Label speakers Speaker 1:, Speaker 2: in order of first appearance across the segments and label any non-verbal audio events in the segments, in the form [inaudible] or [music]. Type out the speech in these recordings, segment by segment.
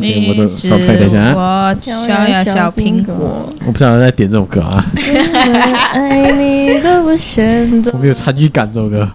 Speaker 1: 点我的
Speaker 2: 只
Speaker 1: 小快等一下啊，
Speaker 2: 我
Speaker 3: 小
Speaker 2: 逍遥小苹
Speaker 3: 果
Speaker 2: 果，
Speaker 1: 我不想再点这首歌
Speaker 2: [laughs]
Speaker 1: 啊，
Speaker 3: 爱你都不选择
Speaker 1: 我。没有参与感这首
Speaker 2: [laughs]
Speaker 1: 歌。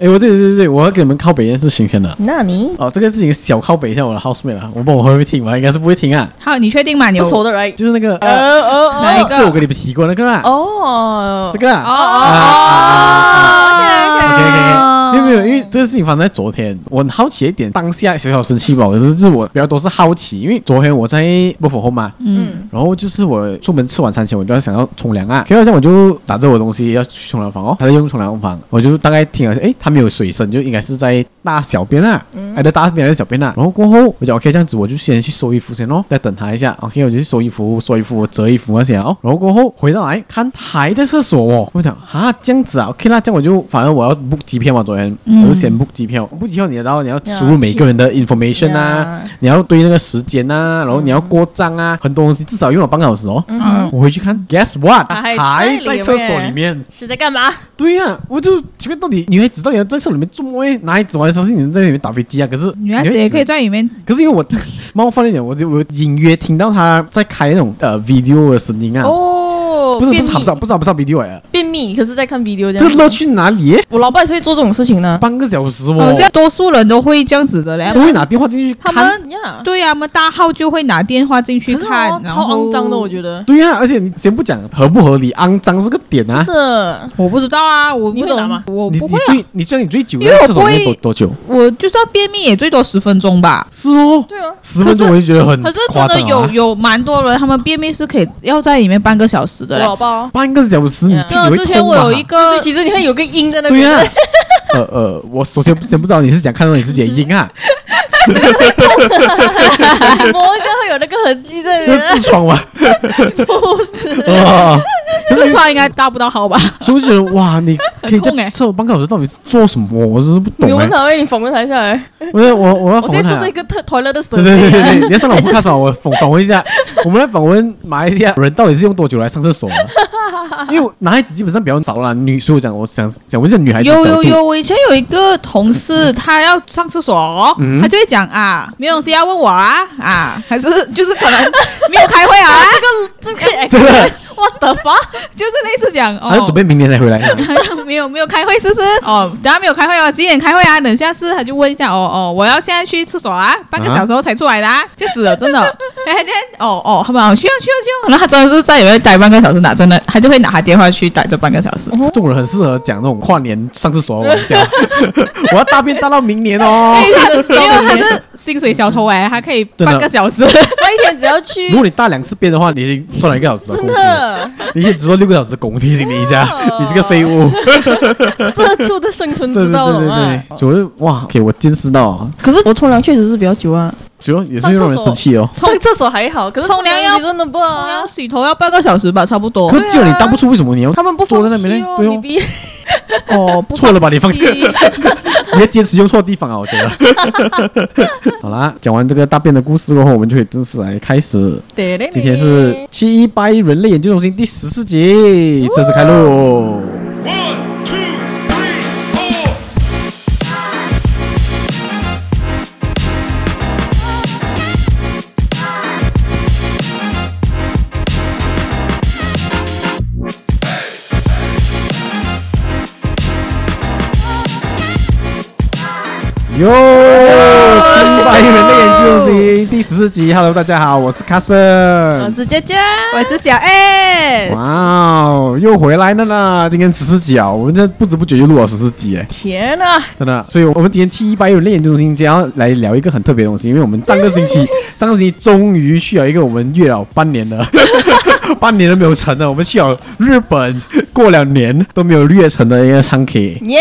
Speaker 1: 哎、我这里这里这里，我要给你们靠北一件事情先的。
Speaker 3: 那你
Speaker 1: 哦，这个事情小靠北一下我的 housemate 啊，我不知道我会不会听吧，应该是不会听啊。
Speaker 2: 好，你确定吗？你
Speaker 3: 不
Speaker 2: 有
Speaker 3: 熟的 right？
Speaker 1: 就是那个，
Speaker 3: 哦
Speaker 1: 呃，
Speaker 2: 哎哪
Speaker 3: 哦
Speaker 2: 一
Speaker 3: 哦
Speaker 2: 个
Speaker 1: 是我跟你们提过那个啊，
Speaker 3: 哦，
Speaker 1: 这个
Speaker 2: 哦
Speaker 1: 啊。
Speaker 2: 哦
Speaker 1: 啊
Speaker 2: 哦
Speaker 1: ，OK OK，没有没有，因为
Speaker 2: 哦
Speaker 1: 这个事情发生在昨天，我很好奇一点，当下小小生气吧，可是就是我比较多是好奇，因为昨天我在不否后嘛，
Speaker 2: 嗯，
Speaker 1: 然后就是我出门吃晚餐前，我就要想要冲凉啊，结果这样我就打着我的东西要去冲凉房哦，他在用冲凉房，我就大概听了一下，诶，他没有水声，就应该是在大小便啊，
Speaker 2: 嗯
Speaker 1: 挨着大便还是小便啊，然后过后我就 OK 这样子，我就先去收衣服先咯，再等他一下，OK 我就去收衣服、收衣服、折衣服那些啊哦，然后过后回到来看他还在厕所哦，我想啊这样子啊，OK 啦，这样我就反正我要 book 机票嘛，昨天、
Speaker 2: 嗯
Speaker 1: 我就先 book 机票，book 机票你然后你要输入每个人的 information 啊。
Speaker 3: 呀
Speaker 1: 你要对那个时间呐、啊，然后你要过账啊，很多东西至少用了半个小时哦。
Speaker 2: 嗯啊
Speaker 1: 我回去看，Guess what？
Speaker 3: 还
Speaker 1: 还
Speaker 3: 在
Speaker 1: 在
Speaker 3: 里
Speaker 1: 厕所
Speaker 3: 面
Speaker 1: 里面。
Speaker 3: 是在干嘛？
Speaker 1: 对呀、我就奇怪，到底女孩子到底要在厕所里面做么诶？男孩子我还相信你们在里面打飞机啊，可是
Speaker 2: 女孩子也可以
Speaker 1: 在。
Speaker 2: 在里面
Speaker 1: 可是因为我 [laughs] 冒犯了一点，我就我隐约听到他在开那种呃 video 的声音啊，
Speaker 3: 哦，
Speaker 1: 不是不
Speaker 3: 便
Speaker 1: 是
Speaker 3: 秘
Speaker 1: 不是不是不是 video 哎、
Speaker 3: 便秘，可是在看 video
Speaker 1: 这
Speaker 3: 这样。
Speaker 1: 个乐趣哪里耶？
Speaker 3: 我老爸也是会做这种事情呢。
Speaker 1: 半个小时
Speaker 2: 好
Speaker 1: 哦，
Speaker 2: 像多数人都会这样子的嘞。
Speaker 1: 都会拿电话进去
Speaker 2: 他
Speaker 1: 看。
Speaker 2: 们
Speaker 3: 呀，
Speaker 2: 对呀、他们大号就会拿电话进去
Speaker 3: 可是哦
Speaker 2: 看，
Speaker 3: 超肮脏的，我觉
Speaker 2: 得。
Speaker 3: 得。
Speaker 1: 对呀、而且你先不讲合不合理，肮脏是个点啊。
Speaker 3: 真的，
Speaker 2: 我不知道啊，我
Speaker 3: 你
Speaker 2: 不
Speaker 3: 会拿吗
Speaker 2: 懂，我
Speaker 1: 你
Speaker 2: 不
Speaker 1: 你
Speaker 2: 会啊，
Speaker 1: 最你这样你最久
Speaker 2: 因为
Speaker 1: 在
Speaker 2: 我
Speaker 1: 厕所里面
Speaker 2: 不
Speaker 1: 多
Speaker 2: 会
Speaker 1: 多久？
Speaker 2: 我就算便秘也最多十分钟吧。
Speaker 1: 是哦，
Speaker 3: 对啊，
Speaker 1: 十分钟
Speaker 2: 可是
Speaker 1: 我就觉得很
Speaker 2: 可是
Speaker 1: 夸
Speaker 2: 真
Speaker 1: 张
Speaker 2: 的
Speaker 1: 啊
Speaker 2: 有有蛮多人，他们便秘是可以要在里面半个小时的
Speaker 3: 我
Speaker 2: 嘞。
Speaker 3: 老爸哦。
Speaker 1: 半个小时，你屁股
Speaker 2: 对啊，
Speaker 3: 对
Speaker 1: 会
Speaker 2: 之前
Speaker 1: 痛
Speaker 2: 我
Speaker 1: 吧
Speaker 2: 有一个
Speaker 3: 所以其实你会有个音在那
Speaker 1: 对
Speaker 3: 边。
Speaker 1: 呀、 [laughs] 呃呃，我首先先不知道你是讲看到你自己的阴
Speaker 2: [laughs]
Speaker 1: 啊，
Speaker 3: 摸一下会有那个痕迹在
Speaker 1: 那
Speaker 3: 那
Speaker 1: 是痔
Speaker 3: 边，
Speaker 1: 疮吧？
Speaker 3: 不是？
Speaker 1: 啊，
Speaker 2: 痔疮应该大不到好吧？
Speaker 1: 所以我就觉得 [laughs] 哇，你可以
Speaker 2: 很痛
Speaker 1: 在
Speaker 2: 欸
Speaker 1: 厕所半个小时到底是做什么？我真的不懂
Speaker 3: 你
Speaker 1: 哎、
Speaker 3: 问他为你访问他一下来，
Speaker 1: 我要我我要
Speaker 3: 我
Speaker 1: 访
Speaker 3: 现
Speaker 1: 问
Speaker 3: 在
Speaker 1: 他
Speaker 3: 做
Speaker 1: 啊
Speaker 3: 这。一个特 toilet 的 survey
Speaker 1: 对对对
Speaker 2: [laughs]
Speaker 1: 对对，你要上老婆看访我访访问一下，我们来访问马来西亚人到底是用多久来上厕所啊？
Speaker 2: [laughs]
Speaker 1: 因为男孩子基本上比较少啦，女所以我讲，我想想问一下女孩子的
Speaker 2: 有
Speaker 1: 角
Speaker 2: 有
Speaker 1: 度
Speaker 2: 有，我以前有一个同事，他要上厕所哦，
Speaker 1: 嗯
Speaker 2: 他就会讲啊，没有东西要问我啊啊， [laughs] 还是就是可能没有开会啊， [laughs]
Speaker 3: 这个
Speaker 1: 真的，
Speaker 3: 我的妈！
Speaker 2: 就是类似讲
Speaker 1: 还是
Speaker 2: 哦
Speaker 1: 准。备明年才回来
Speaker 3: [laughs]
Speaker 1: 啊。
Speaker 2: [laughs] 没有没有开会是不是？哦，等下没有开会哦，几点开会啊？等下是他就问一下哦哦，我要现在去厕所啊，半个小时后才出来的啊，就只有真的。 [laughs] 哎，那哦哦，他们哦去哦去哦去哦，然后他真的是在里面待半个小时，拿真的他就会拿他电话去待这半个小时。
Speaker 1: 这种人很适合讲那种跨年上厕所的玩
Speaker 3: [laughs]
Speaker 1: 笑。我要大便大到明年哦。
Speaker 2: 哎，他没有他是薪水小偷哎，他可以
Speaker 1: 真的
Speaker 2: 半个小时。
Speaker 3: 我一天只要
Speaker 1: 如
Speaker 3: 去，
Speaker 1: 果你大两次便的话，你已经赚了一个小时的
Speaker 3: 真
Speaker 1: 工资。
Speaker 3: 的
Speaker 1: 你可以只做六个小时的工，提醒你一下
Speaker 3: 真的，
Speaker 1: 你这个废
Speaker 3: [laughs]
Speaker 1: 物。
Speaker 3: 社畜的生存
Speaker 1: 对对
Speaker 3: 之
Speaker 1: 对
Speaker 3: 道，懂
Speaker 1: 对
Speaker 3: 吗？
Speaker 1: 对，所以哇，OK，我见识到啊，
Speaker 3: 可是我冲凉确实是比较久啊，
Speaker 1: 主要也是让人生气哦。
Speaker 3: 上厕所还好，可是
Speaker 2: 冲凉要
Speaker 3: 你真的不
Speaker 2: 冲
Speaker 3: 啊
Speaker 2: 凉。洗头要半个小时吧，差不多
Speaker 1: 可。是只有你答不出为什么你要
Speaker 3: 他们不
Speaker 1: 坐
Speaker 3: 放
Speaker 1: 在那边
Speaker 3: 弃
Speaker 1: 呢
Speaker 3: 哦，
Speaker 1: 对哦
Speaker 3: 你逼
Speaker 2: 哦， [laughs] 不
Speaker 1: 错了吧你放
Speaker 2: 弃 [laughs]
Speaker 1: [laughs] 你的坚持用错地方啊，我觉得。
Speaker 3: [laughs]
Speaker 1: 好啦，讲完这个大便的故事过后，我们就可以正式来开始。今天是七一八一人类研究中心第十四集正式开录。
Speaker 4: One, two, three, four.
Speaker 1: 哟，七八一人类研究中心第十四集，Hello，大家好，我是卡森。
Speaker 3: 我是佳佳，
Speaker 2: 我是哎小 S。
Speaker 1: 哇哦，又回来了啦！今天十四集啊，我们这不知不觉就录了十四集哎，
Speaker 3: 天啊，
Speaker 1: 真的。所以，我们今天七一八有练研究中心，今天要来聊一个很特别的东西，因为我们上个星
Speaker 3: [laughs]
Speaker 1: 期，上个星期终于去了一个我们约了半年的， [laughs] 半年都没有成的，我们去了日本，过两年都没有约成的一个唱 K。
Speaker 3: 耶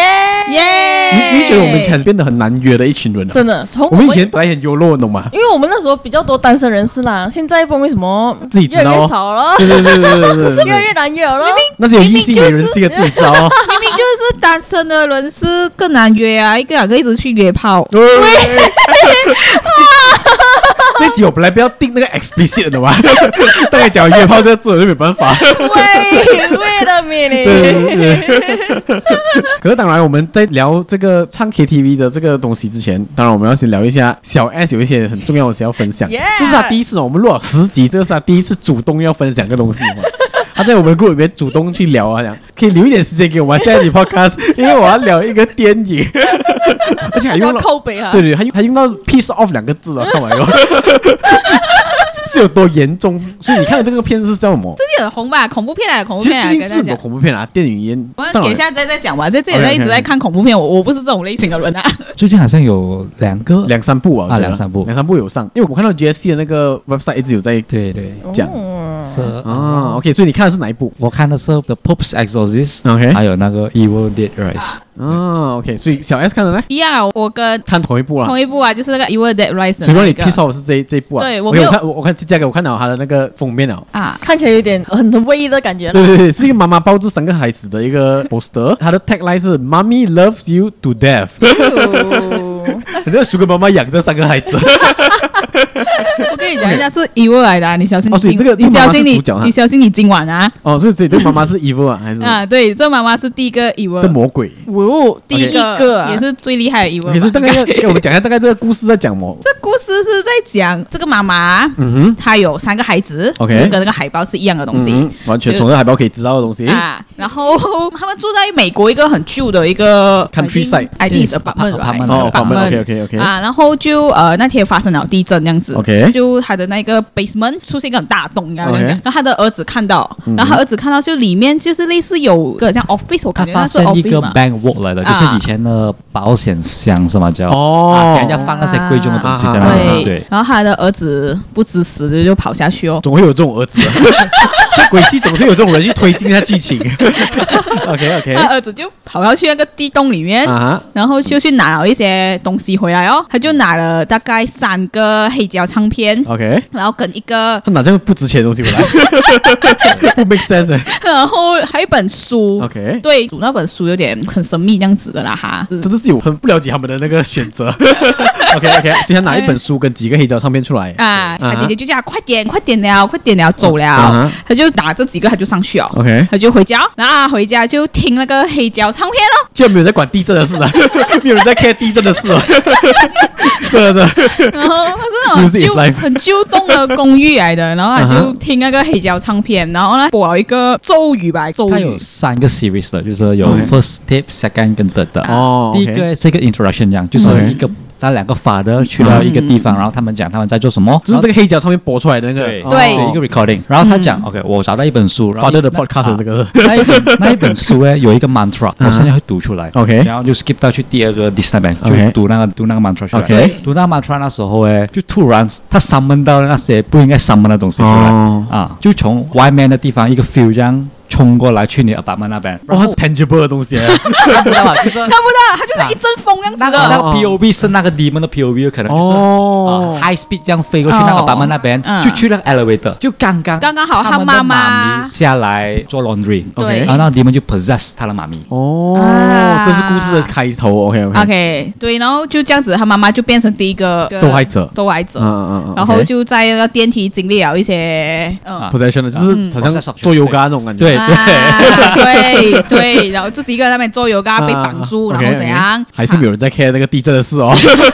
Speaker 2: 耶
Speaker 1: 你你觉得我们才是变得很难约的一群人啊？
Speaker 3: 真的，从
Speaker 1: 我们以前本来很优渥，懂吗？
Speaker 3: 因为我们那时候比较多单身人士啦，现在不知道为什么
Speaker 1: 自己
Speaker 3: 越
Speaker 1: 知道
Speaker 3: 来
Speaker 1: 哦
Speaker 3: 越少了，
Speaker 1: 对对对对对对对
Speaker 3: 越来越难约了。
Speaker 1: 那是有异性的人是一个自己知道哦。
Speaker 2: [laughs] 明明就是单身的人是更难约啊，一个两个一直去约炮。
Speaker 1: 对，这集我本来不要定那个 explicit 的嘛， [laughs] 大概讲约炮这个字我就没办法。 [laughs]
Speaker 3: 喂喂了米
Speaker 1: 对
Speaker 3: 你，
Speaker 1: 对对对 [laughs] 可是当然，我们在聊这个唱 KTV 的这个东西之前，当然我们要先聊一下小 S 有一些很重要的事要分享。
Speaker 3: Yeah
Speaker 1: 这是他第一次哦，我们录了十集，这是他第一次主动要分享个东西嘛。 [laughs] 他在我们 group 里面主动去聊啊，讲可以留一点时间给我们下一集 podcast，因为我要聊一个电影， [laughs] 而且还
Speaker 3: [laughs] 他
Speaker 1: 用
Speaker 3: 要
Speaker 1: 了
Speaker 3: 靠北啊，
Speaker 1: 对对，还用还用到 piece off 两个字
Speaker 2: [laughs]
Speaker 1: 啊，看完以后 [laughs] 是有多严重？所以你看的这个片子是叫什么？
Speaker 2: 最近很红吧？恐怖片来啊的恐怖
Speaker 1: 其实
Speaker 2: 片来
Speaker 1: 最
Speaker 2: 的，
Speaker 1: 近是
Speaker 2: 跟
Speaker 1: 不是
Speaker 2: 大
Speaker 1: 很多
Speaker 2: 家讲。
Speaker 1: 恐怖片啊？电影也
Speaker 2: 我
Speaker 1: 上
Speaker 2: 等
Speaker 1: 来
Speaker 2: 一下再再讲吧，在这里
Speaker 1: OK，OK，
Speaker 2: 在一直在看恐怖片，我我不是这种类型的人 [laughs] 啊。
Speaker 5: 最近好像有两个，
Speaker 1: [laughs] 两三部啊，我觉得
Speaker 5: 啊两三部
Speaker 1: 两三部有上，因为我看到 GSC 的那个 website 一直有在
Speaker 5: 对对
Speaker 3: 哦
Speaker 1: 讲
Speaker 5: 是
Speaker 1: 啊。OK，所以你看的是哪一部
Speaker 5: 我看的是 The Pope's Exorcist，
Speaker 1: ？OK
Speaker 5: 还有那个 Evil Dead Rise，
Speaker 1: 啊，OK，所以小 S 看的呢，
Speaker 2: 一样啊，我跟
Speaker 1: 看同一部啦。
Speaker 2: 同一部啊，就是那个《You Were Dead Rise》。
Speaker 1: 所以说你 piece off 是这这一部啊？
Speaker 2: 对我
Speaker 1: 我
Speaker 2: 没有
Speaker 1: 看我我看这价格，我看到他的那个封面了。
Speaker 2: [laughs] 啊，
Speaker 3: 看起来有点很威的感觉了。
Speaker 1: 对对对，是一个妈妈抱住三个孩子的一
Speaker 2: [laughs]
Speaker 1: 个 poster，它的 tagline 是 “Mommy loves you to death”，[laughs]
Speaker 2: [laughs]
Speaker 3: [laughs] 哦
Speaker 1: 你这个 Sugar 妈妈养这三个孩
Speaker 2: [laughs]
Speaker 1: 子，
Speaker 2: 我跟你讲一下，是 You Were 来的啊，你小心
Speaker 1: 哦所以
Speaker 2: 今
Speaker 1: 这个这
Speaker 2: 你
Speaker 1: 个妈妈
Speaker 2: 小心
Speaker 1: 是
Speaker 2: 你
Speaker 1: 主角啊
Speaker 2: 你小心你今晚啊
Speaker 1: 哦，所以所以这个妈妈是 evil 啊，还是
Speaker 2: 啊，对，这妈妈是第一个 You
Speaker 1: 的
Speaker 2: Were，
Speaker 1: 魔鬼？
Speaker 3: 哦，第
Speaker 2: 第一
Speaker 3: 一
Speaker 2: 个
Speaker 3: 个啊
Speaker 2: 也是最厉害的 You
Speaker 1: 也是
Speaker 2: Were
Speaker 1: 大
Speaker 2: 吧。
Speaker 1: 概要给我们讲一下大概这个故事在讲么？
Speaker 2: [laughs] 这故事是在讲这个妈妈，
Speaker 1: 嗯哼。
Speaker 2: 她有三个孩子
Speaker 1: OK
Speaker 2: 就跟那个海报是一样的 [laughs] 东西。
Speaker 1: 嗯完全
Speaker 2: 就
Speaker 1: 从这海报可以知道的东西。
Speaker 2: 啊，然后 [laughs] 他们住在美国一个很旧的一个
Speaker 1: Countryside
Speaker 2: I think is
Speaker 5: Yes,
Speaker 2: apartment 吧
Speaker 5: apartment，
Speaker 1: 哦，宝
Speaker 5: 宝
Speaker 1: 贝
Speaker 5: 们
Speaker 1: ，OK OK OK，
Speaker 2: 啊，然后就呃那天发生了地震这样子
Speaker 1: OK
Speaker 2: 就他的那个 basement 出现一个很大的洞，应该这样
Speaker 1: OK
Speaker 2: 讲。然后他的儿子看到，
Speaker 1: 嗯
Speaker 2: 然后他儿子看到就里面就是类似有个像 office，我感
Speaker 5: 它
Speaker 2: 觉
Speaker 5: 发
Speaker 2: 那是
Speaker 5: 生一
Speaker 2: office
Speaker 5: 个
Speaker 2: 嘛。
Speaker 5: bank vault 来的，就是
Speaker 2: 啊
Speaker 5: 以前的保险箱是吗？叫啊
Speaker 1: 哦
Speaker 5: 给人家放那些贵重的东西在
Speaker 1: 啊
Speaker 5: 那
Speaker 1: 啊
Speaker 5: 里，对。
Speaker 2: 然后他的儿子不知死的就跑下去哦。
Speaker 1: 总会有这种儿子，
Speaker 5: [laughs]
Speaker 1: 在鬼戏总会有这种人去推进一下剧情。OK OK，
Speaker 5: 呃
Speaker 2: 他儿子呃就跑到去那个地洞里
Speaker 5: 哎
Speaker 2: 面，
Speaker 1: 啊哈，
Speaker 2: 然后就去拿了一些东西回来哦。他就拿了大概三个黑胶唱片，
Speaker 1: ，OK，
Speaker 2: 然后跟一个， [laughs]
Speaker 1: 他哪这个不值钱的东西
Speaker 5: [laughs]
Speaker 1: 回来？不 make sense 欸。
Speaker 2: 然后还有一本书。
Speaker 1: OK，
Speaker 2: 对，主那本书有点很神秘这样子的啦哈。
Speaker 1: 真的是有很不了解他们的那个选
Speaker 5: [laughs]
Speaker 1: 择。OK OK，所以他拿一本书跟几个黑胶唱片出来
Speaker 2: 啊，他
Speaker 1: 啊
Speaker 2: 姐姐就叫他快点，快点了，快点了，走
Speaker 1: 啊
Speaker 2: 了
Speaker 1: 哈。
Speaker 2: 他就打这几个，他就上去了。
Speaker 1: OK，
Speaker 2: 他就回家，然后他回家就听那个黑胶唱片咯。
Speaker 1: 居然没有人在管地震的
Speaker 5: [laughs]
Speaker 1: 事啊，没有人在 care 地震的事啊，真的真的。
Speaker 2: 然后他是
Speaker 1: [laughs]
Speaker 2: 那种
Speaker 1: Music is
Speaker 2: 旧
Speaker 1: life
Speaker 2: 很旧动的公寓来的，然后他
Speaker 1: 啊
Speaker 2: 就
Speaker 1: 哈
Speaker 2: 听那个黑胶唱片，然后呢播了一个咒语吧，咒
Speaker 5: 它
Speaker 2: 语
Speaker 5: 有三个 series 的，就是有
Speaker 1: OK
Speaker 5: first step、second 跟 third 的。
Speaker 1: 哦
Speaker 5: 第一
Speaker 1: OK
Speaker 5: 个是一个 introduction 这样，就是
Speaker 1: OK 嗯
Speaker 5: 一个那两个 father 去到一个地方，然后他们讲他们在做什么，
Speaker 1: 就是这个黑胶唱片播出来的那个，
Speaker 5: 对
Speaker 1: 哦
Speaker 2: 对
Speaker 5: 对一个 recording，然后他讲 OK，我找到一本
Speaker 1: [laughs]
Speaker 5: 书，然后
Speaker 1: Father 的
Speaker 5: 那
Speaker 1: podcast
Speaker 5: 啊
Speaker 1: 这个啊
Speaker 5: 那一
Speaker 1: [laughs]
Speaker 5: 本那一本书呢有一个 mantra，我现在会读出来
Speaker 1: OK
Speaker 5: 然后就 skip 到去第二个 disturbance，
Speaker 1: OK
Speaker 5: 就读那个读那个 mantra 出来
Speaker 1: OK
Speaker 5: 读那个 mantra 那时候呢，就突然他 summon 到那些不应该 summon 的东西出来
Speaker 1: 哦，
Speaker 5: 啊，就从外面的地方一个 feel 这样冲过来去你 apartment 那边，
Speaker 1: 哇，它哦
Speaker 5: [laughs]
Speaker 1: 是 tangible 的东西欸，
Speaker 5: 看不到啊，就是。
Speaker 2: 看不到，他就是一阵风这样
Speaker 5: 那
Speaker 1: 啊
Speaker 2: 子
Speaker 5: 个那
Speaker 2: 的。
Speaker 5: 个 POV 是那个 demon 的 POV，可能就是、
Speaker 1: 哦
Speaker 5: 啊 high speed 这样飞过去那个
Speaker 2: 哦
Speaker 5: 板板那边，
Speaker 2: 嗯
Speaker 5: 就去那个 elevator，就刚刚
Speaker 2: 刚刚好
Speaker 5: 他们
Speaker 2: 他
Speaker 5: 的
Speaker 2: 妈妈
Speaker 5: 咪下来做 laundry，
Speaker 1: OK
Speaker 2: 对
Speaker 5: 然后那个 demon 就 possess 他的妈咪。
Speaker 1: 哦
Speaker 2: 啊，
Speaker 1: 这是故事的开头，OK OK，
Speaker 2: OK，对，然后就这样子，他妈妈就变成第一个
Speaker 1: 受害者，
Speaker 2: 受害者，
Speaker 1: 嗯嗯嗯，
Speaker 2: 然后就在那个电梯经历了一些，嗯。
Speaker 5: 啊
Speaker 1: possession 了，就是
Speaker 2: 嗯
Speaker 1: 好像
Speaker 5: Possess of
Speaker 1: 做 yoga 那种感觉，
Speaker 5: 对
Speaker 1: [laughs]
Speaker 2: 啊对对，然后自己一个人在那边做油嘎
Speaker 1: 啊，
Speaker 2: 被绑住，
Speaker 1: 啊
Speaker 2: 然后怎样
Speaker 1: OK，OK，？还是没有人在 care 那个地震的事哦， [laughs]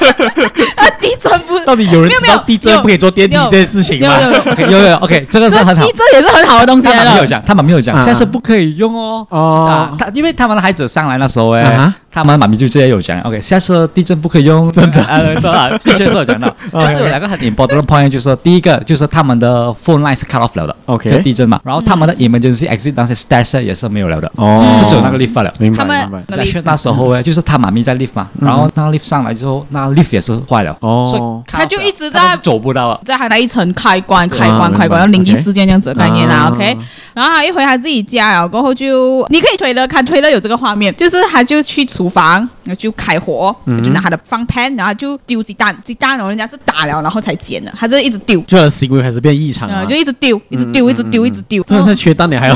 Speaker 2: 啊 [laughs] 地震不？
Speaker 1: 到底有人
Speaker 2: 没有
Speaker 1: 知
Speaker 2: 没有
Speaker 1: 道地震不可以坐电梯
Speaker 2: 有
Speaker 1: 这件事情
Speaker 2: 有
Speaker 1: 吗？
Speaker 2: 有有，
Speaker 1: [laughs]
Speaker 5: OK，有有 OK，这个是很好
Speaker 2: 地。震也是很好的东西
Speaker 5: 他
Speaker 2: 来
Speaker 5: 们没有
Speaker 2: 了。
Speaker 5: 讲，他们没有讲，
Speaker 1: 啊
Speaker 5: 现在是不可以用哦。
Speaker 1: 哦
Speaker 5: 啊，他因为他们的孩子上来那时候哎
Speaker 1: 啊，
Speaker 5: 他们妈咪就直接有讲，OK，下次地震不可以用。真 [laughs] 的，呃，对啊的确是有
Speaker 1: [laughs] 哦
Speaker 5: 讲到。但是有两个很 important point，就是第一个就是他们的 phone line 是 cut off 了的
Speaker 1: OK
Speaker 5: 就地震嘛。然后他们的
Speaker 2: 嗯
Speaker 5: emergency exit 那些 stairs 也是没有了的，
Speaker 1: 哦
Speaker 5: 就只有那个 lift 嗯了。
Speaker 1: 明白
Speaker 2: 他们
Speaker 1: 明白，
Speaker 2: 那
Speaker 5: 所以
Speaker 2: lift
Speaker 5: 那时候哎，就是他妈咪在 lift 嘛，然后那个 lift 上来之后，那个 lift 也是坏了，
Speaker 1: 哦
Speaker 5: 所以 cut off
Speaker 2: 他就一直
Speaker 5: 了
Speaker 2: 在
Speaker 5: 他们就走不到啊了。
Speaker 2: 在他那一层开关、开
Speaker 1: 啊
Speaker 2: 关、
Speaker 1: 明白
Speaker 2: 开关，灵异
Speaker 1: OK
Speaker 2: 事件这样子的概念啦
Speaker 1: 啊
Speaker 2: ，OK。然后他哦一回他自己家了过后就，你可以推了看推了有这个画面，就是他就去厨房，然后就开火，
Speaker 1: 嗯
Speaker 2: 就拿他的方 pan，然后就丢鸡蛋，鸡蛋哦，人家是打了然后才煎的，他是一直丢，
Speaker 1: 就他的行为开始变异常
Speaker 2: 呃，
Speaker 1: 了，
Speaker 2: 就一直丢，一直丢，
Speaker 1: 嗯
Speaker 2: 一直丢，一直丢。
Speaker 1: 真的是 [laughs] 缺蛋你还要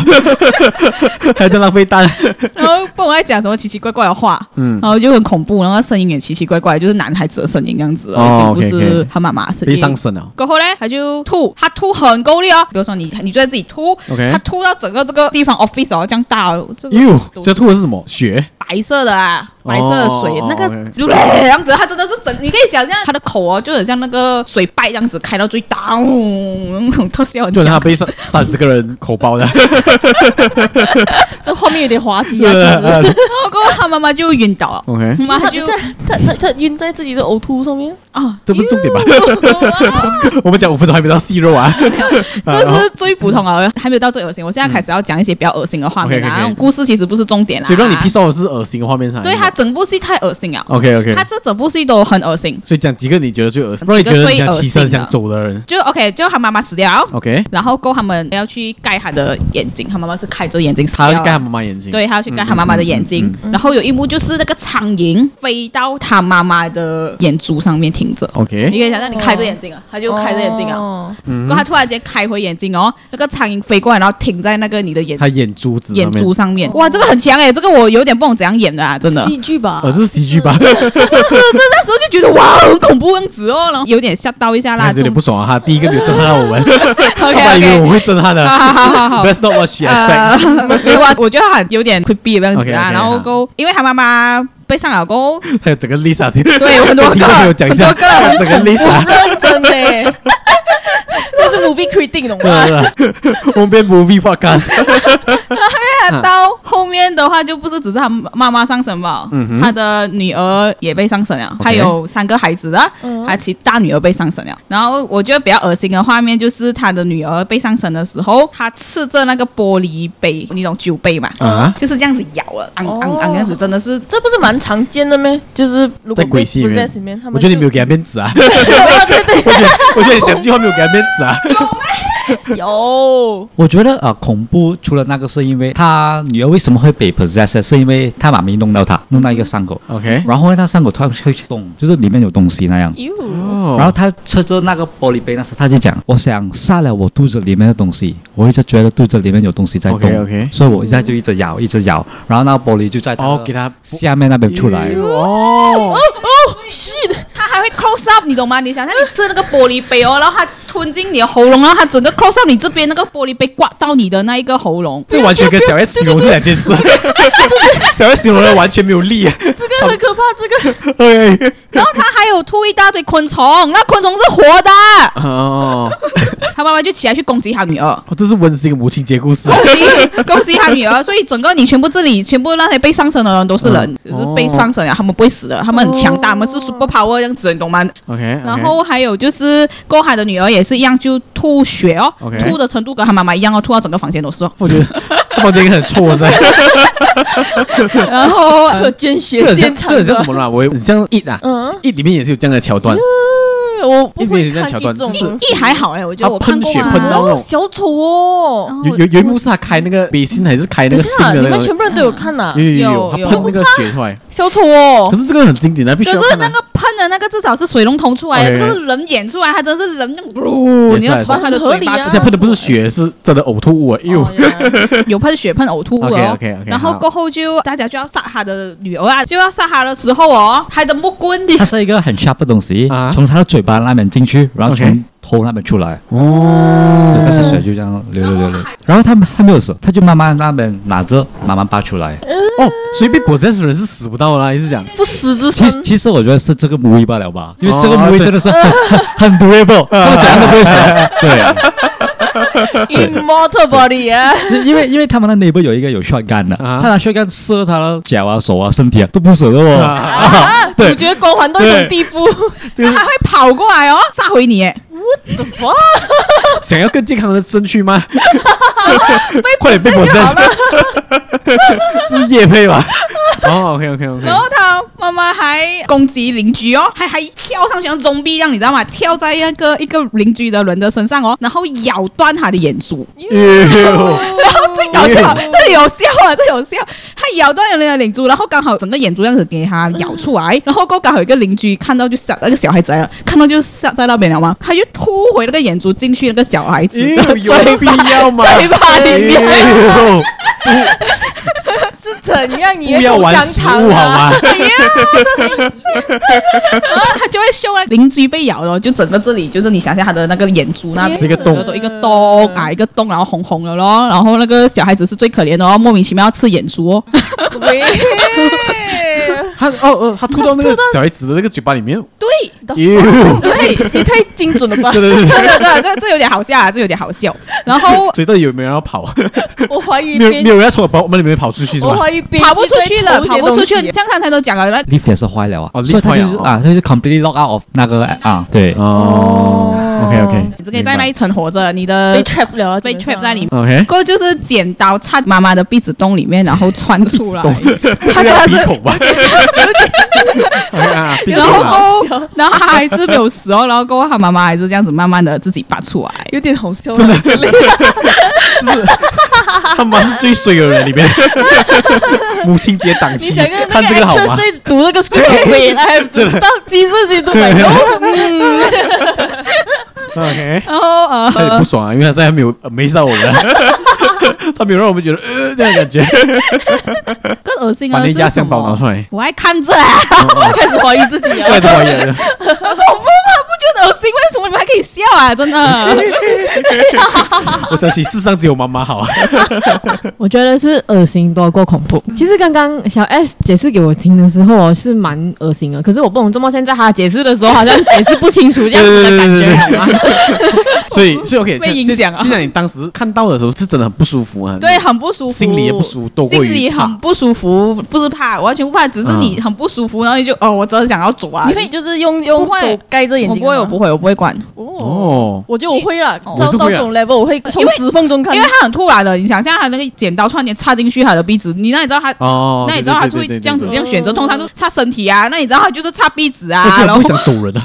Speaker 1: 还要在浪费蛋，
Speaker 2: 然后不管在讲什么奇奇怪怪的话，
Speaker 1: 嗯
Speaker 2: 然后就很恐怖，然后声音也奇奇怪怪，就是男孩子的声音这样子，
Speaker 1: 哦
Speaker 2: 已经不
Speaker 1: OK，OK
Speaker 2: 是他妈妈的声
Speaker 1: 被
Speaker 2: 音。
Speaker 1: 上身了。
Speaker 2: 过后呢，他就吐，他吐很够力哦。比如说你，你就在自己吐
Speaker 1: OK
Speaker 2: 他吐到整个这个地方 office 哦，这样大哦，这个
Speaker 1: 哟，
Speaker 2: 都
Speaker 1: 这吐的是什么？
Speaker 2: [laughs]
Speaker 1: 血？
Speaker 2: 白色的啊，白色的水，
Speaker 1: 哦
Speaker 2: 那个
Speaker 1: OK
Speaker 2: 就这样子，它真的是整，你可以想象它的口哦，就很像那个水拜这样子开到最大，嗡那种特效很
Speaker 1: 就他
Speaker 2: 强，
Speaker 1: 被三三十个人口爆
Speaker 2: [laughs]
Speaker 1: 的，
Speaker 3: 这后面有点滑
Speaker 1: [laughs]
Speaker 3: 稽啊，
Speaker 2: [laughs]
Speaker 3: 其实。
Speaker 1: OK
Speaker 2: 然后过后他妈妈就晕倒了。
Speaker 1: 哦
Speaker 2: 他妈
Speaker 3: 他
Speaker 2: 就
Speaker 3: 就是他他他晕在自己的呕吐上面，
Speaker 2: 啊，
Speaker 1: 这不是重点吧？ [laughs] 我们讲五分钟还没到细
Speaker 2: [laughs]
Speaker 1: 肉啊。然
Speaker 2: 这
Speaker 1: 后
Speaker 2: 是最普
Speaker 1: [laughs]
Speaker 2: 通啊，还没有到最恶心。我现在开始要讲一些比较恶心的画面
Speaker 1: 嗯 OK，OK，OK
Speaker 2: 啊，那种故事其实不是重点啦。啊
Speaker 1: 所以让你啊 piss off 的是恶心的画面上。
Speaker 2: 对他整部戏太恶心了，
Speaker 1: OK OK，
Speaker 2: 他这整部戏都很恶心。
Speaker 1: 所以讲几个你觉得最恶心，让你觉得你想起身想走的人。
Speaker 2: 就 OK，就他妈妈死掉，
Speaker 1: OK，
Speaker 2: 然后够他们要去盖他的眼睛，他妈妈是开着眼睛死掉
Speaker 1: 他
Speaker 2: 了。
Speaker 1: 要去盖他妈妈眼睛。
Speaker 2: 对，他要去盖他妈妈的眼睛。
Speaker 1: 嗯
Speaker 2: 然后有一幕就是那个苍蝇飞到他妈妈的眼珠上面停着。你
Speaker 1: ，OK，嗯
Speaker 2: 可以想象，你开着眼睛
Speaker 1: 哦
Speaker 2: 啊，他就开着眼睛啊，
Speaker 3: 哦，
Speaker 2: 然后他突然间开回眼睛哦，那个苍蝇飞过来，然后停在那个你的眼
Speaker 1: 他眼珠子
Speaker 2: 眼
Speaker 1: 上面
Speaker 2: 珠，上面。哇，这个很强哎，这个我有点不懂怎样演的啊，真的。 [laughs]
Speaker 3: 戏剧吧
Speaker 1: 呃，，这是 CG 吧？
Speaker 2: 不是，这那时候就觉得哇，很恐怖样子哦，然后有点吓到一下
Speaker 1: [laughs]
Speaker 2: 啦。
Speaker 1: 还是有点不爽哦哎啊！他第一个没有震撼到我
Speaker 2: [laughs]
Speaker 1: 们，
Speaker 2: OK
Speaker 1: 他本来以为
Speaker 2: 啊 OK，
Speaker 1: 我会震撼的。
Speaker 2: 好好好好。
Speaker 1: That's not what she expect。
Speaker 2: 呃，没有啊，我觉得他有点 creepy 的样子
Speaker 1: OK，OK，
Speaker 2: 啊，然
Speaker 1: 好
Speaker 2: 后够，因为他妈妈被上了过
Speaker 1: [laughs]
Speaker 2: 后，
Speaker 1: 还有整个 Lisa，[laughs]
Speaker 2: 呃对，有很多个，
Speaker 1: 听众朋友讲一下
Speaker 2: 很多个，
Speaker 1: 整个 Lisa，
Speaker 2: [laughs]
Speaker 3: 认
Speaker 1: [laughs]
Speaker 3: 真的，这是 movie critic 懂吗？
Speaker 1: 对对对， [laughs] 我们变 movie podcast。
Speaker 2: 到后面的话就不是只是他妈妈上身吧，
Speaker 1: 嗯哼
Speaker 2: 他的女儿也被上身了，
Speaker 1: OK
Speaker 2: 他有三个孩子的
Speaker 3: 嗯，
Speaker 2: 他其实大女儿被上身了。然后我觉得比较恶心的画面就是他的女儿被上身的时候，他吃着那个玻璃杯，你懂酒杯嘛？
Speaker 1: 啊
Speaker 2: 就是这样子咬了，昂
Speaker 3: 哦
Speaker 2: 昂昂，这样子真的是
Speaker 3: 这不是蛮常见的咩？就是如果
Speaker 1: 在鬼戏里
Speaker 3: 不
Speaker 1: 面
Speaker 3: 在里面，他们
Speaker 1: 我觉得你
Speaker 3: 就
Speaker 1: 没有给他面子啊！
Speaker 3: [laughs] 对对
Speaker 1: 我觉得 [laughs] 我觉得你讲句话没有给他面子
Speaker 3: [laughs]
Speaker 1: 啊！
Speaker 3: 对，有
Speaker 5: 我觉得啊、呃恐怖除了那个是因为他女儿为什么会被 possessed，是因为他妈咪弄到他，弄到一个伤口，
Speaker 1: OK，
Speaker 5: 然后呢那伤口突然会动，就是里面有东西那样。
Speaker 3: 有，
Speaker 1: 然
Speaker 5: 然后他吃着那个玻璃杯那时，他就讲：“我想杀了我肚子里面的东西，我一直觉得肚子里面有东西在动
Speaker 1: OK，OK
Speaker 5: 所以我一下就一直咬，一直咬，然后那个玻璃就在的
Speaker 1: 哦给他
Speaker 5: 下面那边出来。
Speaker 1: 哦，
Speaker 3: [laughs] Oh,
Speaker 2: 它还会 close up，你懂吗？你想象你吃那个玻璃杯哦，然后它吞进你的喉咙，然后它整个 close up 你这边那个玻璃杯刮到你的那一个喉咙。
Speaker 1: 这完全跟小 S 形容是两件事， [laughs] 小 S 形容的完全没有力。 [laughs]
Speaker 3: 这个很可怕，这个
Speaker 1: OK，
Speaker 2: [laughs] 然后它还有吐一大堆昆虫，那昆虫是活的。啊
Speaker 1: 哦，
Speaker 2: 他妈妈就起来去攻击他
Speaker 1: [laughs]
Speaker 2: 女儿，
Speaker 1: 哦这是温馨的母亲节故事
Speaker 2: 攻。击攻击他女儿，所以整个你全部这里全部那些被上身的人都是人，
Speaker 1: 嗯
Speaker 2: 就是被上身了，啊他们不会死的，他们很强大，
Speaker 3: 哦
Speaker 2: 他们是 super power 这样子，你懂吗？
Speaker 1: OK，
Speaker 2: 然后还有就是，过海的女儿也是一样，就吐血哦
Speaker 1: OK
Speaker 2: 吐的程度跟她妈妈一样哦，吐到整个房间都是哦。
Speaker 1: 我觉
Speaker 3: [laughs]
Speaker 1: 得这房间应该很臭，啊是吧？
Speaker 2: 然后
Speaker 3: 可见血
Speaker 1: 呃这很像
Speaker 3: 现
Speaker 1: 这
Speaker 3: 场的
Speaker 1: 很像什么啦？我很像 it 啊
Speaker 3: 嗯，
Speaker 1: ，it 里面也是有这样的桥段。
Speaker 3: 对我不
Speaker 1: 一边也
Speaker 3: 会
Speaker 1: 是这样桥
Speaker 3: 看这
Speaker 1: 段
Speaker 3: 种东
Speaker 1: 就
Speaker 3: 西，
Speaker 1: 是
Speaker 2: [laughs] 一还好哎，我觉得我
Speaker 1: 他喷
Speaker 2: 看过
Speaker 1: 血
Speaker 2: 啊
Speaker 1: 喷到那种
Speaker 3: 哦小丑哦。
Speaker 2: 然后
Speaker 1: 有有有一幕是他开那
Speaker 3: 嗯
Speaker 1: 个北信还是开那
Speaker 3: 等
Speaker 1: 哎个信
Speaker 3: 一下，
Speaker 1: 的
Speaker 3: 你
Speaker 1: 那个
Speaker 3: 们啊
Speaker 1: 嗯
Speaker 3: 全。部人都有看呐、
Speaker 1: 有有
Speaker 2: 有
Speaker 1: 他
Speaker 2: 有
Speaker 1: 喷那个血出来，
Speaker 3: 小丑哦
Speaker 1: 可，是这个很经典的，必须
Speaker 2: 可
Speaker 1: 要
Speaker 2: 是
Speaker 1: 看
Speaker 2: 那
Speaker 1: 啊。
Speaker 2: 个喷的那个至少是水龙头出来的，
Speaker 1: OK，
Speaker 2: 这个是人演出来，它真是人那种，
Speaker 1: 哦
Speaker 2: 你要
Speaker 1: 而
Speaker 2: 从它的
Speaker 3: 很合
Speaker 2: 嘴
Speaker 3: 理
Speaker 2: 巴
Speaker 3: 啊
Speaker 1: 且喷的不是血，是真的呕吐物啊！哟
Speaker 3: 哦，原来
Speaker 2: 有喷血、喷呕吐物哦。
Speaker 1: OK，OK，OK，
Speaker 2: 然后
Speaker 1: 好
Speaker 2: 过后就大家就要杀他的女儿啊，就要杀他的时候哦，他的木棍
Speaker 5: 它是一个很 sharp 的东西，
Speaker 1: 啊
Speaker 5: 从他的嘴巴那边进去，然后
Speaker 1: OK
Speaker 5: 从头那边出来，
Speaker 1: 哦
Speaker 5: 对，但是水就这样流流流
Speaker 2: 然后。
Speaker 5: 流然后他他没有死，他就慢慢那边拿着慢慢拔出来。
Speaker 1: 哦，所以被 possess 的人是死不到的啦，意思讲。
Speaker 3: 不死之
Speaker 5: 其
Speaker 3: 身，
Speaker 5: [laughs] 其实我觉得是这个 movie 罢了吧，因为这个
Speaker 1: 哦
Speaker 5: movie
Speaker 1: 对
Speaker 5: 真的是很很 durable，他们怎样都不会死。对，
Speaker 3: immortal body 啊，
Speaker 5: 因为因为他们的 neighbor 有一个有 shotgun 的，
Speaker 1: 啊
Speaker 5: 他拿 shotgun 射他的脚啊、手啊、身体啊都不死的哦。
Speaker 1: 啊
Speaker 3: 主角光环到一种地步，
Speaker 1: 这个
Speaker 2: [laughs] 他还会跑过来哦，杀回你耶。
Speaker 3: 哇，
Speaker 1: 想要更健康的身躯吗？ [laughs] 快点被 possess，这是叶配吧？哦，OK OK OK，
Speaker 2: 然后他妈妈还攻击邻居哦，还还跳上去像中逼一样，你知道吗？跳在那个一个邻居的人的身上哦，然后咬断他的眼珠。
Speaker 1: 哎
Speaker 2: 然后这搞笑，这有笑啊，这有笑。他咬断人家的眼珠，然后刚好整个眼珠这样子给他咬出来，然后过后刚好有一个邻居看到就吓那个小孩子来了，看到就吓在那边了嘛，他就吐回那个眼珠进去那个小孩子 [laughs] 的
Speaker 1: 咦有必要吗？哎
Speaker 2: 嘴巴里面。
Speaker 1: 咦
Speaker 3: 是怎样？你
Speaker 1: 不要玩食
Speaker 3: 啊 [laughs]
Speaker 1: 物好吗？
Speaker 2: 然后他就会秀啊，邻居被咬了，就整个这里就是你想象他的那个眼珠那边
Speaker 1: 是一个洞
Speaker 2: 整都一个洞啊，一个洞，然后红红的咯，然后那个小孩子是最可怜的哦，莫名其妙要吃眼珠哦，
Speaker 3: 喂，
Speaker 1: 他哦哦，他吐到那个小孩子的那个嘴巴里面。
Speaker 2: 对
Speaker 1: 咦，
Speaker 2: 对。
Speaker 3: 你太精准了吧
Speaker 1: 对！对对
Speaker 2: 真的，真的，这这有点好笑啊，这有点好笑。然后
Speaker 1: 对，嘴到底有没有人要跑？
Speaker 3: 我怀疑
Speaker 1: 没有
Speaker 3: 编
Speaker 1: 没，有人要从我包我们里面跑出去是
Speaker 3: 我
Speaker 1: 吧？
Speaker 3: 怀疑编
Speaker 2: 跑不出去了，
Speaker 3: 辑
Speaker 2: 跑
Speaker 3: 在
Speaker 2: 不
Speaker 3: 偷
Speaker 2: 出
Speaker 3: 一些
Speaker 2: 去
Speaker 3: 东西。
Speaker 2: 像刚才都讲了，那
Speaker 5: lift 也是坏了啊，
Speaker 1: 哦，lift
Speaker 5: 所以他就是
Speaker 1: 坏了哦
Speaker 5: 啊，他就是 completely lock out of 那个啊，对，
Speaker 1: 哦，OK OK，
Speaker 2: 只可以在那一层活着，你的
Speaker 3: 被 trap 了啊，
Speaker 2: 被 trap 在里面。
Speaker 1: OK，
Speaker 2: 过后就是剪刀插妈妈的鼻子洞里面，然后穿
Speaker 1: [laughs]
Speaker 2: 出来。他
Speaker 1: 这
Speaker 2: 真
Speaker 1: 个
Speaker 2: 的
Speaker 1: 鼻
Speaker 2: 是
Speaker 1: 孔吧？OK 啊，鼻
Speaker 2: 然
Speaker 1: 孔
Speaker 2: 后
Speaker 1: 啊
Speaker 2: 过后，然后他还是没有死哦，然后过后他妈妈还是这样子慢慢的自己拔出来。
Speaker 3: 有点好笑，真啊的
Speaker 1: 他妈是最衰的人
Speaker 2: [laughs]
Speaker 1: 里面。母亲节档
Speaker 3: 你
Speaker 1: 期
Speaker 3: 想 [laughs] 看
Speaker 1: 看这个好吗？
Speaker 3: 在读那个书， [laughs] 回来不知道几自己都买到， [laughs] 嗯，
Speaker 2: [laughs]
Speaker 1: OK，
Speaker 2: 然后呃，
Speaker 1: 他也不爽啊，因为他现在没有没到我
Speaker 2: [laughs]
Speaker 1: 们，他没有让我们觉得呃这样的感觉，
Speaker 2: 更恶心
Speaker 1: 把
Speaker 2: 的
Speaker 1: 那
Speaker 2: 是
Speaker 1: 压
Speaker 2: 什
Speaker 1: 箱宝拿出
Speaker 2: 么？
Speaker 1: 来，哦哎
Speaker 2: 我还看着啊， [laughs]
Speaker 3: 开始怀疑自己
Speaker 1: 怪
Speaker 3: 啊。
Speaker 1: 得我也人。
Speaker 2: 很恐怖吗？不觉得恶心？为什么你们还可以笑啊？
Speaker 1: [laughs]
Speaker 2: 真的。
Speaker 1: 我相信世上只有妈妈好
Speaker 2: [laughs]
Speaker 1: 啊。
Speaker 6: 我觉得是恶心多过恐
Speaker 3: 嗯
Speaker 6: 怖。其实刚刚小 S 解释给我听的时候哦，是蛮恶心的，可是我不懂怎么现在他解释的时候好像解释不清楚这样子的感觉，好吗？
Speaker 2: [laughs]
Speaker 1: 所以，所以 OK，
Speaker 2: 被
Speaker 1: 这
Speaker 2: 影
Speaker 1: 这
Speaker 2: 响啊
Speaker 1: 既然你当时看到的时候是真的很不舒服啊，
Speaker 2: 对，很不舒服，
Speaker 1: 心里也不舒服多过
Speaker 2: 心
Speaker 1: 于嗯
Speaker 2: 里
Speaker 1: 怕
Speaker 2: 很不舒服，不是怕，完全不怕，只是你很不舒服，然后你就哦，我真的想要走啊。
Speaker 3: 你会就是用用
Speaker 2: 不会
Speaker 3: 手盖着眼
Speaker 2: 我
Speaker 3: 睛
Speaker 2: 不
Speaker 3: 的吗？
Speaker 2: 会，我不会，我不会管，
Speaker 3: 哦，
Speaker 1: 哦，
Speaker 3: 我觉得我会了，
Speaker 1: 我
Speaker 3: 到
Speaker 1: 是
Speaker 3: 到
Speaker 1: 会啊
Speaker 3: 这种 level，我会从
Speaker 2: 因为
Speaker 3: 指缝中
Speaker 2: [laughs]
Speaker 3: 看，
Speaker 2: 因为他很突然的，你想象他那个剪刀突然间插进去他的鼻子，你那你知道他。
Speaker 1: 哦，
Speaker 2: 那你知道他就会
Speaker 1: 对对对对对
Speaker 2: 这样子这
Speaker 1: 对
Speaker 2: 样选择，通
Speaker 3: 哦
Speaker 2: 常都插身体啊。那你知道他就是插鼻子啊
Speaker 1: [laughs] 我，真的
Speaker 2: 然
Speaker 1: 不
Speaker 2: 后
Speaker 1: 想走人啊。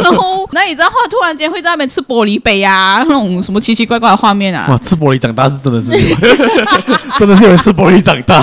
Speaker 2: 然后那你知道他突然间会在那边吃玻璃杯啊，那种什么奇奇怪怪的画面啊
Speaker 1: 哇，。吃玻璃长大是真的是，
Speaker 2: [laughs]
Speaker 1: 真的是有人吃玻璃长大。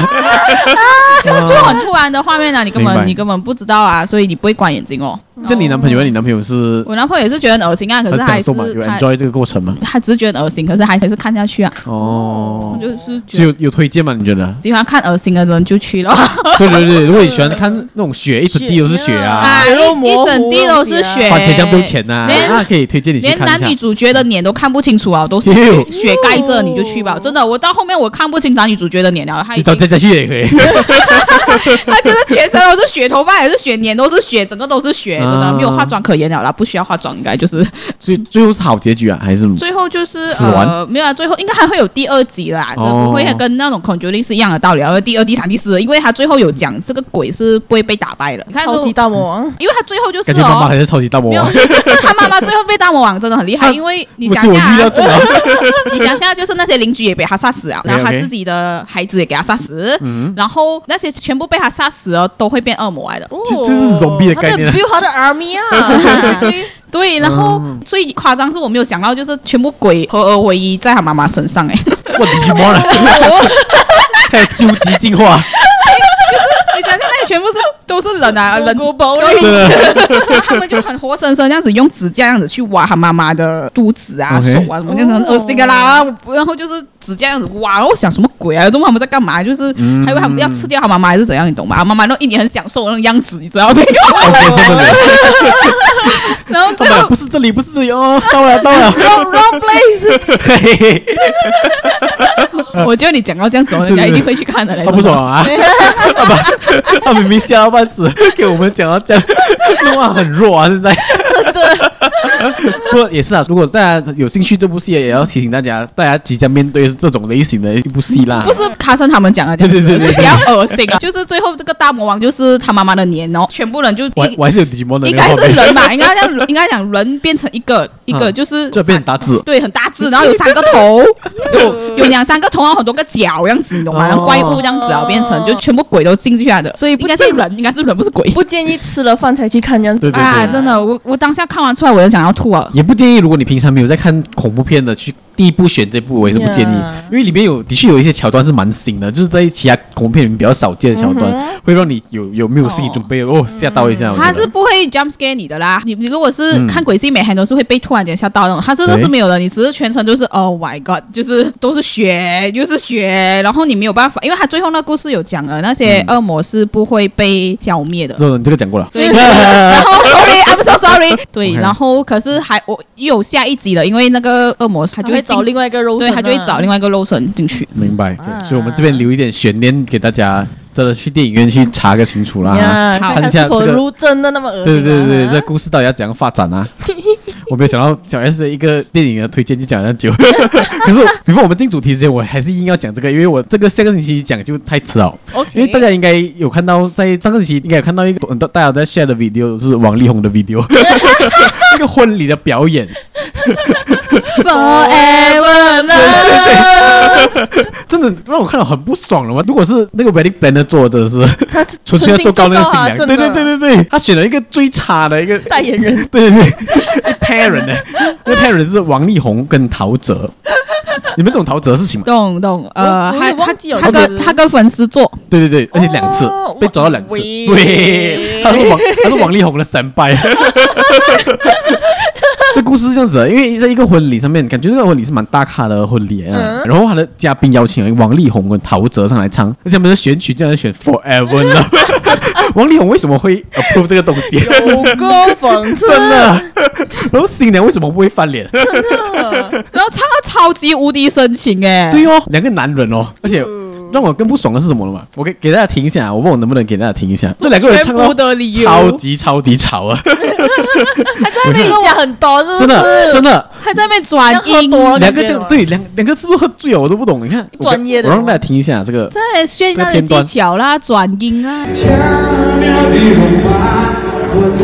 Speaker 2: 就很突然的画面啊，你根
Speaker 1: 明白
Speaker 2: 本你根本不知道啊，所以你不会关眼睛哦。
Speaker 1: 这你男朋友，你男朋友是
Speaker 2: 我男朋友也是觉得很恶心啊，可
Speaker 1: 很
Speaker 2: 是他还
Speaker 1: 享
Speaker 2: 哦是
Speaker 1: 受嘛？有
Speaker 2: 他
Speaker 1: enjoy 这个过程吗？
Speaker 2: 他只是觉得恶心，可是还还是看下去啊。
Speaker 1: 哦
Speaker 2: 我，就是
Speaker 1: 所以
Speaker 2: 觉
Speaker 1: 有
Speaker 2: 得？
Speaker 1: 有推荐吗？你觉得
Speaker 2: 喜欢看恶心的人就去
Speaker 3: [laughs]
Speaker 2: 啊了，
Speaker 1: 对对对，如果你喜欢看那种血，一整地都是血啊，
Speaker 2: 啊，
Speaker 3: 血肉
Speaker 2: 一
Speaker 3: 哎模糊
Speaker 2: 一整地都是血，
Speaker 1: 番茄酱不用钱啊呐，
Speaker 2: 连
Speaker 1: 那可以推荐你去
Speaker 2: 连
Speaker 1: 看
Speaker 2: 男
Speaker 1: 一
Speaker 2: 女
Speaker 1: 下。
Speaker 2: 主角的脸都看不清楚啊，都是
Speaker 1: 哎呦
Speaker 2: 血血盖着，你就去吧。真的，我到后面我看不清男女主角的脸了，他
Speaker 1: 你
Speaker 2: 已
Speaker 1: 找
Speaker 2: 经
Speaker 1: 佳佳去也可以。
Speaker 2: [laughs] 他就是全身都是血，头发也是血，脸都是血，整个都是血，真
Speaker 1: 啊
Speaker 2: 的没有化妆可言了啦，不需要化妆，应该就是
Speaker 1: 所以 [laughs] 最后是好结局啊，还是
Speaker 2: 最后就是
Speaker 1: 死
Speaker 2: 呃没有啊，最后应该还会有第二集啦，这
Speaker 1: 哦
Speaker 2: 不会跟那种 Conjuring 是一样的道理啊，第二、第三、第四，因为他最后有讲这个鬼是不会被打败的，你看
Speaker 3: 超级大魔王，
Speaker 2: 因为他最后就是
Speaker 1: 感觉妈妈
Speaker 2: 哦
Speaker 1: 还，是超级大魔
Speaker 2: 没
Speaker 1: [laughs]
Speaker 2: 有 [laughs]
Speaker 1: 王？
Speaker 2: 他妈妈最后被大魔王真的很厉害，因为你
Speaker 1: 不
Speaker 2: 想
Speaker 1: 是我
Speaker 2: 想
Speaker 1: 遇到
Speaker 2: 啊，
Speaker 1: 这种
Speaker 2: [laughs]
Speaker 1: 啊，
Speaker 2: 你想想就是那些邻居也被他杀死啊，然后他
Speaker 1: OK，OK
Speaker 2: 自己的孩子也给他杀死，然后那些全部被他杀死了都会变恶魔来的。
Speaker 1: 这这是 zombie 的概念啊
Speaker 3: 他的哦 build 他的 [laughs] army 啊，
Speaker 2: 啊对，然后最夸张是我没有想到，就是全部鬼合而为一在他妈妈身上、欸，
Speaker 1: 我的去妈了，还有究极进化，
Speaker 2: [laughs] 你想象那里全部是都是人啊，人，
Speaker 3: 狗包
Speaker 2: 对
Speaker 3: 嘞，
Speaker 1: 真
Speaker 2: [laughs]
Speaker 1: 的
Speaker 2: 然后他们就很活生生这样子用指甲这样子去挖他妈妈的肚子啊、
Speaker 1: OK
Speaker 2: 手啊什么，这样子很恶心的啦。然后就是指甲这样子挖，然后我想什么鬼啊？这么他们在干嘛？就是
Speaker 1: 嗯
Speaker 2: 还以为他们要吃掉他妈妈还是怎样，你懂吗？妈妈那一脸很享受那种样子，你
Speaker 1: [laughs]
Speaker 2: 知道没有？
Speaker 1: ，OK，真的嘞，
Speaker 2: 然后
Speaker 1: 他
Speaker 2: 最
Speaker 1: 们
Speaker 2: 后
Speaker 1: 不是这里，不是这里哦，到了到了
Speaker 3: wrong wrong place，
Speaker 1: 嘿嘿嘿，
Speaker 2: [laughs] 我觉得你讲到这样子哦，人家一定会去看的嘞。
Speaker 1: [laughs] 他不爽
Speaker 2: [laughs]
Speaker 1: 啊，
Speaker 2: [laughs]
Speaker 1: 他把他明明吓到半死，给我们讲到这样，弄啊很弱啊，现在不过也是啊，如果大家有兴趣这部戏，也要提醒大家，大家即将面对是这种类型的一部戏啦。
Speaker 2: 不是卡森他们讲的这样子，是比较恶心啊。就是最后这个大魔王就是他妈妈的年哦，全部人就
Speaker 1: 我还
Speaker 2: 应
Speaker 1: 我还是有 Digimon 的那
Speaker 2: 应
Speaker 1: 个
Speaker 2: 该
Speaker 1: 画
Speaker 2: 是
Speaker 1: 面，
Speaker 2: 人啊吧，应该像应该讲人变成一个一个
Speaker 1: 嗯
Speaker 2: 就是
Speaker 1: 这边打字。
Speaker 2: 对，很大只，然后有三个
Speaker 1: [laughs]
Speaker 2: 头，有有两三个头，然后很多个脚，样子，你懂吗？
Speaker 1: 哦
Speaker 2: 然后怪物这样子啊，变成就全部鬼都进去来的，所以应该是人，应该是人，不是鬼。
Speaker 3: 不建议吃了饭才去看这样子。
Speaker 1: 对对
Speaker 2: 啊，
Speaker 1: 对，
Speaker 2: 真的，我我当下看完出来，我就想要吐啊！
Speaker 1: 也不建议。如果你平常没有在看恐怖片的，去第一部选这部，我也是不建议
Speaker 3: Yeah
Speaker 1: 因为里面有的确有一些桥段是蛮新的，就是在其他恐怖片里面比较少见的桥段，会让你有有没有心理准备哦，吓到一下。我觉得
Speaker 2: 嗯他是不会 jump scare 你的啦，你你如果是
Speaker 1: 嗯
Speaker 2: 看鬼戏，每天都是会被突然间吓到那种，他这个
Speaker 1: 对
Speaker 2: 是没有的，你只是全
Speaker 1: [laughs]
Speaker 2: 程就是 Oh my God，就是都是血，又是血，然后你没有办法，因为他最后那故事有讲了，那些
Speaker 1: 嗯
Speaker 2: 恶魔是不会被消灭的，
Speaker 1: 这种你这个讲过了，
Speaker 2: 对， [laughs] 然后 sorry，I'm so sorry。对， [laughs]
Speaker 1: OK
Speaker 2: 然后可是还我又有下一集了，因为那个恶魔他
Speaker 3: 他
Speaker 2: 就
Speaker 3: 就会
Speaker 2: 会进
Speaker 3: 找另外一个肉，
Speaker 2: 对，他就会找另外一个肉神进去。
Speaker 1: [laughs] 明白。
Speaker 3: 啊
Speaker 1: 所以我们这边留一点悬念给大家，真的去电影院去查个清楚啦。
Speaker 3: 呀，
Speaker 2: 好
Speaker 3: 看
Speaker 1: 看一下
Speaker 3: 是否
Speaker 1: 这个
Speaker 3: 如真的那么恶心
Speaker 1: 对
Speaker 3: 啊。
Speaker 1: 对对，这故事到底要怎样发展啊？我没有想到小 S 的一个电影的推荐就讲了久， [laughs] 可是比方我们进主题之前，我还是硬要讲这个，因为我这个下个星期讲就太迟了。
Speaker 3: OK，
Speaker 1: 因为大家应该有看到，在上个星期应该有看到一个很多大家在 share 的 video 是王力宏的 video，一个婚礼的表演，
Speaker 2: Oh，哎 Forever love，
Speaker 1: 真的让我看到很不爽了嘛。如果是那个 wedding planner 做的是，
Speaker 3: 他是
Speaker 1: 纯粹要做高那个新娘，
Speaker 3: 真
Speaker 1: 对
Speaker 3: 的
Speaker 1: 对对对对，他选了一个最差的一个 [laughs]
Speaker 3: 代言人，
Speaker 1: 对对对，一 pair 人呢，那 pair 人是王力宏跟陶喆，你们懂陶喆的事情吗？
Speaker 2: 懂懂，呃，
Speaker 3: 我我
Speaker 2: 他
Speaker 3: 也忘
Speaker 2: 他
Speaker 3: 记有
Speaker 2: 他
Speaker 3: 这个
Speaker 2: 跟他跟粉丝做，
Speaker 1: 对对对，而且两次、
Speaker 3: 哦
Speaker 1: 被抓到两次，
Speaker 3: 喂
Speaker 1: 对，他是王他是王力宏的三拜。 [laughs] 这故事是这样子的，因为在一个婚礼上面，感觉这个婚礼是蛮大咖的婚礼啊。
Speaker 3: 嗯
Speaker 1: 然后他的嘉宾邀请了王力宏跟陶喆上来唱，而且他们的选曲竟然选 Forever 了。 [laughs] 王力宏为什么会 approve 这个东西？
Speaker 3: 有啊够讽 [laughs] 刺，
Speaker 1: 真 [laughs] 的。然后新娘为什么不会翻脸？
Speaker 2: 然后唱到超级无敌深情哎，
Speaker 1: 对哦，两个男人哦，而且让我更不爽的是什么了嘛？我给给大家听一下啊，我问我能不能给大家听一下，这两个人唱
Speaker 2: 全部
Speaker 1: 到
Speaker 2: 的理由，
Speaker 1: 超级超级吵啊，
Speaker 3: 还在那里讲很多，
Speaker 1: [laughs]
Speaker 3: 是不是？
Speaker 1: 真的真的，
Speaker 2: 还在那边转
Speaker 3: 要喝
Speaker 2: 音，
Speaker 3: 多了
Speaker 1: 两个
Speaker 3: 感觉
Speaker 1: 就
Speaker 3: 吗
Speaker 1: 对两两个是不是喝醉了？我都不懂，你看我
Speaker 3: 专业的
Speaker 1: 我让大家听一下这个，
Speaker 2: 在炫
Speaker 1: 这
Speaker 2: 耀的
Speaker 1: 片
Speaker 2: 技
Speaker 1: 段
Speaker 2: 巧啦，转音啊，
Speaker 7: 巧妙的融化我的不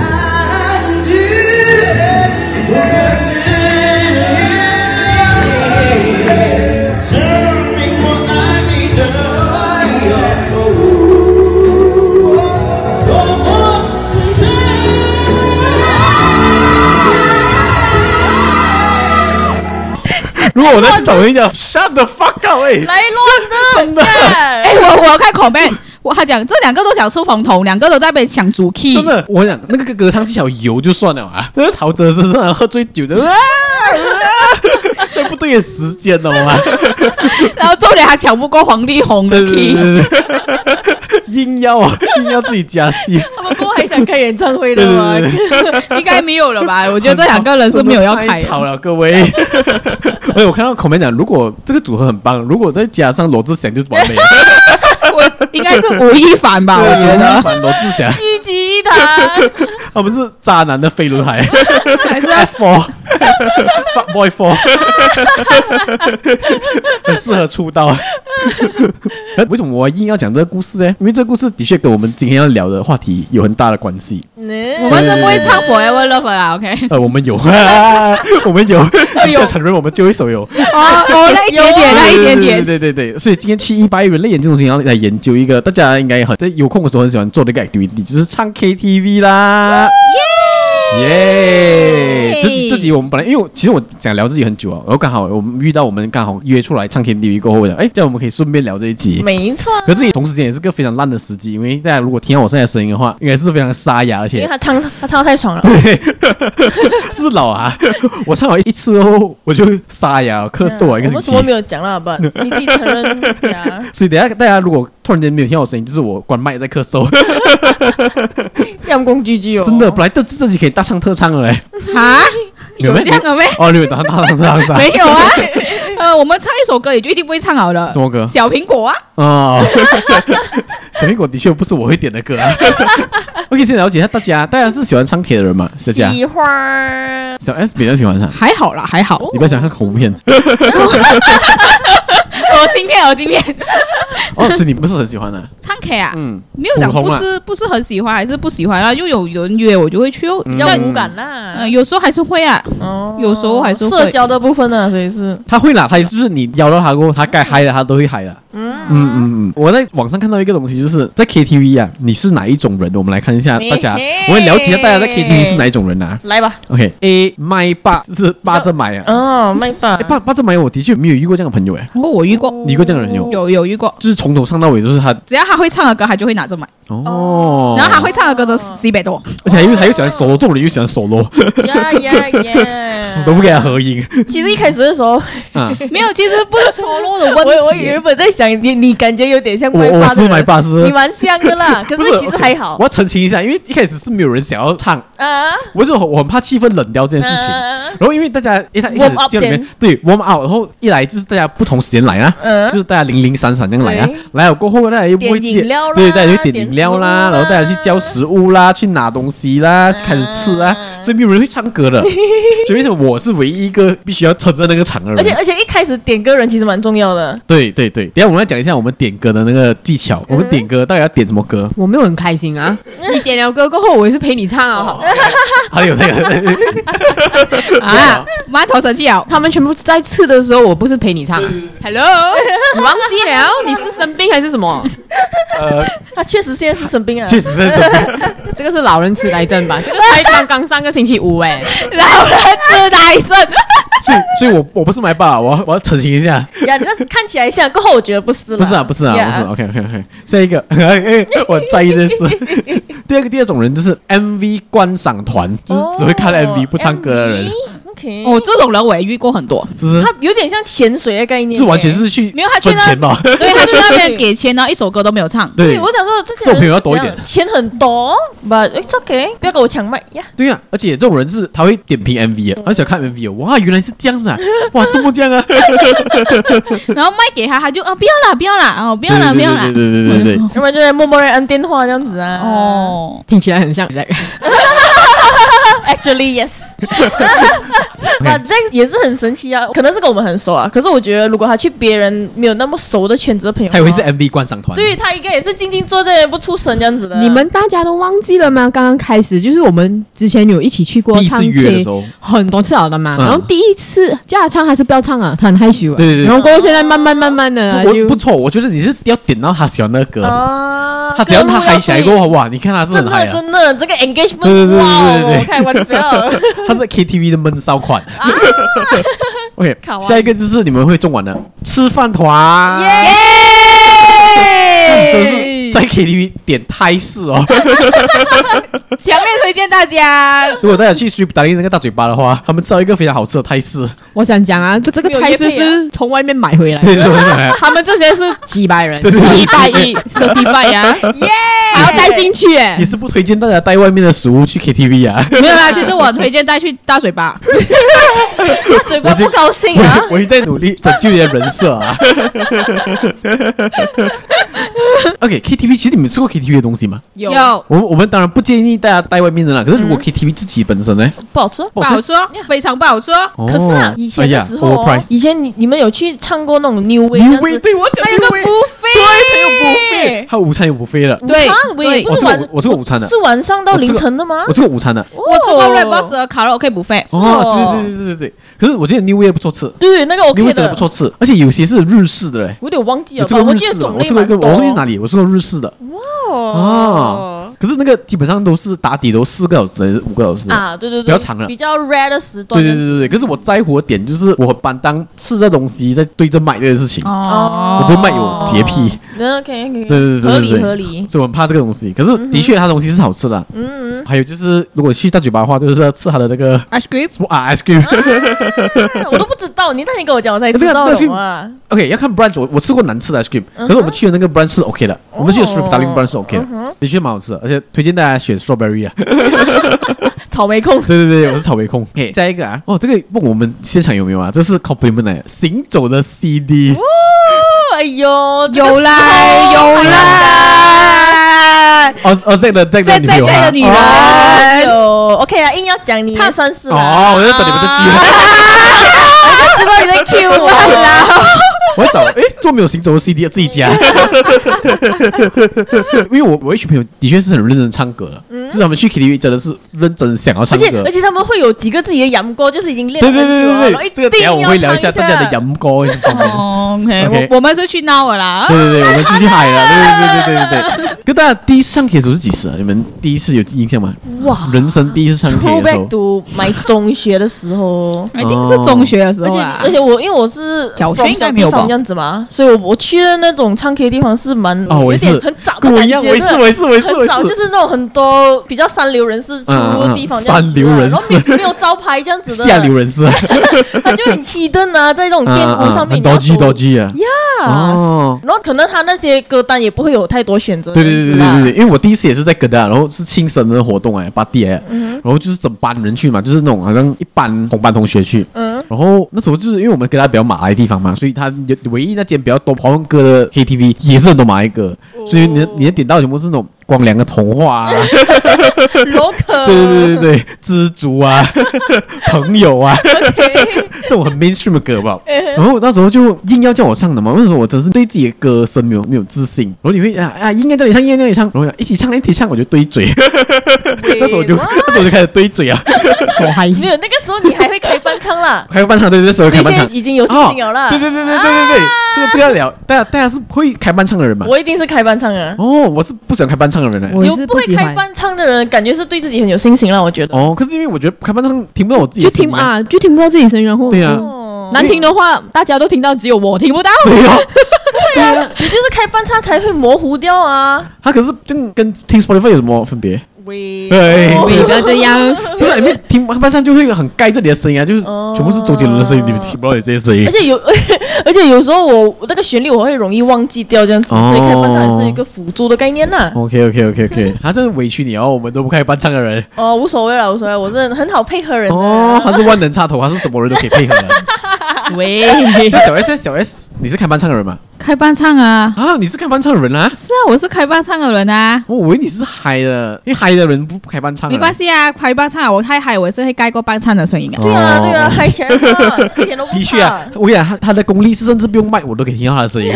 Speaker 7: 安静，我的心。证明我爱你的理由，多么自然。
Speaker 1: 如果我在找人讲 shut the fuck up，哎，
Speaker 3: 来乱的，真
Speaker 2: [laughs] 哎，我我要看 comment，我他讲这两个都想出风头，两个都在那边抢主 key，
Speaker 1: 真的，我讲那个歌唱技巧油就算了啊，那个陶喆身上喝醉酒的，啊啊 [laughs] 在不对的时间哦啊懂吗？
Speaker 2: 然后重点还抢不过黄力宏的
Speaker 1: 对对
Speaker 2: key，
Speaker 1: 对对对， [laughs] 硬要啊，硬要自己加
Speaker 2: [laughs]
Speaker 1: 戏。
Speaker 3: 他们过后还想开演唱会的吗？
Speaker 2: 应该没有了吧？我觉得这两个人是没有要开
Speaker 1: 太
Speaker 2: 的。
Speaker 1: 吵了，各位。 [laughs] 而且我看到口面讲，如果这个组合很棒，如果再加上罗志祥就是完美了。
Speaker 2: 我应该是吴亦凡 [laughs] 吧？我觉
Speaker 1: 对
Speaker 2: 得
Speaker 1: 反罗志祥，
Speaker 3: 聚集一堂，
Speaker 1: 他们是渣男的飞轮海
Speaker 2: 还是要
Speaker 1: [laughs] four [laughs] fuck boy four，很适合出道。 [laughs] 哎为什么我硬要讲这个故事呢？因为这个故事的确跟我们今天要聊的话题有很大的关系。
Speaker 2: [laughs] 我们是不会唱 Forever Love 的啦，OK？
Speaker 1: 呃，我们有，我们有，必须要承认我们最后一首有。
Speaker 2: 哦 [laughs] 哦，那一点点，那一点点。
Speaker 1: 对对对对对，所以今天七一八人类研究中心要来研究一个大家应该很在有空的时候很喜欢做的一个 activity，就是唱 KTV 啦。耶！这集这集我们本来因为我其实我想聊自己很久啊，然后刚好我们遇到我们刚好约出来唱 KTV 过后，我想哎，这样我们可以顺便聊这一集。
Speaker 3: 没错，
Speaker 1: 可自己同时间也是个非常烂的时机，因为大家如果听到我现在的声音的话，应该是非常沙哑，而
Speaker 3: 因为
Speaker 1: 且
Speaker 3: 他唱他唱的太爽了，
Speaker 1: 是不是老啊？我唱了一次后我就沙哑了，咳嗽啊，一个
Speaker 3: 我
Speaker 1: 星
Speaker 3: 们
Speaker 1: 期
Speaker 3: 什。么没有讲了，不，你自己承认
Speaker 1: [laughs]
Speaker 3: 呀，
Speaker 1: 所以等一下大家如果突然间没有听到我声音，就是我关麦在咳嗽，
Speaker 3: 阳光居居哦，
Speaker 1: 真的，本来这这集可以大唱特唱了嘞，
Speaker 2: 哈，
Speaker 1: 有
Speaker 2: 有这样的咩？
Speaker 1: 哦，你们大唱特唱啥？
Speaker 2: 没有啊。 [laughs]
Speaker 1: 啊
Speaker 2: 呃，我们唱一首歌，也就一定不会唱好了。
Speaker 1: [laughs] 什么歌
Speaker 2: 小苹果啊，
Speaker 1: 哦，小苹果的确不是我会点的歌、啊。OK，先了解一下大家，大家是喜欢唱 K 的人嘛？大家
Speaker 3: 喜欢
Speaker 1: 小 S 比较喜欢唱，
Speaker 2: 还好啦，还好。
Speaker 1: 你不要想看恐怖片
Speaker 3: 哦
Speaker 2: 我芯片，我芯片。
Speaker 1: 哦，所以你不是很喜欢的、
Speaker 2: 唱 K 啊，
Speaker 1: 嗯，
Speaker 2: 没有讲
Speaker 1: 普通
Speaker 2: 不
Speaker 1: 啦
Speaker 2: 是不是很喜欢，还是不喜欢啦。又有人约我就会去哦，
Speaker 1: 嗯
Speaker 2: 比
Speaker 3: 比
Speaker 2: 较
Speaker 3: 较
Speaker 1: 嗯
Speaker 3: 无感
Speaker 2: 呃
Speaker 3: 啦。
Speaker 2: 有时候还是会啊，
Speaker 3: 哦
Speaker 2: 有时候还是会
Speaker 3: 社交的部分呢，所以是
Speaker 1: 他会啦，他就是你邀到他过后，他该嗨的他都会嗨的。
Speaker 3: 嗯
Speaker 1: 嗯嗯嗯，我在网上看到一个东西，就是在 KTV 啊，你是哪一种人？我们来看一下大家
Speaker 3: 嘿嘿，
Speaker 1: 我们了解一下大家在 KTV 是哪一种人啊。
Speaker 3: 来吧，
Speaker 1: OK，A 麦霸就是霸着买啊，
Speaker 3: 哦，麦霸
Speaker 1: 哎，霸霸着买，我的确没有遇过这样的朋友哎，
Speaker 2: 不过我遇过，
Speaker 1: 你遇过这样的人有？
Speaker 2: 有有遇过。
Speaker 1: 就是从头上到尾都是他
Speaker 2: 只要他会唱的歌，他就会拿着买。
Speaker 1: 哦，
Speaker 2: 然后他会唱的歌都是四百多，
Speaker 1: 而且因为他又喜欢 solo，这种人又喜欢
Speaker 3: 哦
Speaker 1: solo，
Speaker 3: 呀呀
Speaker 1: [laughs]
Speaker 3: 呀，
Speaker 1: 死都不给他合影
Speaker 3: 其实一开始的时候，
Speaker 1: 啊！
Speaker 2: 没有，其实不是 solo 的 [laughs] 问题。
Speaker 3: 我我原本在想你， [laughs] 你感觉有点像
Speaker 1: 我
Speaker 3: 麦
Speaker 1: 我
Speaker 3: 霸的
Speaker 1: 是
Speaker 3: 人
Speaker 1: 买霸是不
Speaker 3: 你
Speaker 1: 是，
Speaker 3: 蛮像的
Speaker 1: [laughs]
Speaker 3: 啦，可
Speaker 1: 不
Speaker 3: 是其实
Speaker 1: OK，
Speaker 3: 还好
Speaker 1: 我要澄清一下，因为一开始是没有人想要唱，
Speaker 3: 啊。
Speaker 1: 我就我很怕气氛冷掉这件事情。
Speaker 3: 嗯
Speaker 1: 然后因为大家一他一开始
Speaker 3: Warm up
Speaker 1: 进里面
Speaker 3: 先
Speaker 1: 对 warm up，然后一来就是大家不同时间来啊，
Speaker 3: 嗯
Speaker 1: 就是大家零零散散这样来啊
Speaker 3: 对，
Speaker 1: 来了过后大家又不会
Speaker 3: 点
Speaker 1: 记
Speaker 3: 饮料啦
Speaker 1: 对，大家就点
Speaker 3: 点
Speaker 1: 饮料啦，
Speaker 3: 食物啦
Speaker 1: 然后大家去叫食物啦，去拿东西啦，
Speaker 3: 嗯
Speaker 1: 去开始吃啦，所以没有人会唱歌
Speaker 3: [laughs]
Speaker 1: 的，所以为什么我是唯一一个必须要撑在那个场的人？
Speaker 3: 而且而呃且一开始点歌人其实蛮重要的，
Speaker 1: 对对对，等一下我们来讲一下我们点歌的那个技
Speaker 3: 嗯
Speaker 1: 巧，我们点歌到底要点什么歌？
Speaker 6: 我没有很开
Speaker 3: [laughs]
Speaker 6: 心啊！你点了歌过后，我也是陪你唱啊，好不
Speaker 3: 哦
Speaker 6: 好，
Speaker 1: 还有那个， [laughs]
Speaker 2: 啊，馒头生气了，
Speaker 6: 他们全部在吃的时候，我不是陪你唱啊。Hello，你忘记了？你是生病还是
Speaker 3: [laughs]
Speaker 6: 什么？
Speaker 1: 呃，
Speaker 3: 他确实现在是生病啊，
Speaker 1: 确实是生病，
Speaker 6: 这个是老人痴呆症吧？这个才刚刚上个星期五哎、
Speaker 2: 老人痴呆症。
Speaker 1: 所以所以我我不是麦霸，我要我要澄清一下。
Speaker 3: 呀，那是看起来像，过后我觉得不是了，
Speaker 1: 不是啊，不是啊，
Speaker 3: 呀
Speaker 1: 不是。OK OK OK，下一个， [laughs] 哎我在意这事。第二个第二种人就是 MV 观赏团，就是只会看
Speaker 3: 哦
Speaker 1: MV 不唱歌的人，
Speaker 3: OK，
Speaker 2: 哦，这种人我也遇过很多。
Speaker 1: 是不是？
Speaker 3: 他有点像潜水的概念耶，
Speaker 1: 是完全是去
Speaker 2: 没有他去
Speaker 1: 分
Speaker 2: 那
Speaker 1: 钱吧？
Speaker 2: 对，他就在 [laughs] 那边给钱，然后一首歌都没有唱。
Speaker 1: 对
Speaker 3: 对。我想说这些
Speaker 1: 这种朋
Speaker 3: 人
Speaker 1: 友要
Speaker 3: 是
Speaker 1: 多一
Speaker 3: 这样
Speaker 1: 点
Speaker 3: 钱很多，but it's OK，不要跟我抢麦呀。
Speaker 1: 对啊，而且这种人是他会点评 MV 啊，他喜欢看 MV 啊，哇，原来是这样的啊，哇，怎么这样啊？
Speaker 2: 然后卖给他，他就啊不要啦，不要啦，哦不
Speaker 1: 不
Speaker 2: 要啦，不要啦
Speaker 1: 对。对对对对
Speaker 3: [laughs]
Speaker 1: 对，
Speaker 3: 要不然就在默默的按电话这样子啊。
Speaker 2: 哦，
Speaker 6: 听起来很像
Speaker 3: [laughs]
Speaker 6: Zack。
Speaker 3: Actually
Speaker 1: [laughs]
Speaker 3: yes，那 z a c 也是很神奇啊，可能是跟我们很熟啊。可是我觉得，如果他去别人没有那么熟的圈子的朋友，
Speaker 1: 他以为是 MV 观赏团，啊
Speaker 3: 对他应该也是静静坐这里不出声这样子的。
Speaker 6: 你们大家都忘记了吗？刚刚开始就是我们之前有一起去过
Speaker 1: 第一
Speaker 6: 唱
Speaker 1: 次约的
Speaker 6: K
Speaker 1: 时。候，
Speaker 6: 很多次好的嘛，
Speaker 1: 嗯
Speaker 6: 然后第一次叫他唱还是不要唱啊，他很害羞啊。
Speaker 1: 对对对
Speaker 6: 然后过后现在慢慢慢慢的
Speaker 1: 我
Speaker 6: 啊就
Speaker 1: 不错，我觉得你是要点到他喜欢那个歌，
Speaker 3: 啊，
Speaker 1: 他只要他嗨起来过
Speaker 3: 后，
Speaker 1: 后，哇，你看他是
Speaker 3: 真
Speaker 1: 很嗨
Speaker 3: 的
Speaker 1: 啊，
Speaker 3: 真的这个
Speaker 1: 对对对
Speaker 3: engagement，
Speaker 1: 对
Speaker 3: 哇
Speaker 1: 对对
Speaker 3: 哦，开玩
Speaker 1: [laughs]
Speaker 3: 笑，
Speaker 1: 他是 KTV 的闷骚款。OK，
Speaker 3: 卡哇伊
Speaker 1: 下一个就是你们会中完的吃饭
Speaker 2: 啊
Speaker 1: 团，真
Speaker 3: 耶
Speaker 1: 是在 KTV 点泰式哦。 [laughs]
Speaker 2: 强烈推荐大家。
Speaker 1: 如果大家去 strip 打印那个大嘴巴的话，他们知道一个非常好吃的泰式，
Speaker 6: 我想讲啊，就这个
Speaker 3: 没有
Speaker 6: 台
Speaker 3: 业
Speaker 6: 式
Speaker 3: 配啊
Speaker 6: 是从外面买回来的，
Speaker 1: 对，是不 [laughs] 是？
Speaker 6: 他们这些是几百人，
Speaker 1: 对对对 [laughs]
Speaker 6: 一百一十几百
Speaker 1: 啊
Speaker 6: 呀，
Speaker 3: 耶，
Speaker 6: 还要带进去哎
Speaker 1: 也，是不推荐大家带外面的食物去 KTV 啊。
Speaker 2: [laughs] 没有啦，其实我很推荐带去大嘴巴。
Speaker 3: 他嘴巴不高兴啊
Speaker 1: [laughs] 我，我一直在努力拯救你的人设啊。OK，KTV 其实你们吃过 KTV 的东西吗？
Speaker 6: 有
Speaker 1: 我们我们当然不建议大家带外面的啦。可是如
Speaker 3: 嗯
Speaker 1: 果 KTV 自己本身呢？
Speaker 3: 不好吃。
Speaker 2: 不好说，非常不好说。
Speaker 1: 哦
Speaker 3: 可是啊，以前的时候哦
Speaker 1: 哎呀，overpriced
Speaker 3: 以前你你们有去唱过那种 New Way 这
Speaker 1: 牛
Speaker 3: 样
Speaker 1: 威
Speaker 3: 子，
Speaker 1: 对我讲
Speaker 3: 还有个
Speaker 1: 牛威
Speaker 3: buffet，
Speaker 1: 他午餐有不飞了。
Speaker 2: 对
Speaker 3: 啊，我也
Speaker 2: 对
Speaker 3: 不
Speaker 1: 我
Speaker 3: 是
Speaker 1: 吃过
Speaker 3: 晚，
Speaker 1: 我吃过午餐的，啊
Speaker 3: 是晚上到凌晨的吗
Speaker 1: 我？吃过午餐的。
Speaker 2: 我吃过 Red Boss
Speaker 3: 哦
Speaker 2: 的卡拉 OK 不费，
Speaker 1: 哦，对对对对对对。可是我觉得 New Way 不错吃
Speaker 3: 对，那个
Speaker 1: ，New
Speaker 3: OK
Speaker 1: Way 真的不错吃，而且有些是日式的嘞。
Speaker 3: 我有点忘记
Speaker 1: 有
Speaker 3: 了
Speaker 1: 吃
Speaker 3: 吧，
Speaker 1: 过
Speaker 3: 我
Speaker 1: 日
Speaker 3: 记
Speaker 1: 式
Speaker 3: 得
Speaker 1: 的，
Speaker 3: 种
Speaker 1: 我
Speaker 3: 类
Speaker 1: 吃过一
Speaker 3: 蛮
Speaker 1: 个，
Speaker 3: 多。
Speaker 1: 我忘记哪里，我吃过日式的啊
Speaker 3: 哦。
Speaker 1: 可是那个基本上都是打底都四个小时还是五个小时的
Speaker 3: 啊，对对对，
Speaker 1: 比较长了
Speaker 3: 比较 rare 的时段。
Speaker 1: 对对对对对，可是我在乎的点就是我很板当吃这东西在对着卖这件事
Speaker 3: 啊
Speaker 1: 情，
Speaker 2: 哦，
Speaker 1: 我对卖有洁癖，
Speaker 3: 嗯，OK OK，
Speaker 1: 对对对对
Speaker 3: 合理
Speaker 1: 对
Speaker 3: 合理。 [laughs]
Speaker 1: 所以我很怕这个东西。可是的确，它东西是好吃的啊。
Speaker 3: 嗯，嗯
Speaker 1: 还有就是，如果去大嘴巴的话，就是要吃它的那个
Speaker 2: ice cream
Speaker 1: 什么啊 ice cream。
Speaker 3: 啊我都不知道，你那你跟我讲，我才知
Speaker 1: 对啊
Speaker 3: 道
Speaker 1: 那是
Speaker 3: 懂啊。
Speaker 1: [laughs] OK，要看 branch，我我吃过难吃的 ice cream，、可
Speaker 2: 嗯
Speaker 1: 是我们去的那个 branch 是 OK 的，
Speaker 2: 哦
Speaker 1: 我
Speaker 2: [laughs]
Speaker 1: 们去的 strip darling branch 是 OK 的，的确蛮好吃的，而且推荐大家选 strawberry 啊，
Speaker 3: 草莓控。
Speaker 1: 对对对，我是草莓控。嘿，下一个啊，哦，这个问我们现场有没有啊？这是 compliment 来的，行走的 CD，
Speaker 3: [laughs] 哎呦，这个
Speaker 2: 有啦有啦，
Speaker 1: 哦哦，这个这个
Speaker 2: 在
Speaker 1: 女
Speaker 2: 在
Speaker 1: 友啊
Speaker 2: 在的女
Speaker 1: 哦
Speaker 3: 哎
Speaker 2: 人，
Speaker 3: 呦，OK 啊，硬要讲你也算是啦
Speaker 1: 哦，我就等你们的句号，
Speaker 3: 知道你 [laughs] 在 Q 我啦。
Speaker 1: 我要找诶，做没有行走的 CD 自己
Speaker 3: [laughs]
Speaker 1: 加，因为我我一群朋友的确是很认真唱歌的，就是他们去 KTV 真的是认真想要
Speaker 3: 嗯而
Speaker 1: 唱
Speaker 3: 且
Speaker 1: 歌
Speaker 3: 而。且他们会有几个自己的羊歌，就是已经练了
Speaker 1: 对对
Speaker 3: 很久
Speaker 1: 对
Speaker 3: 了，
Speaker 1: 对
Speaker 3: 然后一
Speaker 1: 对，这个等一下
Speaker 3: 定
Speaker 1: 我
Speaker 3: 要
Speaker 1: 会聊
Speaker 3: 唱
Speaker 1: 一
Speaker 3: 一
Speaker 1: 下大家的羊歌这方面。
Speaker 2: 哦 OK，
Speaker 1: OK 哦
Speaker 2: 我我们是去闹了啦。
Speaker 1: 对。对对，我们继续嗨
Speaker 3: [laughs]
Speaker 1: 了，对对对对对对。跟大家第一次上 K 的时候是几时啊？你们第一次有印象吗？
Speaker 3: 哇
Speaker 1: 人生第一次上 K 的时
Speaker 3: Throwback
Speaker 1: 候，
Speaker 3: to 买中学的时候
Speaker 1: [laughs]
Speaker 2: 一定是中学的时
Speaker 3: 而
Speaker 2: 候
Speaker 3: 且
Speaker 2: 啦
Speaker 3: 而。且我因为我是
Speaker 2: 小学
Speaker 3: from
Speaker 2: 应该
Speaker 3: 小
Speaker 2: 没有
Speaker 3: 地
Speaker 2: 吧
Speaker 3: 方这样子嘛，所以我我去的那种唱 K 地方啊是蛮
Speaker 1: 哦我
Speaker 3: 有
Speaker 1: 也是
Speaker 3: 点很早的
Speaker 1: 跟我一
Speaker 3: 感
Speaker 1: 样，
Speaker 3: 觉，
Speaker 1: 我也是，我也是，我也是，我
Speaker 3: 很
Speaker 1: 也。
Speaker 3: 早就是是那种很多比较三流人士出入的地方这样子啊，
Speaker 1: 嗯嗯嗯三流人士
Speaker 3: 然后没有没有招牌这样子的，
Speaker 1: [laughs] 下流人士，
Speaker 3: 他就很气灯啊，在那种店铺上面
Speaker 1: 很
Speaker 3: 你要
Speaker 1: 多 G
Speaker 3: 走
Speaker 1: 多 G 啊，
Speaker 3: 呀，
Speaker 1: 哦，
Speaker 3: 然后可能他那些歌单也不会有太多选择，
Speaker 1: 对对对对
Speaker 3: 啊
Speaker 1: 对对，，因为我第一次也是在跟的，然后是庆生的活动哎，八弟哎，然后就是整班人去嘛，就是那种好像一班同班同学去，
Speaker 3: 嗯
Speaker 1: 然后那时候就是因为我们跟他比较马来的地方嘛，所以他有唯一那间比较多华文歌的 KTV 也是很多马来歌，所以你的你的点到全部是那种光良的童话、啊，
Speaker 3: 罗可，
Speaker 1: [laughs] 对对对对对，知足啊，朋友啊，这种很 mainstream 的歌吧。然后那时候就硬要叫我唱的嘛，那时候我真是对自己的歌声没有没有自信。然后你会啊啊，应该叫你唱，应该叫你唱，然后我讲一起唱一起唱，我就对嘴，那时候我就那时候我就开始对嘴啊，，
Speaker 6: 我还
Speaker 3: 没有那个时候你还会开班唱啦
Speaker 1: 开半场对对，那时候
Speaker 3: 所
Speaker 1: 开
Speaker 3: 以现
Speaker 1: 半
Speaker 3: 在
Speaker 1: 场。
Speaker 3: 已经有信心了啦。
Speaker 1: 对对对对对对对，这个这个要聊，大家大家是会开半唱的人嘛？
Speaker 3: 我一定是开班唱啊。
Speaker 1: 哦，我是不喜欢开半唱的人欸来。
Speaker 6: 我
Speaker 3: 有
Speaker 6: 是
Speaker 3: 不会
Speaker 6: 喜
Speaker 3: 开
Speaker 6: 欢，
Speaker 3: 班唱的人，感觉是对自己很有信心了。我觉得，
Speaker 1: 哦，可是因为我觉得开半唱听不到我自己
Speaker 6: 就
Speaker 1: 的
Speaker 6: 听
Speaker 1: 声
Speaker 6: 不
Speaker 1: 音，
Speaker 6: 啊，就听不到自己声音，然后
Speaker 1: 对啊
Speaker 3: 哦
Speaker 6: 难听的话大家都听到，只有我听不到。 [laughs]
Speaker 1: 对 [laughs] 哦，对啊，
Speaker 3: 你就是开班唱才会模糊掉啊。
Speaker 1: 他可是这个跟听 Spotify 有什么分别？哎
Speaker 3: 喂
Speaker 1: 对
Speaker 6: 不要这
Speaker 1: [laughs]
Speaker 6: 样，
Speaker 1: 不是，你们哎听班上就会很盖着你的声音啊，就是
Speaker 3: 哦
Speaker 1: 全部是周杰伦的声音，你们听不到你这些声音
Speaker 3: 而。且有，而且有时候我我那个旋律我会容易忘记掉这样子，
Speaker 1: 哦
Speaker 3: 所以开班唱也是一个辅助的概念呐。
Speaker 1: OK OK OK
Speaker 3: [laughs]
Speaker 1: OK，他真的委屈你哦，我们都不开班唱的人
Speaker 3: 哦，无所谓了，无所谓，我是很好配合人的。
Speaker 1: 哦，他是万能插头，他是什么人都可以配合的。
Speaker 3: [laughs]
Speaker 6: 喂，
Speaker 1: [laughs] 这小 S 小 S，你是开班唱的人吗？
Speaker 2: 开班唱啊，
Speaker 1: 啊，你是开班唱的人啊？
Speaker 2: 是啊，我是开班唱的人啊。
Speaker 1: 我以为你是嗨的，因为嗨的人不开班唱。
Speaker 2: 没关，系啊，开班唱我太嗨，我也是会盖过班唱的声音啊。
Speaker 1: 哦
Speaker 3: 对啊，对啊，嗨起来嘛，一点都不
Speaker 1: 的确
Speaker 3: 怕
Speaker 1: 啊。，我跟你讲，他他的功力是甚至不用麦，我都可以听到他的
Speaker 3: [laughs]
Speaker 1: 声音。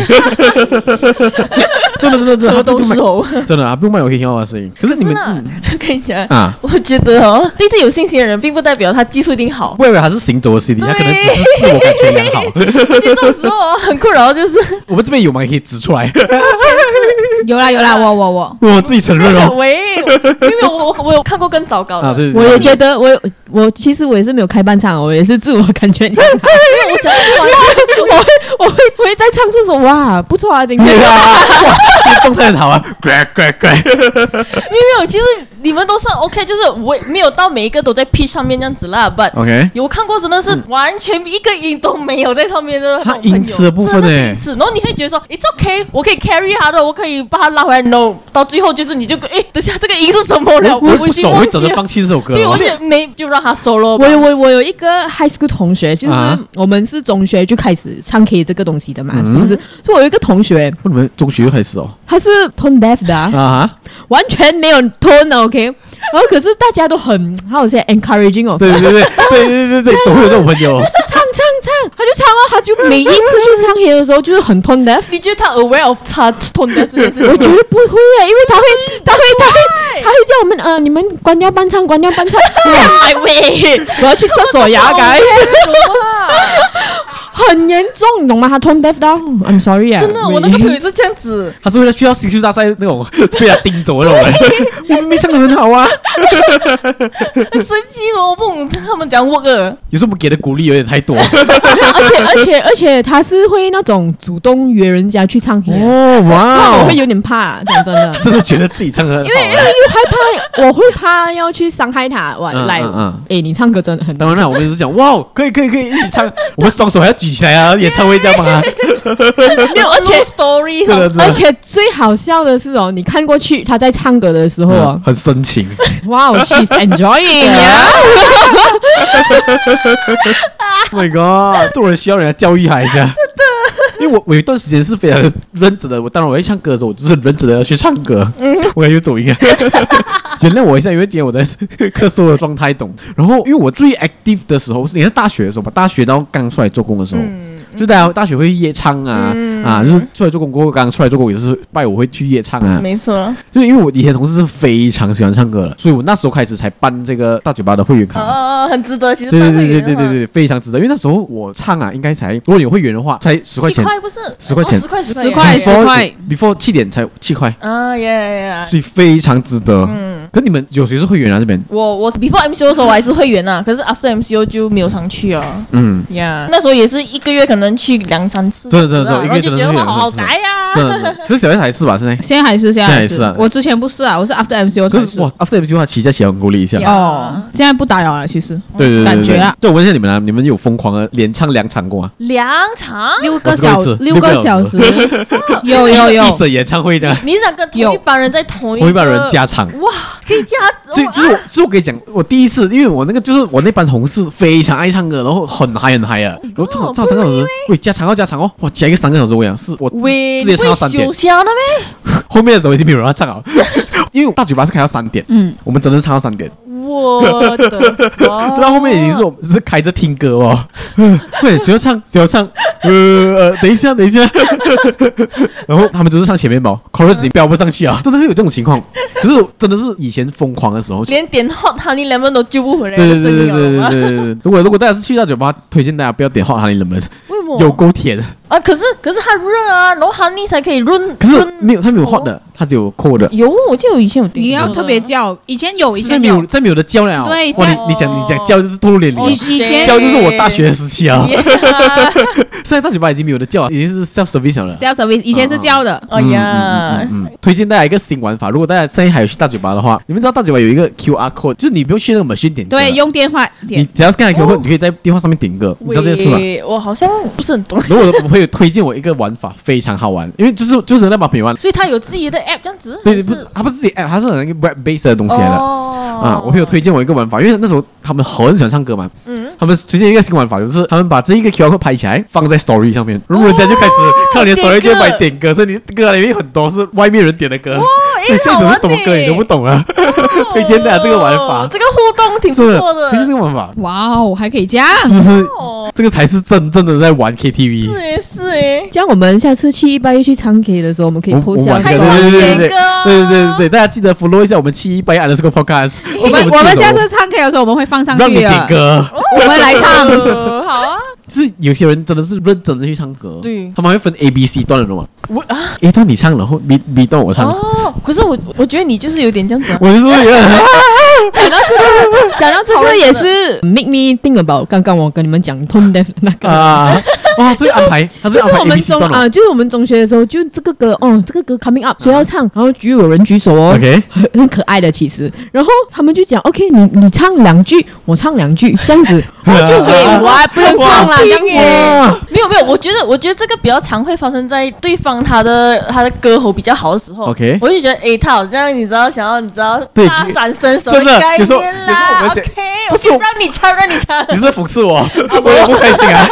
Speaker 1: 真的真的真的，
Speaker 3: 多
Speaker 1: 他
Speaker 3: 都
Speaker 1: 不用麦
Speaker 3: 是哦，
Speaker 1: 真的啊，不用麦我可以听到他的声音。可是你们
Speaker 3: 真的啊
Speaker 1: 嗯。
Speaker 3: 我跟你讲，
Speaker 1: 啊，
Speaker 3: 我觉得哦，对自己有信心的人，并不代表他技术一定好。
Speaker 1: 我以为他是行走的 CD，他可能只是
Speaker 3: 对
Speaker 1: 自我感觉良好。
Speaker 3: 而且这种时候哦很困扰，就是
Speaker 1: 我们这边有吗？也可以指出来， [laughs]
Speaker 2: 有啦有啦，我我我，
Speaker 1: 我自己承认哦。
Speaker 3: [laughs] 喂，我因为我我我有看过更糟糕的，
Speaker 1: 啊，对，对
Speaker 6: 我也觉
Speaker 1: 对
Speaker 6: 得我我其实我也是没有开半场，我也是自我感觉良好。
Speaker 3: 因为我讲不完，
Speaker 6: 我会我会我会在唱厕所哇，不错啊，今
Speaker 1: 对 [laughs]
Speaker 6: 天。
Speaker 1: 啊， [laughs] 哇，这个状态很好啊，乖乖乖。
Speaker 3: 没有没有，其实你们都算 OK，就是我没有到每一个都在 P 上面这样子啦，but。
Speaker 1: OK，
Speaker 3: 有看过真的是完全一个音都没有在上面的
Speaker 1: 嗯
Speaker 3: 那
Speaker 1: 他
Speaker 3: 种朋友
Speaker 1: 音痴的部分欸
Speaker 3: 真的是
Speaker 1: 呢
Speaker 3: 音？痴然后你会觉得说，It's OK，我可以 carry 他的，我可以把他拉回来。No，到最后就是你就诶，等下这个音是什么了？
Speaker 1: 我
Speaker 3: 我
Speaker 1: 不
Speaker 3: 已经
Speaker 1: 爽，我
Speaker 3: 忘
Speaker 1: 会
Speaker 3: 记
Speaker 1: 整个
Speaker 3: 了。
Speaker 1: 放弃这首歌。哦
Speaker 3: 对，我也没就让他 solo 吧。
Speaker 6: 我我我有一个 high school 同学，就是
Speaker 1: 啊
Speaker 6: 我们是中学就开始唱 K 这个东西的嘛，
Speaker 1: 嗯
Speaker 6: 是不是？所以我有一个同学，
Speaker 1: 为什么中学就开始哦？
Speaker 6: 他是 tone deaf 的、啊，
Speaker 1: 啊哈，
Speaker 6: 完全没有 tone 的 OK。然后可是大家都很，好像 encouraging 我
Speaker 1: 对对对对对对对对，总会有这种朋友。
Speaker 6: 唱唱唱，他就唱哦，他就每一次去唱 K 的时候就是很 tone [laughs] deaf。
Speaker 3: 你觉得他 aware of 他 tone 的这件事
Speaker 6: 我
Speaker 3: 情
Speaker 6: 觉得不会耶，因为 [laughs] 他会，他会，他会，他会叫我们呃，你们关掉伴唱，关掉伴 [laughs] 唱。哎喂，我要去厕所呀，
Speaker 1: [laughs]
Speaker 6: 该。很严重，你懂吗？他 tone deaf 到，I'm sorry 啊。
Speaker 3: 真的，我那个朋友也是这样子。
Speaker 1: 他是为了去到新秀大赛那种 [laughs] 被他盯走的那种人。我明明唱的很好啊，
Speaker 3: 很生气咯，不懂他们讲 work 的
Speaker 1: 有时候我们给的鼓励有点太多。
Speaker 6: [laughs] 而且而且而且他是会那种主动约人家去唱 K，的
Speaker 1: 哦，哇
Speaker 6: 那
Speaker 1: [laughs]
Speaker 6: 我
Speaker 1: 哦
Speaker 6: 会，有点怕，讲真的。
Speaker 1: 真的觉得自己唱的很好
Speaker 6: 因为因为
Speaker 1: 啊。
Speaker 6: 又害怕，我会怕要去伤害他。哇，
Speaker 1: 嗯
Speaker 6: 来
Speaker 1: 嗯嗯，
Speaker 6: 哎，你唱歌真的很
Speaker 1: [laughs] 当然啦，我们也是讲哇，可以可以可以一起唱，我们双手还要举举起来啊，演唱会这样 [laughs] 吗？
Speaker 3: 没有，
Speaker 1: [laughs]
Speaker 3: 而且 story
Speaker 1: 真 [laughs] 的，真
Speaker 6: 而
Speaker 1: 的
Speaker 6: 且最好笑的是哦，你看过去他在唱歌的时候
Speaker 1: 嗯
Speaker 6: 哦，
Speaker 1: 很深情。
Speaker 6: 哇、哦 she's enjoying 啊，
Speaker 1: [laughs] Oh my god！做人需要人家教育啊他一下。真的。因为我我有一段时间是非常认真的，我当然我在唱歌的时候，我就是很认真的要去唱歌，我也有走音啊。 [laughs] 原谅我一下，因为今天我在咳嗽的状态懂。然后，因为我最 active 的时候是也是大学的时候吧，大学然后刚出来做工的时候，就大家大学会夜唱啊、啊，就是出来做工过后，刚出来做工也是拜我会去夜唱啊，
Speaker 3: 没错，
Speaker 1: 就是因为我以前同事是非常喜欢唱歌的，所以我那时候开始才办这个大酒吧的会员卡。
Speaker 3: 呃，很值得，其实
Speaker 1: 对对
Speaker 3: 办
Speaker 1: 对
Speaker 3: 会
Speaker 1: 对
Speaker 3: 员
Speaker 1: 对
Speaker 3: 的
Speaker 1: 对
Speaker 3: 话
Speaker 1: 对，非常值得。因为那时候我唱啊，应该才如果有会员的话，才十块
Speaker 3: 七
Speaker 1: 钱，
Speaker 3: 块不是
Speaker 1: 10块钱
Speaker 3: 哦10块
Speaker 2: 10块
Speaker 3: 10
Speaker 1: before-
Speaker 2: 10块
Speaker 1: ，before 七点才七块，
Speaker 3: 啊耶耶耶！
Speaker 1: 所以非常值得。
Speaker 3: 嗯
Speaker 1: 可你们有谁是会员啊？这边，
Speaker 3: 我我 before MCO 的时候我还是会员呐，可是 after MCO 就没有常去哦。
Speaker 1: 嗯，
Speaker 3: 呀，那时候也是一个月可能去两三次，
Speaker 1: 真的真的
Speaker 3: 是吧
Speaker 1: 真的
Speaker 3: 啊然后
Speaker 1: 一个
Speaker 3: 就
Speaker 1: 月
Speaker 3: 觉得
Speaker 1: 真的
Speaker 3: 哇，
Speaker 1: 是
Speaker 3: 好
Speaker 1: 两三
Speaker 3: 好
Speaker 1: 次
Speaker 3: 呆啊呀。
Speaker 1: 真的是，是小月台是吧？现在，
Speaker 2: 现在还是现在
Speaker 1: 现在还是啊
Speaker 2: 我之前不是啊，我是 after MCO
Speaker 1: 可
Speaker 2: 才
Speaker 1: 是哇，After MC 的话，起价起来很鼓励一下。
Speaker 3: Yeah
Speaker 2: 哦，现在不打扰了，其实
Speaker 1: 对对对，
Speaker 2: 感觉
Speaker 1: 啊
Speaker 2: 啊。
Speaker 1: 对，我问一下你们啊，你们有疯狂的连唱两场过吗？
Speaker 3: 两场，
Speaker 2: 六个
Speaker 1: 我是过
Speaker 2: 小
Speaker 1: 一次
Speaker 2: 六
Speaker 1: 六个
Speaker 2: 个
Speaker 1: 小
Speaker 2: 小时， [laughs] 有有有
Speaker 1: 一首演唱会的，
Speaker 3: 你想跟同
Speaker 2: 有
Speaker 3: 一帮人在同一
Speaker 1: 同一帮
Speaker 3: 个
Speaker 1: 人加场。
Speaker 3: 哇，可以加，
Speaker 1: 所以
Speaker 3: 哇
Speaker 1: 就是我，所以我跟你讲，我第一次，因为我那个就是我那班同事非常爱唱歌，然后很嗨很嗨啊，然后唱唱三个小时，喂，加长要加长哦，哇，加一个三个小时，我讲是我
Speaker 3: 喂，
Speaker 1: 直接唱到三
Speaker 3: 你会
Speaker 1: 点
Speaker 3: 休，息了的
Speaker 1: 后面的时候已经没有人要唱了，因为大嘴巴是开到三点，
Speaker 2: 嗯，
Speaker 1: 我们真的是唱到三点，
Speaker 3: 咩？我
Speaker 1: [laughs]
Speaker 3: 的妈，
Speaker 1: 到后面已经是我们是开着听歌哦，对，谁要唱谁要唱，呃呃，等一下等一下， [laughs] 然后他们就是唱前面吧 c o r u s 已经飙不上去啊，真的会有这种情况，可是我真的是以前疯狂的时候，
Speaker 3: 连点 hot honey lemon 都救不回来的
Speaker 1: 对
Speaker 3: 声
Speaker 1: 对对
Speaker 3: 音了
Speaker 1: 对对
Speaker 3: 吗？
Speaker 1: 对对对。如果如果大家是去到酒吧，推荐大家不要点后哈尼冷
Speaker 2: [laughs]
Speaker 1: 门，
Speaker 3: 为什么？
Speaker 1: 有够甜。
Speaker 3: 啊，可是可是它润啊，然后 honey 才可以润。
Speaker 1: 可是
Speaker 3: 润哦
Speaker 1: 没有，它
Speaker 2: 哦
Speaker 1: 没有 hot 的，它只有 cold 的。
Speaker 3: 有，我记得我以前有订
Speaker 2: 你
Speaker 3: 过的。
Speaker 2: 要特别叫，以前有，以
Speaker 1: 再
Speaker 2: 前
Speaker 1: 没
Speaker 2: 有
Speaker 1: 有，，再没有的叫了。
Speaker 2: 对
Speaker 1: 哇，
Speaker 2: 像
Speaker 1: 你你讲你讲叫就是透露年龄
Speaker 3: 哦
Speaker 1: 了
Speaker 2: 以。以前
Speaker 1: 叫就是我大学的时期啊，
Speaker 3: Yeah
Speaker 1: [laughs] 现在大酒吧已经没有的叫了，已经是 self service 了。
Speaker 2: self service，以前是叫的，
Speaker 3: 哎呀，
Speaker 1: 嗯，推荐大家一个新玩法。如果大家现在还有去大酒吧的话，你们知道大酒吧有一个 QR code，就是你不用去那个 machine 点歌的
Speaker 2: 对，用电话
Speaker 1: 你
Speaker 2: 点，哦
Speaker 1: 只要是看 QR code，你可以在电话上面点歌。你知道这件事吗？
Speaker 3: 喂我好像不是很懂，
Speaker 1: 然后我的我朋友推荐我一个玩法，非常好玩，因为就是就是那帮朋友玩，
Speaker 3: 所以它有自己的 app 这样子。
Speaker 1: 对对，不是，它不是自己 app，它是那个 web base 的东西来的。
Speaker 3: 哦
Speaker 1: 啊，我朋友推荐我一个玩法，因为那时候他们很喜欢唱歌嘛，
Speaker 3: 嗯，
Speaker 1: 他们推荐一个新玩法，就是他们把这一个 QR code 拍起来放在 story 上面，然后人家就开始看到你的 story
Speaker 3: 点歌
Speaker 1: 就会买点歌，所以你的歌里面有很多是外面人点的歌，所以下一首是什么歌你都
Speaker 3: 哎
Speaker 1: 不懂啊， [laughs] 推荐大家这个玩法
Speaker 3: 哦这个互动挺
Speaker 1: 真
Speaker 3: 不
Speaker 1: 的
Speaker 3: 错
Speaker 1: 推荐
Speaker 3: 的
Speaker 1: 这。个玩法，
Speaker 2: 哇哦，还可以加，
Speaker 1: 就是
Speaker 3: 哦，
Speaker 1: 这个才是真正的在玩 KTV
Speaker 3: 是。诶是
Speaker 1: [laughs]
Speaker 3: 诶，
Speaker 6: 这样我们下次去一八一去唱 K 的时候，我们可以
Speaker 1: 我
Speaker 6: po
Speaker 1: 我
Speaker 6: 下
Speaker 1: 玩
Speaker 6: 来
Speaker 1: 对
Speaker 3: 太
Speaker 1: 对
Speaker 3: 晚
Speaker 1: 对对对对对
Speaker 3: 点歌啊
Speaker 1: 对对对，大家记得 follow 一下我们七一八一的这个 podcast，
Speaker 3: [laughs]
Speaker 2: 我们
Speaker 1: 这是
Speaker 2: 我们
Speaker 1: 的哦
Speaker 2: 下次唱 K 的时候我们会放上
Speaker 1: 让你
Speaker 2: 去
Speaker 1: 点
Speaker 2: 的，
Speaker 1: 歌。
Speaker 2: 我们来 [laughs] 唱，
Speaker 3: 呃好
Speaker 1: [laughs]
Speaker 3: 啊，
Speaker 1: 就是有些人真的是认真的去唱歌，
Speaker 3: 对
Speaker 1: 他们还会分 A、B、C 段的嘛。
Speaker 3: 我啊
Speaker 1: A 段你唱，然后 B B 段我唱，
Speaker 3: 哦，可是我我觉得你就是有点这样子啊。
Speaker 1: 我就是有
Speaker 3: [laughs]
Speaker 1: 点
Speaker 6: 讲到这
Speaker 3: 好
Speaker 6: 个
Speaker 3: 认
Speaker 6: 也
Speaker 3: 真
Speaker 6: 是 make me think about 刚刚我跟你们讲 tone deaf 那个。
Speaker 1: 啊，哇，所以安排， [laughs] 他是
Speaker 6: 就
Speaker 1: 安
Speaker 6: 是
Speaker 1: 排
Speaker 6: 我
Speaker 1: A、
Speaker 6: 们
Speaker 1: B、C
Speaker 6: 中
Speaker 1: 段哦
Speaker 6: 啊、
Speaker 1: 了。
Speaker 6: 就是我们中学的时候，就这个歌，哦，这个歌 coming up，谁要唱？然后举有人举手哦
Speaker 1: OK，
Speaker 6: 很很可爱的其实。然后他们就讲，OK，你你唱两句，我唱两句，这样子，哦然
Speaker 1: 啊
Speaker 6: 后就可以，我还不用唱啦，这样子。
Speaker 3: [laughs]
Speaker 1: 哇，
Speaker 3: 哦没有没有，我觉得我觉得这个比较常会发生在对方他的他的歌喉比较好的时候。
Speaker 1: OK
Speaker 3: 我就觉得诶，他好像你知道想要你知道
Speaker 1: 对
Speaker 3: 大展身手
Speaker 1: 真的
Speaker 3: 概
Speaker 1: 有时候
Speaker 3: 念
Speaker 1: 有时候我们
Speaker 3: 啦。
Speaker 1: 想
Speaker 3: OK，
Speaker 1: 不是我
Speaker 3: 我让你唱让你唱，
Speaker 1: 你是在讽刺我，
Speaker 3: 啊
Speaker 1: 我也不开心
Speaker 3: [laughs]
Speaker 1: 啊。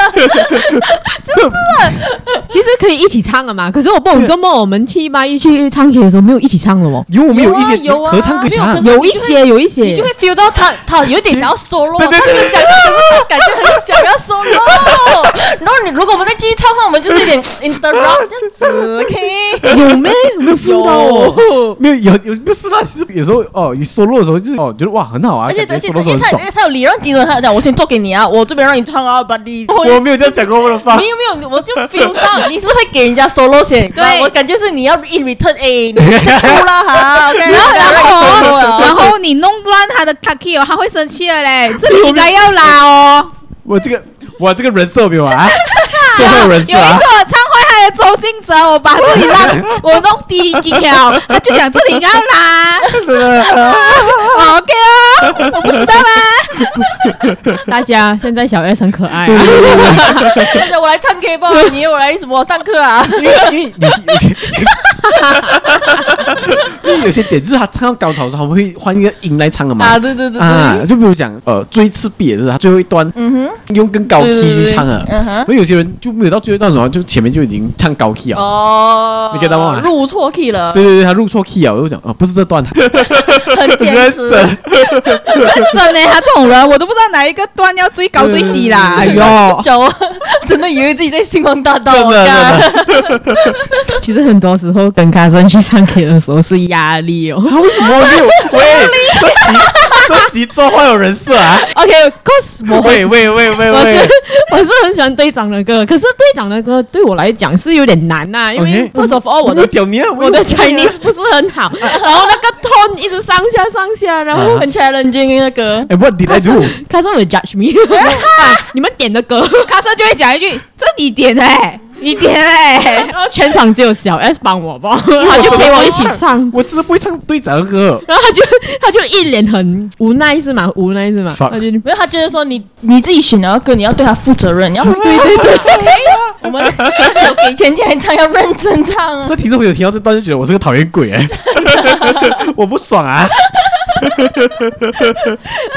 Speaker 6: 其实可以一起唱了嘛。可是我不懂，周末我们去一八一去唱 K 的时候，没有一起唱了哦。
Speaker 1: 因为我们有一些
Speaker 3: 有啊
Speaker 1: 合唱歌曲啊
Speaker 3: 没有可是
Speaker 6: 有一
Speaker 3: 你就会
Speaker 6: 些，有一些，
Speaker 3: 你就会 feel 到他他有点想要 solo，
Speaker 1: 对对
Speaker 3: 他
Speaker 1: 对
Speaker 3: 没有讲，可是他感觉很想要 solo。然后你如果我们再继续唱的话，我们就是有点 interrupt 这样子。OK，
Speaker 6: 有没有没有 feel 到哦？
Speaker 3: 有。
Speaker 1: 没有有有不是啦，其实有时候哦，你 solo 的时候就是哦，觉得哇很好啊，
Speaker 3: 而且
Speaker 1: 感
Speaker 3: 而且
Speaker 1: 觉
Speaker 3: 而
Speaker 1: solo 时
Speaker 3: 且
Speaker 1: 候很
Speaker 3: 他
Speaker 1: 爽。
Speaker 3: 他有礼让精神，他有讲我先做给你啊，我这边让你唱啊，buddy。
Speaker 1: 我没有这样讲过我的话 [laughs]
Speaker 3: 没，有没有，我就 feel 到你是会给人家 solo 先，
Speaker 2: 对
Speaker 3: 我感觉是你要 in return
Speaker 1: [laughs]
Speaker 3: A，你哭了哈，OK，然后然后
Speaker 2: 然后你弄乱他的 k a k i 哦，他会生气的嘞，这里应该要拉哦，
Speaker 3: [laughs]
Speaker 1: 我这个我这个人设没有啊，做后人
Speaker 2: 有一次
Speaker 1: 设啊。
Speaker 2: 我唱坏他了周信哲，我把这里拉， [laughs] 我弄低几条，他就讲这里应该要拉，好 OK 咯，我不知道啊吗？
Speaker 6: 大家现在小 S 很可爱、啊，
Speaker 3: 跟着我来唱 K 吧，你我来什么上课啊？
Speaker 1: 因为 [laughs] 你，因为有些点就是他唱到高潮的时候，他们会换一个音来唱的嘛。
Speaker 3: 啊，对对对
Speaker 1: 啊
Speaker 3: 对，，
Speaker 1: 就比如讲，呃，最刺鼻也是他最后一段，嗯哼，用更高 key 去唱啊
Speaker 3: 对对对对嗯哼。
Speaker 1: 因为有些人就没有到最后一段什么，就前面就已经唱高 key 啊。
Speaker 3: 哦，
Speaker 1: 你 get 到吗
Speaker 3: 入错 key 了，
Speaker 1: 对对对，他入错 key 啊，我就讲啊，不是这段， [laughs]
Speaker 3: 很坚持。
Speaker 2: 真的，他这种人我都不知道哪一个段要最高最
Speaker 1: 嗯
Speaker 2: 低啦，哎呦，
Speaker 3: 走， [laughs] 真的以为自己在星光大道，
Speaker 1: 真
Speaker 3: 我
Speaker 1: 的
Speaker 3: 看
Speaker 1: 真的。
Speaker 6: 其实很多时候跟卡森去唱 K 的时候是压力哦。
Speaker 1: 他为什么又喂？
Speaker 6: [laughs]
Speaker 1: 这集这集做坏有人设啊！
Speaker 6: OK，cause、我
Speaker 1: 喂喂喂喂哎
Speaker 6: 我
Speaker 1: 喂
Speaker 6: 是！ [laughs] 我是很喜欢队长的歌，可是队长的歌对我来讲是有点难呐、因为
Speaker 1: OK，
Speaker 6: first of all 我的
Speaker 1: 屌 [laughs] 你啊！
Speaker 6: 我的 Chinese 不是很
Speaker 1: [laughs]
Speaker 6: 好，然后那个 tone 一直上下上下，然
Speaker 1: 啊
Speaker 6: 后
Speaker 3: [laughs] 很 challenging 那个。
Speaker 1: 哎，What did I do？
Speaker 6: 卡森会 judge me，啊
Speaker 1: [laughs]
Speaker 6: 你们点的歌，
Speaker 2: 卡森就会讲一句，这你点的、欸，你点的、
Speaker 1: [laughs]
Speaker 3: 哎
Speaker 2: 欸。
Speaker 6: 然后全场只有小 S 帮我吧，他就陪我一起
Speaker 1: [laughs]
Speaker 6: 唱，
Speaker 1: 我真的不会唱队长的歌。
Speaker 6: 然后他就他就一脸很无奈是吗？无奈是吗？
Speaker 1: Fuck
Speaker 6: 他就
Speaker 3: 没有，他就是说你你自己选的歌，你要对他负责任，你要对对对，OK，我们 [laughs] 这个有给钱进来唱，要认真唱
Speaker 6: 嗯
Speaker 3: 啊
Speaker 1: 这。听众朋友听到这段就觉得我是个讨厌
Speaker 6: [laughs]
Speaker 1: 鬼哎、我不爽啊！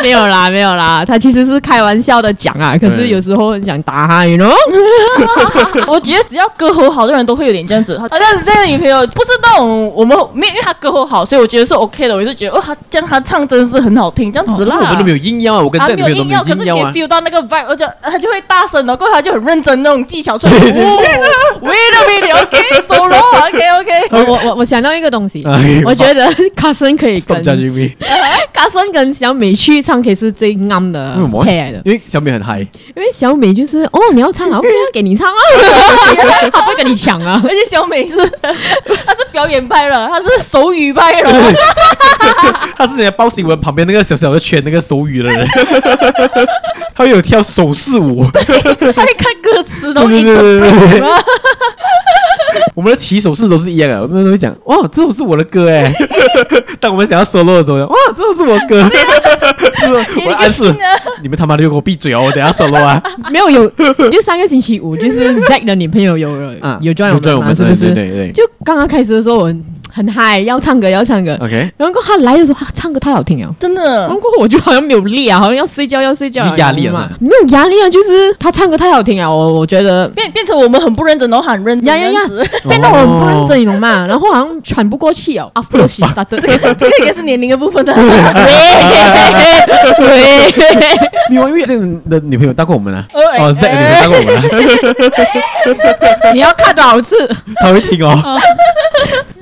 Speaker 6: 没有啦，没有啦，他其实是开玩笑的讲
Speaker 1: 嗯
Speaker 6: 啊，可是有时候很想打他，you
Speaker 1: [laughs]
Speaker 6: know？
Speaker 3: [laughs] 我觉得只要歌喉好的人都会有点这样子，他这样子这样的女朋友不是那种我们没有，因为他歌喉好，所以我觉得是 OK 的。我就觉得哦，他这样他唱真是很好听，这样子啦。
Speaker 1: 我们都没有硬要啊，我跟
Speaker 3: 啊，
Speaker 1: 这里
Speaker 3: 没
Speaker 1: 面都
Speaker 3: 硬
Speaker 1: 没
Speaker 3: 要，可
Speaker 1: 有
Speaker 3: 是
Speaker 1: 硬
Speaker 3: 你可
Speaker 1: 要
Speaker 3: 以
Speaker 1: 啊。
Speaker 3: feel 到那个 vibe，我就他就会大声的，过后他就很认真那种技巧出来。哦 Wait a
Speaker 1: [laughs]
Speaker 3: minute，OK，solo，OK OK。
Speaker 6: 我我我想到一个
Speaker 1: [laughs]
Speaker 6: 东西
Speaker 1: OK，，
Speaker 6: 我觉得卡森可以
Speaker 1: Stop
Speaker 6: 跟
Speaker 1: judging me，
Speaker 6: 卡森跟小美去唱 K 是最啱的
Speaker 1: 为什么？
Speaker 6: 配来的，
Speaker 1: 因为小美很
Speaker 6: [laughs]
Speaker 1: 嗨，
Speaker 6: 因为小美就是哦你要唱啊，OK [laughs] 啊给你唱啊，他不会跟你抢啊
Speaker 3: 而。且小美是，她是表演派了，她是手语
Speaker 1: [laughs]
Speaker 3: 派了，
Speaker 1: 她是人家报新闻旁边那个小小的圈那个手语的
Speaker 6: [laughs]
Speaker 1: 人，她有跳手势舞。
Speaker 3: 她会看歌词
Speaker 1: 对
Speaker 3: 的，然后
Speaker 1: 对
Speaker 3: 一个
Speaker 1: 对对对。 [laughs] 我们的起手式都是一样的，我们都会讲哇，这首是我的歌哎。 [laughs] 当我们想要 solo 的时候，哇，这首是我的歌， [laughs] 就是
Speaker 3: 给
Speaker 1: 我
Speaker 3: 你
Speaker 1: 的暗
Speaker 3: 个
Speaker 1: 示
Speaker 3: 心啊！
Speaker 1: 你们他妈的又给我闭嘴哦，我等下 solo [laughs] 啊。
Speaker 6: [laughs] 没有有，就上个星期五，就是 [laughs] Zack 的女朋友有有
Speaker 1: 啊
Speaker 6: 有 join
Speaker 1: 有 join
Speaker 6: 我
Speaker 1: 我们
Speaker 6: 们嘛，是不
Speaker 1: 对对
Speaker 6: 是？
Speaker 1: 对对
Speaker 6: 就刚刚开始的时候，我很很嗨，要唱歌要唱歌，
Speaker 1: OK，
Speaker 6: 然后他来的时候，他啊唱歌太好听了。
Speaker 3: 真
Speaker 6: 然
Speaker 3: 的
Speaker 6: 后过后我就好像没有力啊，好像要睡觉要睡觉
Speaker 1: 有
Speaker 6: 了，
Speaker 1: 压力
Speaker 6: 你懂
Speaker 1: 了
Speaker 6: 吗
Speaker 1: 是吧
Speaker 6: 没有压力啊，就是他唱歌太好听了，我我觉得
Speaker 3: 变变成我们很不认真，然后很认真
Speaker 6: 呀
Speaker 3: 这
Speaker 6: 呀
Speaker 3: 样
Speaker 6: 呀
Speaker 3: 子。， [laughs]
Speaker 1: 哦
Speaker 6: 变到我很不认真，你懂吗？然后好像喘不过气哦。
Speaker 1: [laughs]
Speaker 6: After she started， [laughs]
Speaker 3: 这个应该是年龄的部分的， [laughs]
Speaker 6: 喂喂，
Speaker 1: 另外因为这个的女朋友当过我 [laughs] 们啊，
Speaker 3: 哦哎
Speaker 1: 哦，Zack 的女朋友当过我们啊， [laughs]
Speaker 2: 你要看多少次？
Speaker 1: 她会听哦。 [laughs]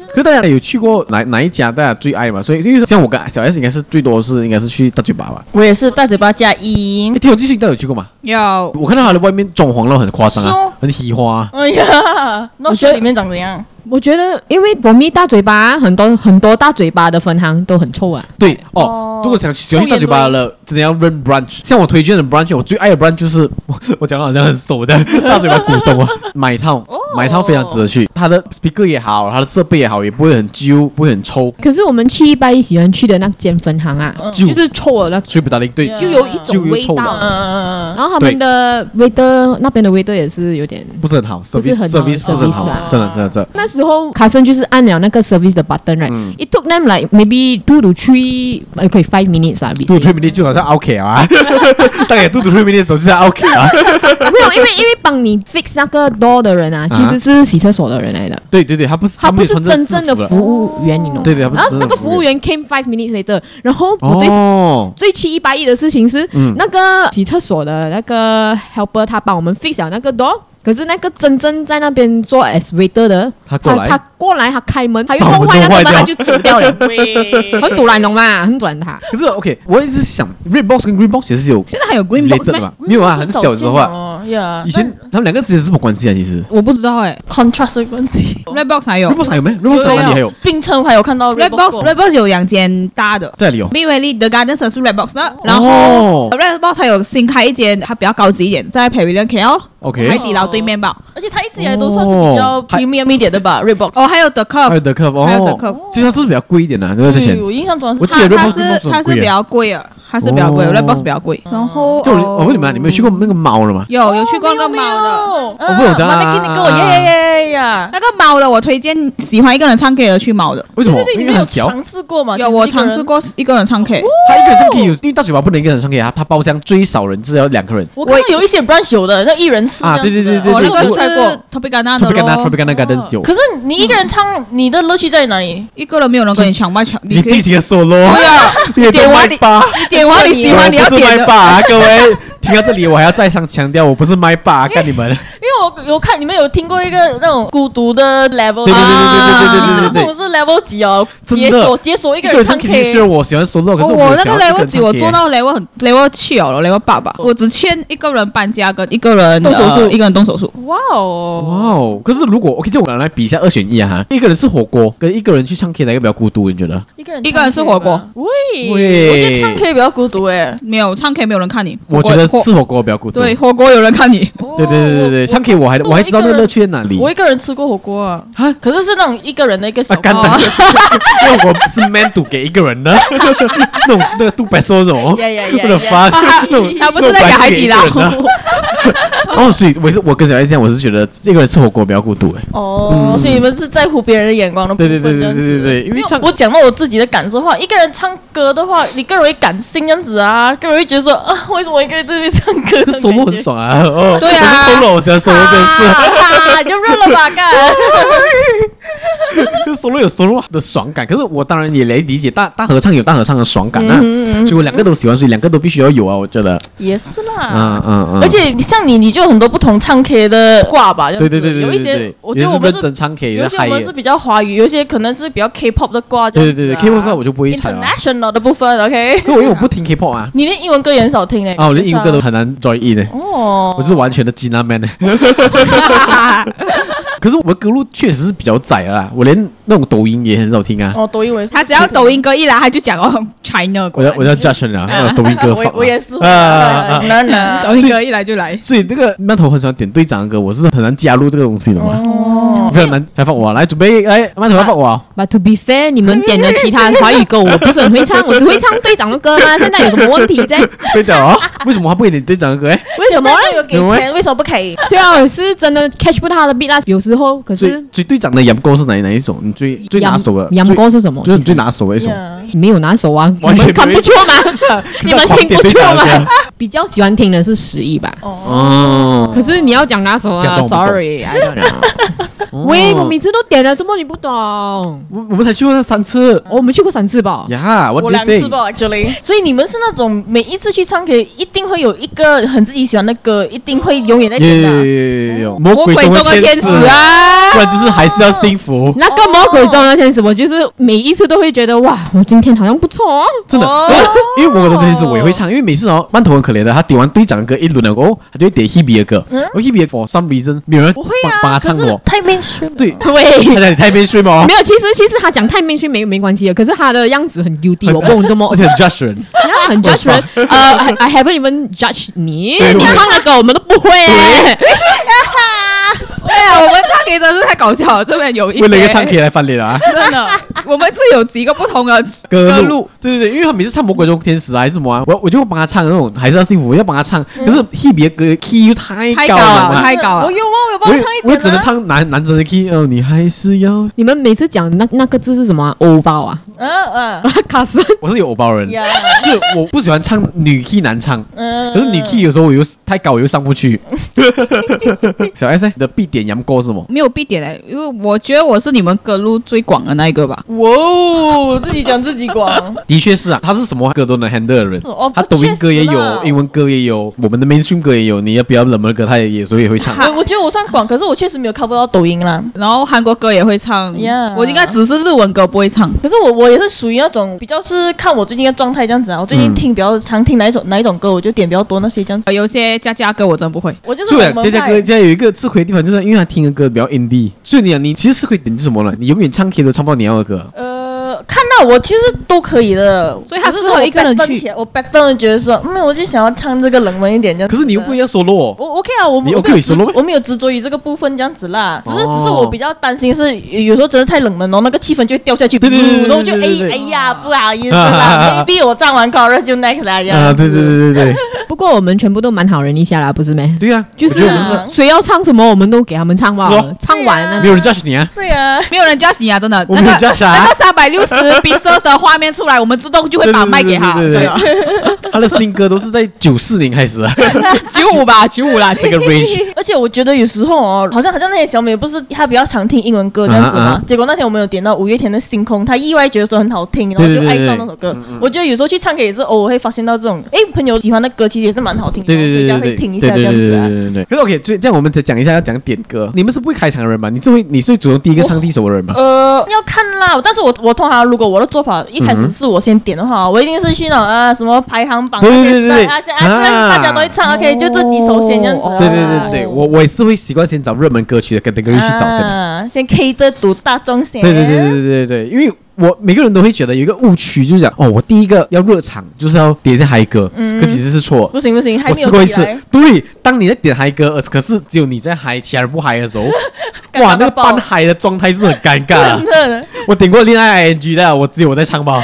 Speaker 1: 可是大家有去过哪哪一家大家最爱嘛？所以因为像我跟小 S 应该是最多是应该是去大嘴巴吧。
Speaker 3: 我也是大嘴巴加一
Speaker 1: 哎，。听我最近都有去过吗？
Speaker 2: 有
Speaker 1: 我看到他的外面装潢了很夸张
Speaker 3: 是
Speaker 1: 啊
Speaker 3: 哦，
Speaker 1: 很喜花啊。
Speaker 3: 哎呀，那学里面长怎样？
Speaker 6: 我觉得因为我咪大嘴巴，很多很多大嘴巴的分行都很臭啊。
Speaker 1: 对哦
Speaker 3: 哦，
Speaker 1: 如果想喜欢去大嘴巴了，真的要认 branch。像我推荐的 branch，我最爱的 branch 就是 [laughs] 我我讲的好像很熟
Speaker 6: [laughs]
Speaker 1: 的大嘴巴股东啊，买套
Speaker 6: 哦
Speaker 1: 买套非常值得去，它的 speaker 也好，它的设备也好，也不会很揪，不会很抽，
Speaker 6: 可是我们去一般喜欢去的那间分行啊，
Speaker 1: 就
Speaker 6: 就是臭的那
Speaker 1: 所以不打零对，
Speaker 3: Yeah
Speaker 6: 就有一
Speaker 1: 就
Speaker 6: 种
Speaker 1: 有
Speaker 6: 味
Speaker 1: 臭的
Speaker 6: 道。
Speaker 3: 嗯
Speaker 6: 然后他们的 waiter 那边的 waiter 也是有点。
Speaker 1: 不是很好
Speaker 6: 是
Speaker 1: ，service
Speaker 6: 很好
Speaker 1: service 不是很好
Speaker 6: service 啊啦，
Speaker 1: 真的真的真的。
Speaker 6: 那时候卡森就是按了那个 service 的 button right，、it
Speaker 1: 嗯
Speaker 6: took them like maybe two to three，呃，可以 five minutes 啦，
Speaker 1: 杜推 mini 就好像 OK
Speaker 6: [laughs]
Speaker 1: 啊，大概杜推 mini 的时候就是 OK 啊，
Speaker 6: 没有，因为因为帮你 fix 那个 door 的人啊，其实是洗厕所的人来的，
Speaker 1: 对对对，他不是
Speaker 6: 他
Speaker 1: 他
Speaker 6: 不
Speaker 1: 没有
Speaker 6: 是
Speaker 1: 穿着
Speaker 6: 真正的
Speaker 1: 制服
Speaker 6: 服务员，你懂吗？
Speaker 1: 对对他不是
Speaker 6: 然后
Speaker 1: 真
Speaker 6: 那
Speaker 1: 正的
Speaker 6: 个
Speaker 1: 服
Speaker 6: 服
Speaker 1: 务
Speaker 6: 务员 came five minutes later，然后我最、
Speaker 1: 哦，
Speaker 6: 最气一百一的事情是，
Speaker 1: 嗯
Speaker 6: 那个洗厕所的那个 helper 他帮我们 fix 了那个 door。可是那个真正在那边做 as waiter 的，
Speaker 1: 他过来
Speaker 6: 他过来，他开门，他又
Speaker 1: 把
Speaker 6: 弄
Speaker 1: 门
Speaker 6: 坏那
Speaker 1: 弄坏掉
Speaker 6: 个门，他就走
Speaker 1: [laughs]
Speaker 6: 掉了，
Speaker 3: 嗯，
Speaker 6: [laughs] 很堵然，懂吗？很堵然他。
Speaker 1: 可是 OK，我一直想 Red Box 跟 Green Box 也是有
Speaker 2: 现在还有 Green
Speaker 1: related
Speaker 2: Box
Speaker 1: 的
Speaker 2: 吗
Speaker 1: 吧？？没有啊，很小的时候啊，
Speaker 3: 啊，呀
Speaker 1: 以前他们两个之间是什么关系啊？其实
Speaker 2: 我不知道哎、
Speaker 3: contrast 的关系。
Speaker 2: Red Box 还呃有
Speaker 1: 哦 Red Box 还有没？Red Box 在哪里还有？
Speaker 3: 并称还有看到
Speaker 2: Red Box Red
Speaker 3: Red
Speaker 2: Box 有两间大的。
Speaker 1: 在哪里有？
Speaker 2: b i w a l e The Garden 是 Red Box 的，然
Speaker 1: 哦
Speaker 2: 后 Red Box 它有新开一间，它比较高级一点，在 Pavilion KL
Speaker 1: OK
Speaker 2: 海底捞对面吧。
Speaker 3: 而且它一直以来都算是比较
Speaker 1: 哦还
Speaker 3: premium 一点的吧，Reebok。
Speaker 2: 哦，还有 The
Speaker 1: 还
Speaker 2: Curve，
Speaker 1: 有德克哦，
Speaker 2: 还有 The Curve
Speaker 1: 其实它是不是比较贵一点的、啊，对不对？之前
Speaker 3: 对，我印象中是
Speaker 1: 我
Speaker 3: 它
Speaker 1: 记得
Speaker 2: 它
Speaker 1: Redbox
Speaker 2: 是
Speaker 1: Redbox
Speaker 2: 它是
Speaker 1: 很贵
Speaker 2: 比较贵啊，它是比较贵
Speaker 1: 哦
Speaker 2: ，Red Box 比较贵。然后
Speaker 1: 就
Speaker 2: 哦
Speaker 1: 我问你们啊，你们有去过那个猫的吗？
Speaker 2: 有有去过那个猫的？
Speaker 1: 我不懂的啊
Speaker 3: 妈妈给你给我耶耶耶呀！
Speaker 2: 那个猫的，我推荐喜欢一个人唱 K 的去猫的。
Speaker 1: 为什么？
Speaker 3: 对对，你
Speaker 1: 因
Speaker 3: 没
Speaker 1: 为
Speaker 3: 有
Speaker 1: 很小，
Speaker 3: 尝试过吗？
Speaker 2: 有
Speaker 3: 其实
Speaker 2: 我
Speaker 3: 哦一个人
Speaker 2: 尝试。过一个人唱 K，
Speaker 1: 他一个人唱 K 有，因为大嘴巴不能一个人唱 K 啊，他包厢最少人至少要两个人。
Speaker 3: 我看到有一些 brunch 有的，那一人吃
Speaker 1: 啊
Speaker 3: 这样
Speaker 1: 对
Speaker 3: 子的
Speaker 1: 对
Speaker 2: 我
Speaker 1: 对
Speaker 2: 哦那
Speaker 1: 对我
Speaker 2: 个
Speaker 3: 我有
Speaker 2: 是
Speaker 3: 过
Speaker 2: Tropicana 的
Speaker 1: Tropicana
Speaker 2: 咯。
Speaker 1: Tropicana Gardens 有，
Speaker 3: 可是你一个人唱，你的乐趣在哪里？
Speaker 2: 一个人没有人跟你抢麦抢，
Speaker 1: 你
Speaker 2: 可以
Speaker 1: 自己的 solo，你啊也
Speaker 2: 点
Speaker 1: 麦
Speaker 2: 完你
Speaker 1: 霸，
Speaker 2: 点完你喜欢
Speaker 1: [laughs]
Speaker 2: 你要
Speaker 1: 我不是
Speaker 2: 点
Speaker 1: 麦
Speaker 2: 的。
Speaker 1: 霸啊，各位，听到这里我还要再三强调，我不是麦霸啊，干你们。
Speaker 3: 因为我有看你们有听过一个那种孤独的 level，
Speaker 1: 对对对对对对对对
Speaker 3: 啊
Speaker 1: 对
Speaker 3: 这个不懂是 level 几哦，
Speaker 1: 真
Speaker 3: 解
Speaker 1: 的
Speaker 3: 锁解锁一个
Speaker 1: 人
Speaker 3: 人唱
Speaker 1: K 虽
Speaker 3: K，
Speaker 1: 然我喜欢 solo，可
Speaker 2: 哦，
Speaker 1: 是
Speaker 2: 我那
Speaker 1: 想
Speaker 2: 个
Speaker 1: 要一个
Speaker 2: level
Speaker 1: 人
Speaker 2: 几，
Speaker 1: 唱
Speaker 2: 我
Speaker 1: K
Speaker 2: 做到 level 很 level 七了，level 八吧。我只欠一个人搬家跟一个人
Speaker 3: 动手术
Speaker 2: 呃一个人动手术。
Speaker 6: 哇
Speaker 1: 哇
Speaker 6: 哦，
Speaker 1: 哦！可是如果 OK，就我们来比一下二选一啊哈，一个人吃火锅，跟一个人去唱 K 哪个比较孤独？你觉得？
Speaker 3: 一个人
Speaker 2: 一个人吃火锅
Speaker 3: 唱 K 吧，喂，
Speaker 1: 喂
Speaker 3: 我觉得唱 K 比较孤独哎，
Speaker 2: 没有唱 K 没有人看你，
Speaker 1: 我
Speaker 2: 火
Speaker 1: 觉得
Speaker 2: 火
Speaker 1: 吃火锅比较孤独。
Speaker 2: 对火锅有人看你，
Speaker 1: 对对对对对，唱 K 我还
Speaker 3: 哦我
Speaker 1: 我还知道那
Speaker 3: 一个
Speaker 1: 个
Speaker 3: 人
Speaker 1: 乐趣在哪里。
Speaker 3: 我一个人吃过火锅啊，可是是那种一个人的一个小
Speaker 1: 啊，
Speaker 3: 锅
Speaker 1: 干的， [laughs] 因为我是 man 赌给一个人的， [laughs] 那种那个杜白说那种，
Speaker 3: 呀呀呀
Speaker 1: 那种
Speaker 3: 呀
Speaker 1: 发，
Speaker 2: 他
Speaker 1: 那种
Speaker 2: 他不是在讲海底捞。
Speaker 1: [laughs] 那种白给一个人的
Speaker 3: [laughs]
Speaker 1: 哦，所以我是我跟小艾这样，我是觉得一个人吃火锅比较孤独
Speaker 3: [laughs]
Speaker 1: 哎。
Speaker 3: 哦，所以你们是在乎别人的眼光的部
Speaker 1: 对
Speaker 3: 分，
Speaker 1: 对对对对对对，因
Speaker 3: 因
Speaker 1: 为
Speaker 3: 为
Speaker 1: 唱
Speaker 3: 我讲到我自己的感受的话，一个人唱歌的话，你更容易感性这样子啊，更容易觉得说啊，为什么我一个人在这边唱歌
Speaker 1: 这 solo 很爽啊，哦，
Speaker 3: [laughs]
Speaker 2: 对啊
Speaker 1: 我是，solo 我喜欢 solo 这
Speaker 3: 啊，就热
Speaker 1: [laughs]
Speaker 3: 了吧，干！
Speaker 1: 件事，solo 有 solo 的爽感，可是我当然也能理解大大合唱有大合唱的爽感
Speaker 3: 嗯
Speaker 1: 啊，所以我两个都喜欢，所以两个都必须要有啊，我觉得，
Speaker 3: 也是啦。
Speaker 1: 嗯嗯嗯，
Speaker 3: 啊而且你像你，你就有很多不同唱 K 的挂吧，这样
Speaker 1: 对
Speaker 3: 子
Speaker 1: 对对对
Speaker 3: 有
Speaker 1: 对
Speaker 3: 一
Speaker 1: 对
Speaker 3: 些
Speaker 1: 对，有
Speaker 3: 我觉
Speaker 1: 些
Speaker 3: 得我们
Speaker 1: 是真唱 K，
Speaker 3: 有一
Speaker 1: 的
Speaker 3: 些
Speaker 1: 嗨
Speaker 3: 我们是比较华语，有一些可能是比较 K-pop 的挂这样
Speaker 1: 对
Speaker 3: 子啊，
Speaker 1: 对对，K-pop 歌我就不会唱了啊
Speaker 3: international 的部分，OK？ [laughs]
Speaker 1: 可我因为我不听 K-pop 啊，
Speaker 3: 你连英文歌也很少听嘞，
Speaker 1: 啊，我连英文歌都
Speaker 3: 就是
Speaker 1: 很难 join in 欸的、
Speaker 3: 啊哦，
Speaker 1: 我是完全的金南 man 呢、 [laughs] 可是我的歌路确实是比较窄的啦，我连那种抖音也很少听啊。
Speaker 3: 哦抖音我也是
Speaker 2: 他只要抖音歌一来，他就讲哦 China
Speaker 1: 我
Speaker 2: 果
Speaker 1: 要
Speaker 2: 然。
Speaker 1: 我要 judge 人啊，那种抖音歌放、
Speaker 3: [laughs] 我
Speaker 1: 啊。
Speaker 3: 我也是会
Speaker 1: 啊啊啊
Speaker 3: 啊，那那
Speaker 2: [laughs] 抖音歌一来就来。
Speaker 1: 所以那个那头很喜欢点队长的歌，我是很难加入这个东西的嘛，
Speaker 3: 哦，
Speaker 1: 非常难。来放我啊，来准备，来慢头 [laughs] 来放我啊。
Speaker 6: But to be fair，你们点的其他华语歌我不是很会唱，我只会唱队长的歌吗？现在有什么问题在？
Speaker 1: 队长啊，为什么他不会点队长的歌？哎，
Speaker 6: 为什么呢？
Speaker 3: 有给
Speaker 1: 有
Speaker 3: 钱，为什么不可以？
Speaker 6: 虽然我是真的 catch 不到他的 beat 啦，有时候可
Speaker 1: 所以
Speaker 6: 是
Speaker 1: 所以队长的阳光是哪哪一首？你最最拿手的？
Speaker 6: 羊
Speaker 1: 最
Speaker 6: 歌是什么？
Speaker 1: 就是你
Speaker 6: 其实
Speaker 1: 最拿手的一首。
Speaker 3: Yeah
Speaker 6: 没有拿手啊，
Speaker 1: [laughs]
Speaker 6: 你
Speaker 1: 完全
Speaker 6: 们看不出
Speaker 1: [laughs]
Speaker 6: 吗？你
Speaker 1: 可是
Speaker 6: 们听不出
Speaker 1: 他狂点队长的
Speaker 6: 吗
Speaker 1: 歌？
Speaker 6: [laughs] 比较喜欢听的是十亿吧。
Speaker 3: 哦，
Speaker 1: 哦，
Speaker 6: 可是你要讲拿手
Speaker 1: 假
Speaker 6: 啊
Speaker 1: 装我不懂
Speaker 6: ，sorry，I don't know。喂，
Speaker 1: [laughs]
Speaker 6: 我每次都点了，怎么你不懂？
Speaker 1: 哦
Speaker 6: 哦
Speaker 1: 我我们才去过那三次
Speaker 6: 哦我们去过三次吧。
Speaker 1: 呀，
Speaker 3: 我两次吧，actually。所以你们是那种每一次去唱 K 一定会有一个很自己喜欢的歌，一定会永远在
Speaker 1: 有
Speaker 3: 点
Speaker 1: 有有有
Speaker 3: 的。
Speaker 1: 有有，
Speaker 2: 魔
Speaker 1: 魔
Speaker 2: 鬼中的天使啊！
Speaker 1: 不然就是还是要幸福，
Speaker 6: 那个魔鬼中的天使，我就是每一次都会觉得哇，我今天好像不错哦。
Speaker 1: 真的。
Speaker 3: 哦
Speaker 1: 因为魔鬼中的天使我也会唱，因为每次哦，曼头很可怜的，他点完队长的歌一轮了过后，他就会点 Hebe 的歌，然后 Hebe for some reason 没有人
Speaker 3: 不
Speaker 1: 帮
Speaker 3: 会啊，
Speaker 1: 帮他
Speaker 3: 可
Speaker 1: 唱
Speaker 3: 是
Speaker 1: 过，
Speaker 3: 太 mainstream 了。
Speaker 1: 对，
Speaker 6: 喂，
Speaker 1: 他讲你太 mainstream 了哦
Speaker 6: 没，有，其实其实他讲太面去没没关系的，可是他的样子很
Speaker 1: [laughs]
Speaker 6: U D，我不懂这么，
Speaker 1: 而且很 judge 人，
Speaker 6: 他很
Speaker 1: [laughs]
Speaker 6: judge 人。呃，I I haven't even judge 你，
Speaker 1: 对
Speaker 6: 你
Speaker 1: 我
Speaker 6: 唱的歌我们都不会欸。
Speaker 2: 对啊，我们唱 K 真是太搞笑了，这边有一些
Speaker 1: 为了一个唱 K 来翻脸啊。
Speaker 2: 真的，我们是有几个不同的
Speaker 1: 歌
Speaker 2: 路
Speaker 1: 路，，对对对，因为他每次唱《魔鬼中的天使》啊，还是什么啊，我我就帮他唱那种，还是要幸福，我要帮他唱。可是 Hebe 的歌 key 又太
Speaker 2: 太
Speaker 1: 高
Speaker 2: 高
Speaker 1: 了
Speaker 2: 了
Speaker 1: 嘛，
Speaker 2: 太高了
Speaker 3: 我有啊，我有帮
Speaker 1: 我
Speaker 3: 我
Speaker 1: 也
Speaker 3: 唱一
Speaker 1: 我也
Speaker 3: 点
Speaker 1: 只能
Speaker 3: 啊
Speaker 1: 唱男男生的 key 哦，你还是要，
Speaker 6: 你们每次讲那那个字是什么啊？欧包啊， [laughs]
Speaker 3: 嗯
Speaker 6: 卡森。
Speaker 1: 我是有偶包人
Speaker 3: 嗯，呀，
Speaker 1: 就是我不喜欢唱女 key 难
Speaker 3: [laughs]
Speaker 1: 唱，
Speaker 3: 嗯。
Speaker 1: 可是女 key 有时候我又太高，我又上不
Speaker 3: [laughs]
Speaker 1: 去。小 S 呢你的必点羊歌是什么？
Speaker 2: 没有必点的，因为我觉得我是你们歌路最广的那一个吧。
Speaker 3: 哇哦，自己讲自己广。
Speaker 1: 的确是啊，他是什么歌都能 handle 的人
Speaker 3: 哦，
Speaker 1: 他抖音歌也
Speaker 3: 不确实啦
Speaker 1: 有，英文歌也有，我们的 mainstream 歌也有，你要比较冷门的歌他也有时候也会唱。
Speaker 3: [laughs] 我我觉得我算广，可是我确实没有 cover 到抖音啦。
Speaker 2: 然后韩国歌也会唱
Speaker 3: Yeah
Speaker 2: 我应该只是日文歌不会唱。
Speaker 3: 可是我我也是属于那种比较是看我最近的状态这样子啊。我最近
Speaker 1: 嗯
Speaker 3: 听比较常听哪一种哪一种歌，我就点比较多那些这样子。
Speaker 2: 呃有些家家歌我真不会，
Speaker 3: 我就是
Speaker 1: 是啊
Speaker 3: 冷
Speaker 1: 的，
Speaker 3: 门
Speaker 1: 佳佳
Speaker 3: 派
Speaker 1: 哥现在有一个吃亏的地方，就是因为他听的歌比较 indie，所以你啊，你其实吃亏点是什么呢？你永远唱 K 都唱不到你要的歌。
Speaker 3: 呃，看到我其实都可以的，
Speaker 2: 所以他
Speaker 3: 只
Speaker 2: 适
Speaker 3: 说
Speaker 2: 合
Speaker 3: 我
Speaker 2: 一个人
Speaker 3: pattern
Speaker 2: 去
Speaker 3: 起来我拜登觉得说，嗯，我就想要唱这个冷门一点这样子
Speaker 1: 可
Speaker 3: 呃
Speaker 1: 是
Speaker 3: 的。
Speaker 1: 你又不一样 solo 哦，
Speaker 3: 我 OK 啊，我
Speaker 1: 你
Speaker 3: 我
Speaker 1: OK
Speaker 3: 没有
Speaker 1: 你 solo
Speaker 3: 执
Speaker 1: 吗
Speaker 3: 我没有执着于这个部分这样子啦，只是
Speaker 1: 哦
Speaker 3: 只是我比较担心是有有时候真的太冷门，然后那个气氛就会掉下去，
Speaker 1: 对对对对
Speaker 3: 然后我就
Speaker 1: 对对对
Speaker 3: 哎
Speaker 1: 对
Speaker 3: 哎
Speaker 1: [laughs]
Speaker 3: 呀不好意思
Speaker 1: 啊
Speaker 3: 啦，maybe 我唱完 chorus 就 next 啦这
Speaker 1: [laughs] 啊，
Speaker 3: 样子。
Speaker 1: 对对对对对，
Speaker 6: 不过我们全部都蛮好人一下啦，不是咩？
Speaker 3: 啊
Speaker 1: 对呀，
Speaker 6: 就是
Speaker 1: 我觉得啊
Speaker 3: 我们
Speaker 6: 谁要唱什么，我们都给他们唱完
Speaker 1: 是
Speaker 6: 了
Speaker 1: 哦，
Speaker 6: 唱完了
Speaker 1: 没有人 judge 你啊，
Speaker 3: 对啊，
Speaker 2: 没有人教你啊，真的。
Speaker 1: 我
Speaker 2: 那
Speaker 1: 没有
Speaker 2: 个
Speaker 1: judge 啊
Speaker 2: 那个三百六十 b i s e 的画面出来，我们自动就会把麦给他。
Speaker 1: 对
Speaker 2: 真
Speaker 1: 对对对
Speaker 2: 的，
Speaker 1: 他的新歌都是在九四年开 [laughs] 始的，啊
Speaker 2: 九五吧，九五
Speaker 1: [laughs]
Speaker 2: 啦，
Speaker 1: 这个 range
Speaker 3: 而且我觉得有时候哦，好像好像那些小美不是她比较常听英文歌这样
Speaker 1: 啊
Speaker 3: 子嘛
Speaker 1: 啊，
Speaker 3: 结果那天我们有点到五月天的《星空》，她意外觉得说很好听，然后
Speaker 1: 对
Speaker 3: 就
Speaker 1: 对对
Speaker 3: 爱上那首歌。我觉得有时候去唱歌也是偶尔会发现到这种，哎，朋友喜欢的歌其实也是蛮好听，
Speaker 1: 对对对对对对对对对
Speaker 3: 的，回家会听一下这样子啊。
Speaker 1: 对对。可是 OK，所以这样我们再讲一下要讲点歌。你们是不会开场的人吗？你是会你是会主动第一个唱第一首的 [laughs] 人吗？
Speaker 3: 呃，要看啦，但是我我通常如果我的做法一开
Speaker 1: 嗯
Speaker 3: 始
Speaker 1: 哼
Speaker 3: 是我先点的话，我一定是去那种啊什么排行榜
Speaker 1: 对
Speaker 3: 那
Speaker 1: 对
Speaker 3: 些
Speaker 1: 对对
Speaker 3: 啊，
Speaker 1: 对
Speaker 3: 先啊，现在
Speaker 1: 啊
Speaker 3: 大家都会唱，OK，就这几首先这样子啊。
Speaker 1: 对对对对对，我我也是会习惯先找热门歌曲的 category 去找先。
Speaker 3: 啊，先 K 的读大众先。
Speaker 1: 对对对对对对对，因为我每个人都会觉得有一个误区，就是讲哦，我第一个要热场就是要点一下嗨歌，可其实是错。
Speaker 3: 不行不行，还
Speaker 1: 我
Speaker 3: 没有
Speaker 1: 试过一
Speaker 3: 起
Speaker 1: 次
Speaker 3: 来，
Speaker 1: 对，当你在点嗨歌，呃可是只有你在嗨，其他人不嗨的
Speaker 3: [laughs]
Speaker 1: 时候，
Speaker 3: 尴尬
Speaker 1: 哇，那个
Speaker 3: 到爆
Speaker 1: 半嗨的状态是很尴尬
Speaker 3: [laughs]
Speaker 1: 的。
Speaker 3: 真的
Speaker 1: 我点过恋爱 ing 的，我只有我在唱
Speaker 3: [laughs]
Speaker 1: 吧，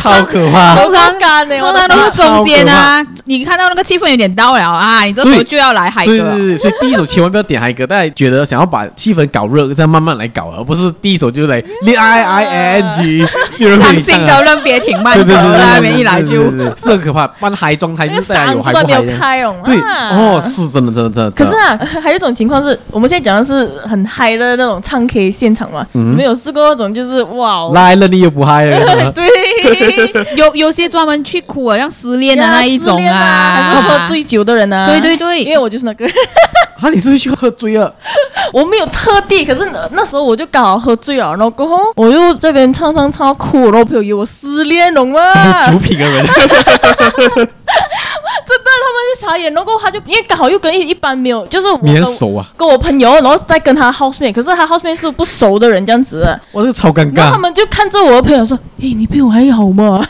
Speaker 1: 超可怕。
Speaker 3: 好伤感呢，我哎
Speaker 2: 通常都
Speaker 3: 的妈
Speaker 2: 是中间啊，你看到那个气氛有点到了啊，你这时候
Speaker 1: 对
Speaker 2: 就要来嗨
Speaker 1: 对
Speaker 2: 歌啊
Speaker 1: 对
Speaker 2: 了。
Speaker 1: 对，所以第一首千万不要点嗨歌，大家觉得想要把气氛搞热，这样慢慢来搞，而不是第一首就来恋爱 i n
Speaker 3: [laughs]
Speaker 1: g，有 [laughs] 人会
Speaker 2: 伤
Speaker 1: 唱
Speaker 2: 心
Speaker 1: 啊
Speaker 2: 的。人别挺慢
Speaker 1: 对
Speaker 2: 歌
Speaker 1: 对对对，
Speaker 2: 啦，那边一来就
Speaker 1: 是很可怕，半嗨状态
Speaker 3: 那
Speaker 1: 就
Speaker 3: 个
Speaker 1: 是大家有
Speaker 3: 嗓
Speaker 1: 嗨
Speaker 3: 子都
Speaker 1: 不
Speaker 3: 没
Speaker 1: 嗨
Speaker 3: 有
Speaker 1: 的。
Speaker 3: 开拢啊。
Speaker 1: 对，哦，是真的，真的，真的。
Speaker 3: 可是啊，还有一种情况是我们现在讲的是很嗨的那种唱 K 现场嘛，你们有试过那种就是哇哦，
Speaker 1: 来了你又不嗨
Speaker 3: [laughs]
Speaker 1: 了，
Speaker 3: 对，
Speaker 2: 有有些专门去哭啊，像失恋的那一种
Speaker 3: 呀失恋啊，还是喝醉酒的人啊，
Speaker 2: 对对对
Speaker 3: 因为我就是那个， [laughs]
Speaker 1: 啊，你是不是去喝醉了？
Speaker 3: 我没有特地，可是那那时候我就刚好喝醉了，然后过后我就这边唱唱唱到哭，然后我朋友以为我失恋，懂吗？ [laughs]
Speaker 1: 酒品
Speaker 3: 啊
Speaker 1: 的 [laughs] 人，
Speaker 3: 真的，他们就傻眼，然后他就因为刚好又跟一一般没有，就是我
Speaker 1: 你
Speaker 3: 跟
Speaker 1: 很熟啊，
Speaker 3: 跟我朋友，然后再跟他 housemate，可是他 housemate 是不熟的人这样子的，
Speaker 1: 哇，这个超尴
Speaker 3: 然后他
Speaker 1: 尬。
Speaker 3: 们就看着我的朋友说：“诶，你朋友还好吗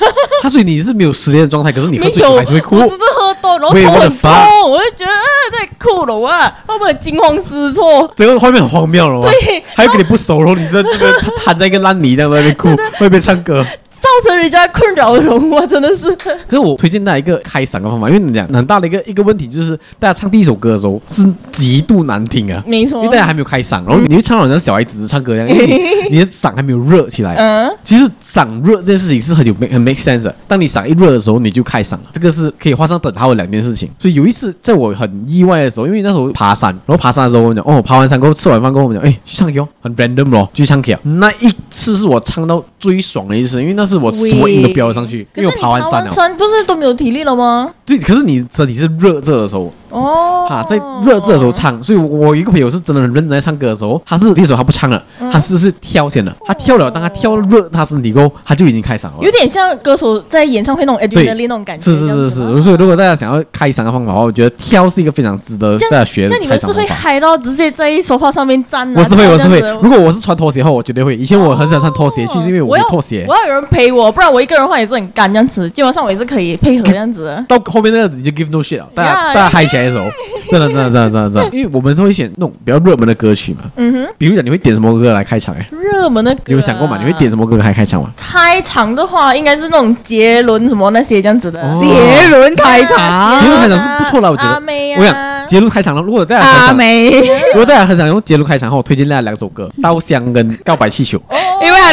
Speaker 1: 他所以你是没有失恋的状态，可是？”你喝
Speaker 3: 没
Speaker 1: 醉
Speaker 3: 有，
Speaker 1: 酒
Speaker 3: 我
Speaker 1: 还是会哭
Speaker 3: 只。是喝多，然后
Speaker 1: Wait,
Speaker 3: 头
Speaker 1: what the
Speaker 3: 很痛
Speaker 1: fuck？，
Speaker 3: 我就觉得啊，太酷了我啊，会不会惊慌失措？
Speaker 1: 整个画面很荒谬了嘛，
Speaker 3: 对
Speaker 1: 还有跟你不熟，然后你在这边瘫在一个烂泥这样在那边
Speaker 3: [laughs]
Speaker 1: 哭，会不会唱歌？
Speaker 3: 造成人家困扰容我真的是
Speaker 1: 可是我推荐大家一个开嗓的方法，因为你讲很大的一个一个问题就是，大家唱第一首歌的时候是极度难听啊，
Speaker 3: 没
Speaker 1: 因
Speaker 3: 错
Speaker 1: 为大。家还没有开嗓，然后你就唱到好像小孩子唱歌一样，因为你你的嗓还没有热起来。
Speaker 3: 嗯，
Speaker 1: 其实嗓热这件事情是很有 make 很 make sense 的。当你嗓一热的时候，你就开嗓了，这个是可以画上等号的两件事情。所以有一次，在我很意外的时候，因为那时候爬山，然后爬山的时候我们讲，哦，爬完山过后吃完饭过后，我们讲，哎，去唱 K 哦，很 random 咯，去唱 K 啊。那一次是我唱到最爽的一次，因为那是我什么音都飙上去，因为我爬完山了。
Speaker 3: 山不是都没有体力了吗？
Speaker 1: 对，可是你身体是热热的时候，
Speaker 3: 哦，
Speaker 1: 哈，啊在热热的时候唱，所以我有一个朋友是真的很认真在唱歌的时候，他是那首他不唱了，他是是跳先了，他跳了，当他跳热他身体过后，他就已经开嗓了
Speaker 3: 有。点像歌手在演唱会那种 adrenaline 那种感觉，
Speaker 1: 是是
Speaker 3: 这样
Speaker 1: 是
Speaker 3: 子吗
Speaker 1: 是，所以如果大家想要开嗓的方法的话，我觉得跳是一个非常值得大家学的
Speaker 3: 那你
Speaker 1: 开
Speaker 3: 们
Speaker 1: 嗓
Speaker 3: 是
Speaker 1: 的
Speaker 3: 会
Speaker 1: 方法。
Speaker 3: 嗨到直接在手帕上面站啊？
Speaker 1: 我是会，我
Speaker 3: 这
Speaker 1: 是
Speaker 3: 样
Speaker 1: 会
Speaker 3: 子。哦
Speaker 1: 如果我是穿拖鞋的话，我绝对会。以前我很想穿拖鞋，就是因为
Speaker 3: 我
Speaker 1: 我
Speaker 3: 要
Speaker 1: 有拖鞋
Speaker 3: 我。要有人陪我，不然我一个人的话也是很干这样子。基本上我也是可以配合这样子
Speaker 1: [laughs]
Speaker 3: 的。
Speaker 1: 到后面那个你就 give no shit 了，大家大
Speaker 3: Yeah，
Speaker 1: 家嗨起来的时候，真的真的真的真的真的，因为我们都会选那种比较热门的歌曲嘛。
Speaker 3: 嗯哼，
Speaker 1: 比如讲，你会点什么歌来开场？哎，
Speaker 3: 热门的歌、啊，
Speaker 1: 你有想过吗？你会点什么歌来开场吗？
Speaker 3: 开场的话，应该是那种杰伦什么那些这样子的。
Speaker 1: 哦
Speaker 2: 杰伦开
Speaker 3: 啊
Speaker 2: 场，
Speaker 1: 杰伦开场是不错啦，我觉
Speaker 3: 阿
Speaker 1: 得。
Speaker 3: 妹啊
Speaker 1: 我想杰伦开场了，如果大家很 [laughs]
Speaker 2: 阿
Speaker 1: 想，
Speaker 2: [laughs] 梅，啊因
Speaker 1: 如果大家很想用杰伦开场的话，我推荐大家两首歌《稻香》跟《告白气球》。这
Speaker 2: 为他的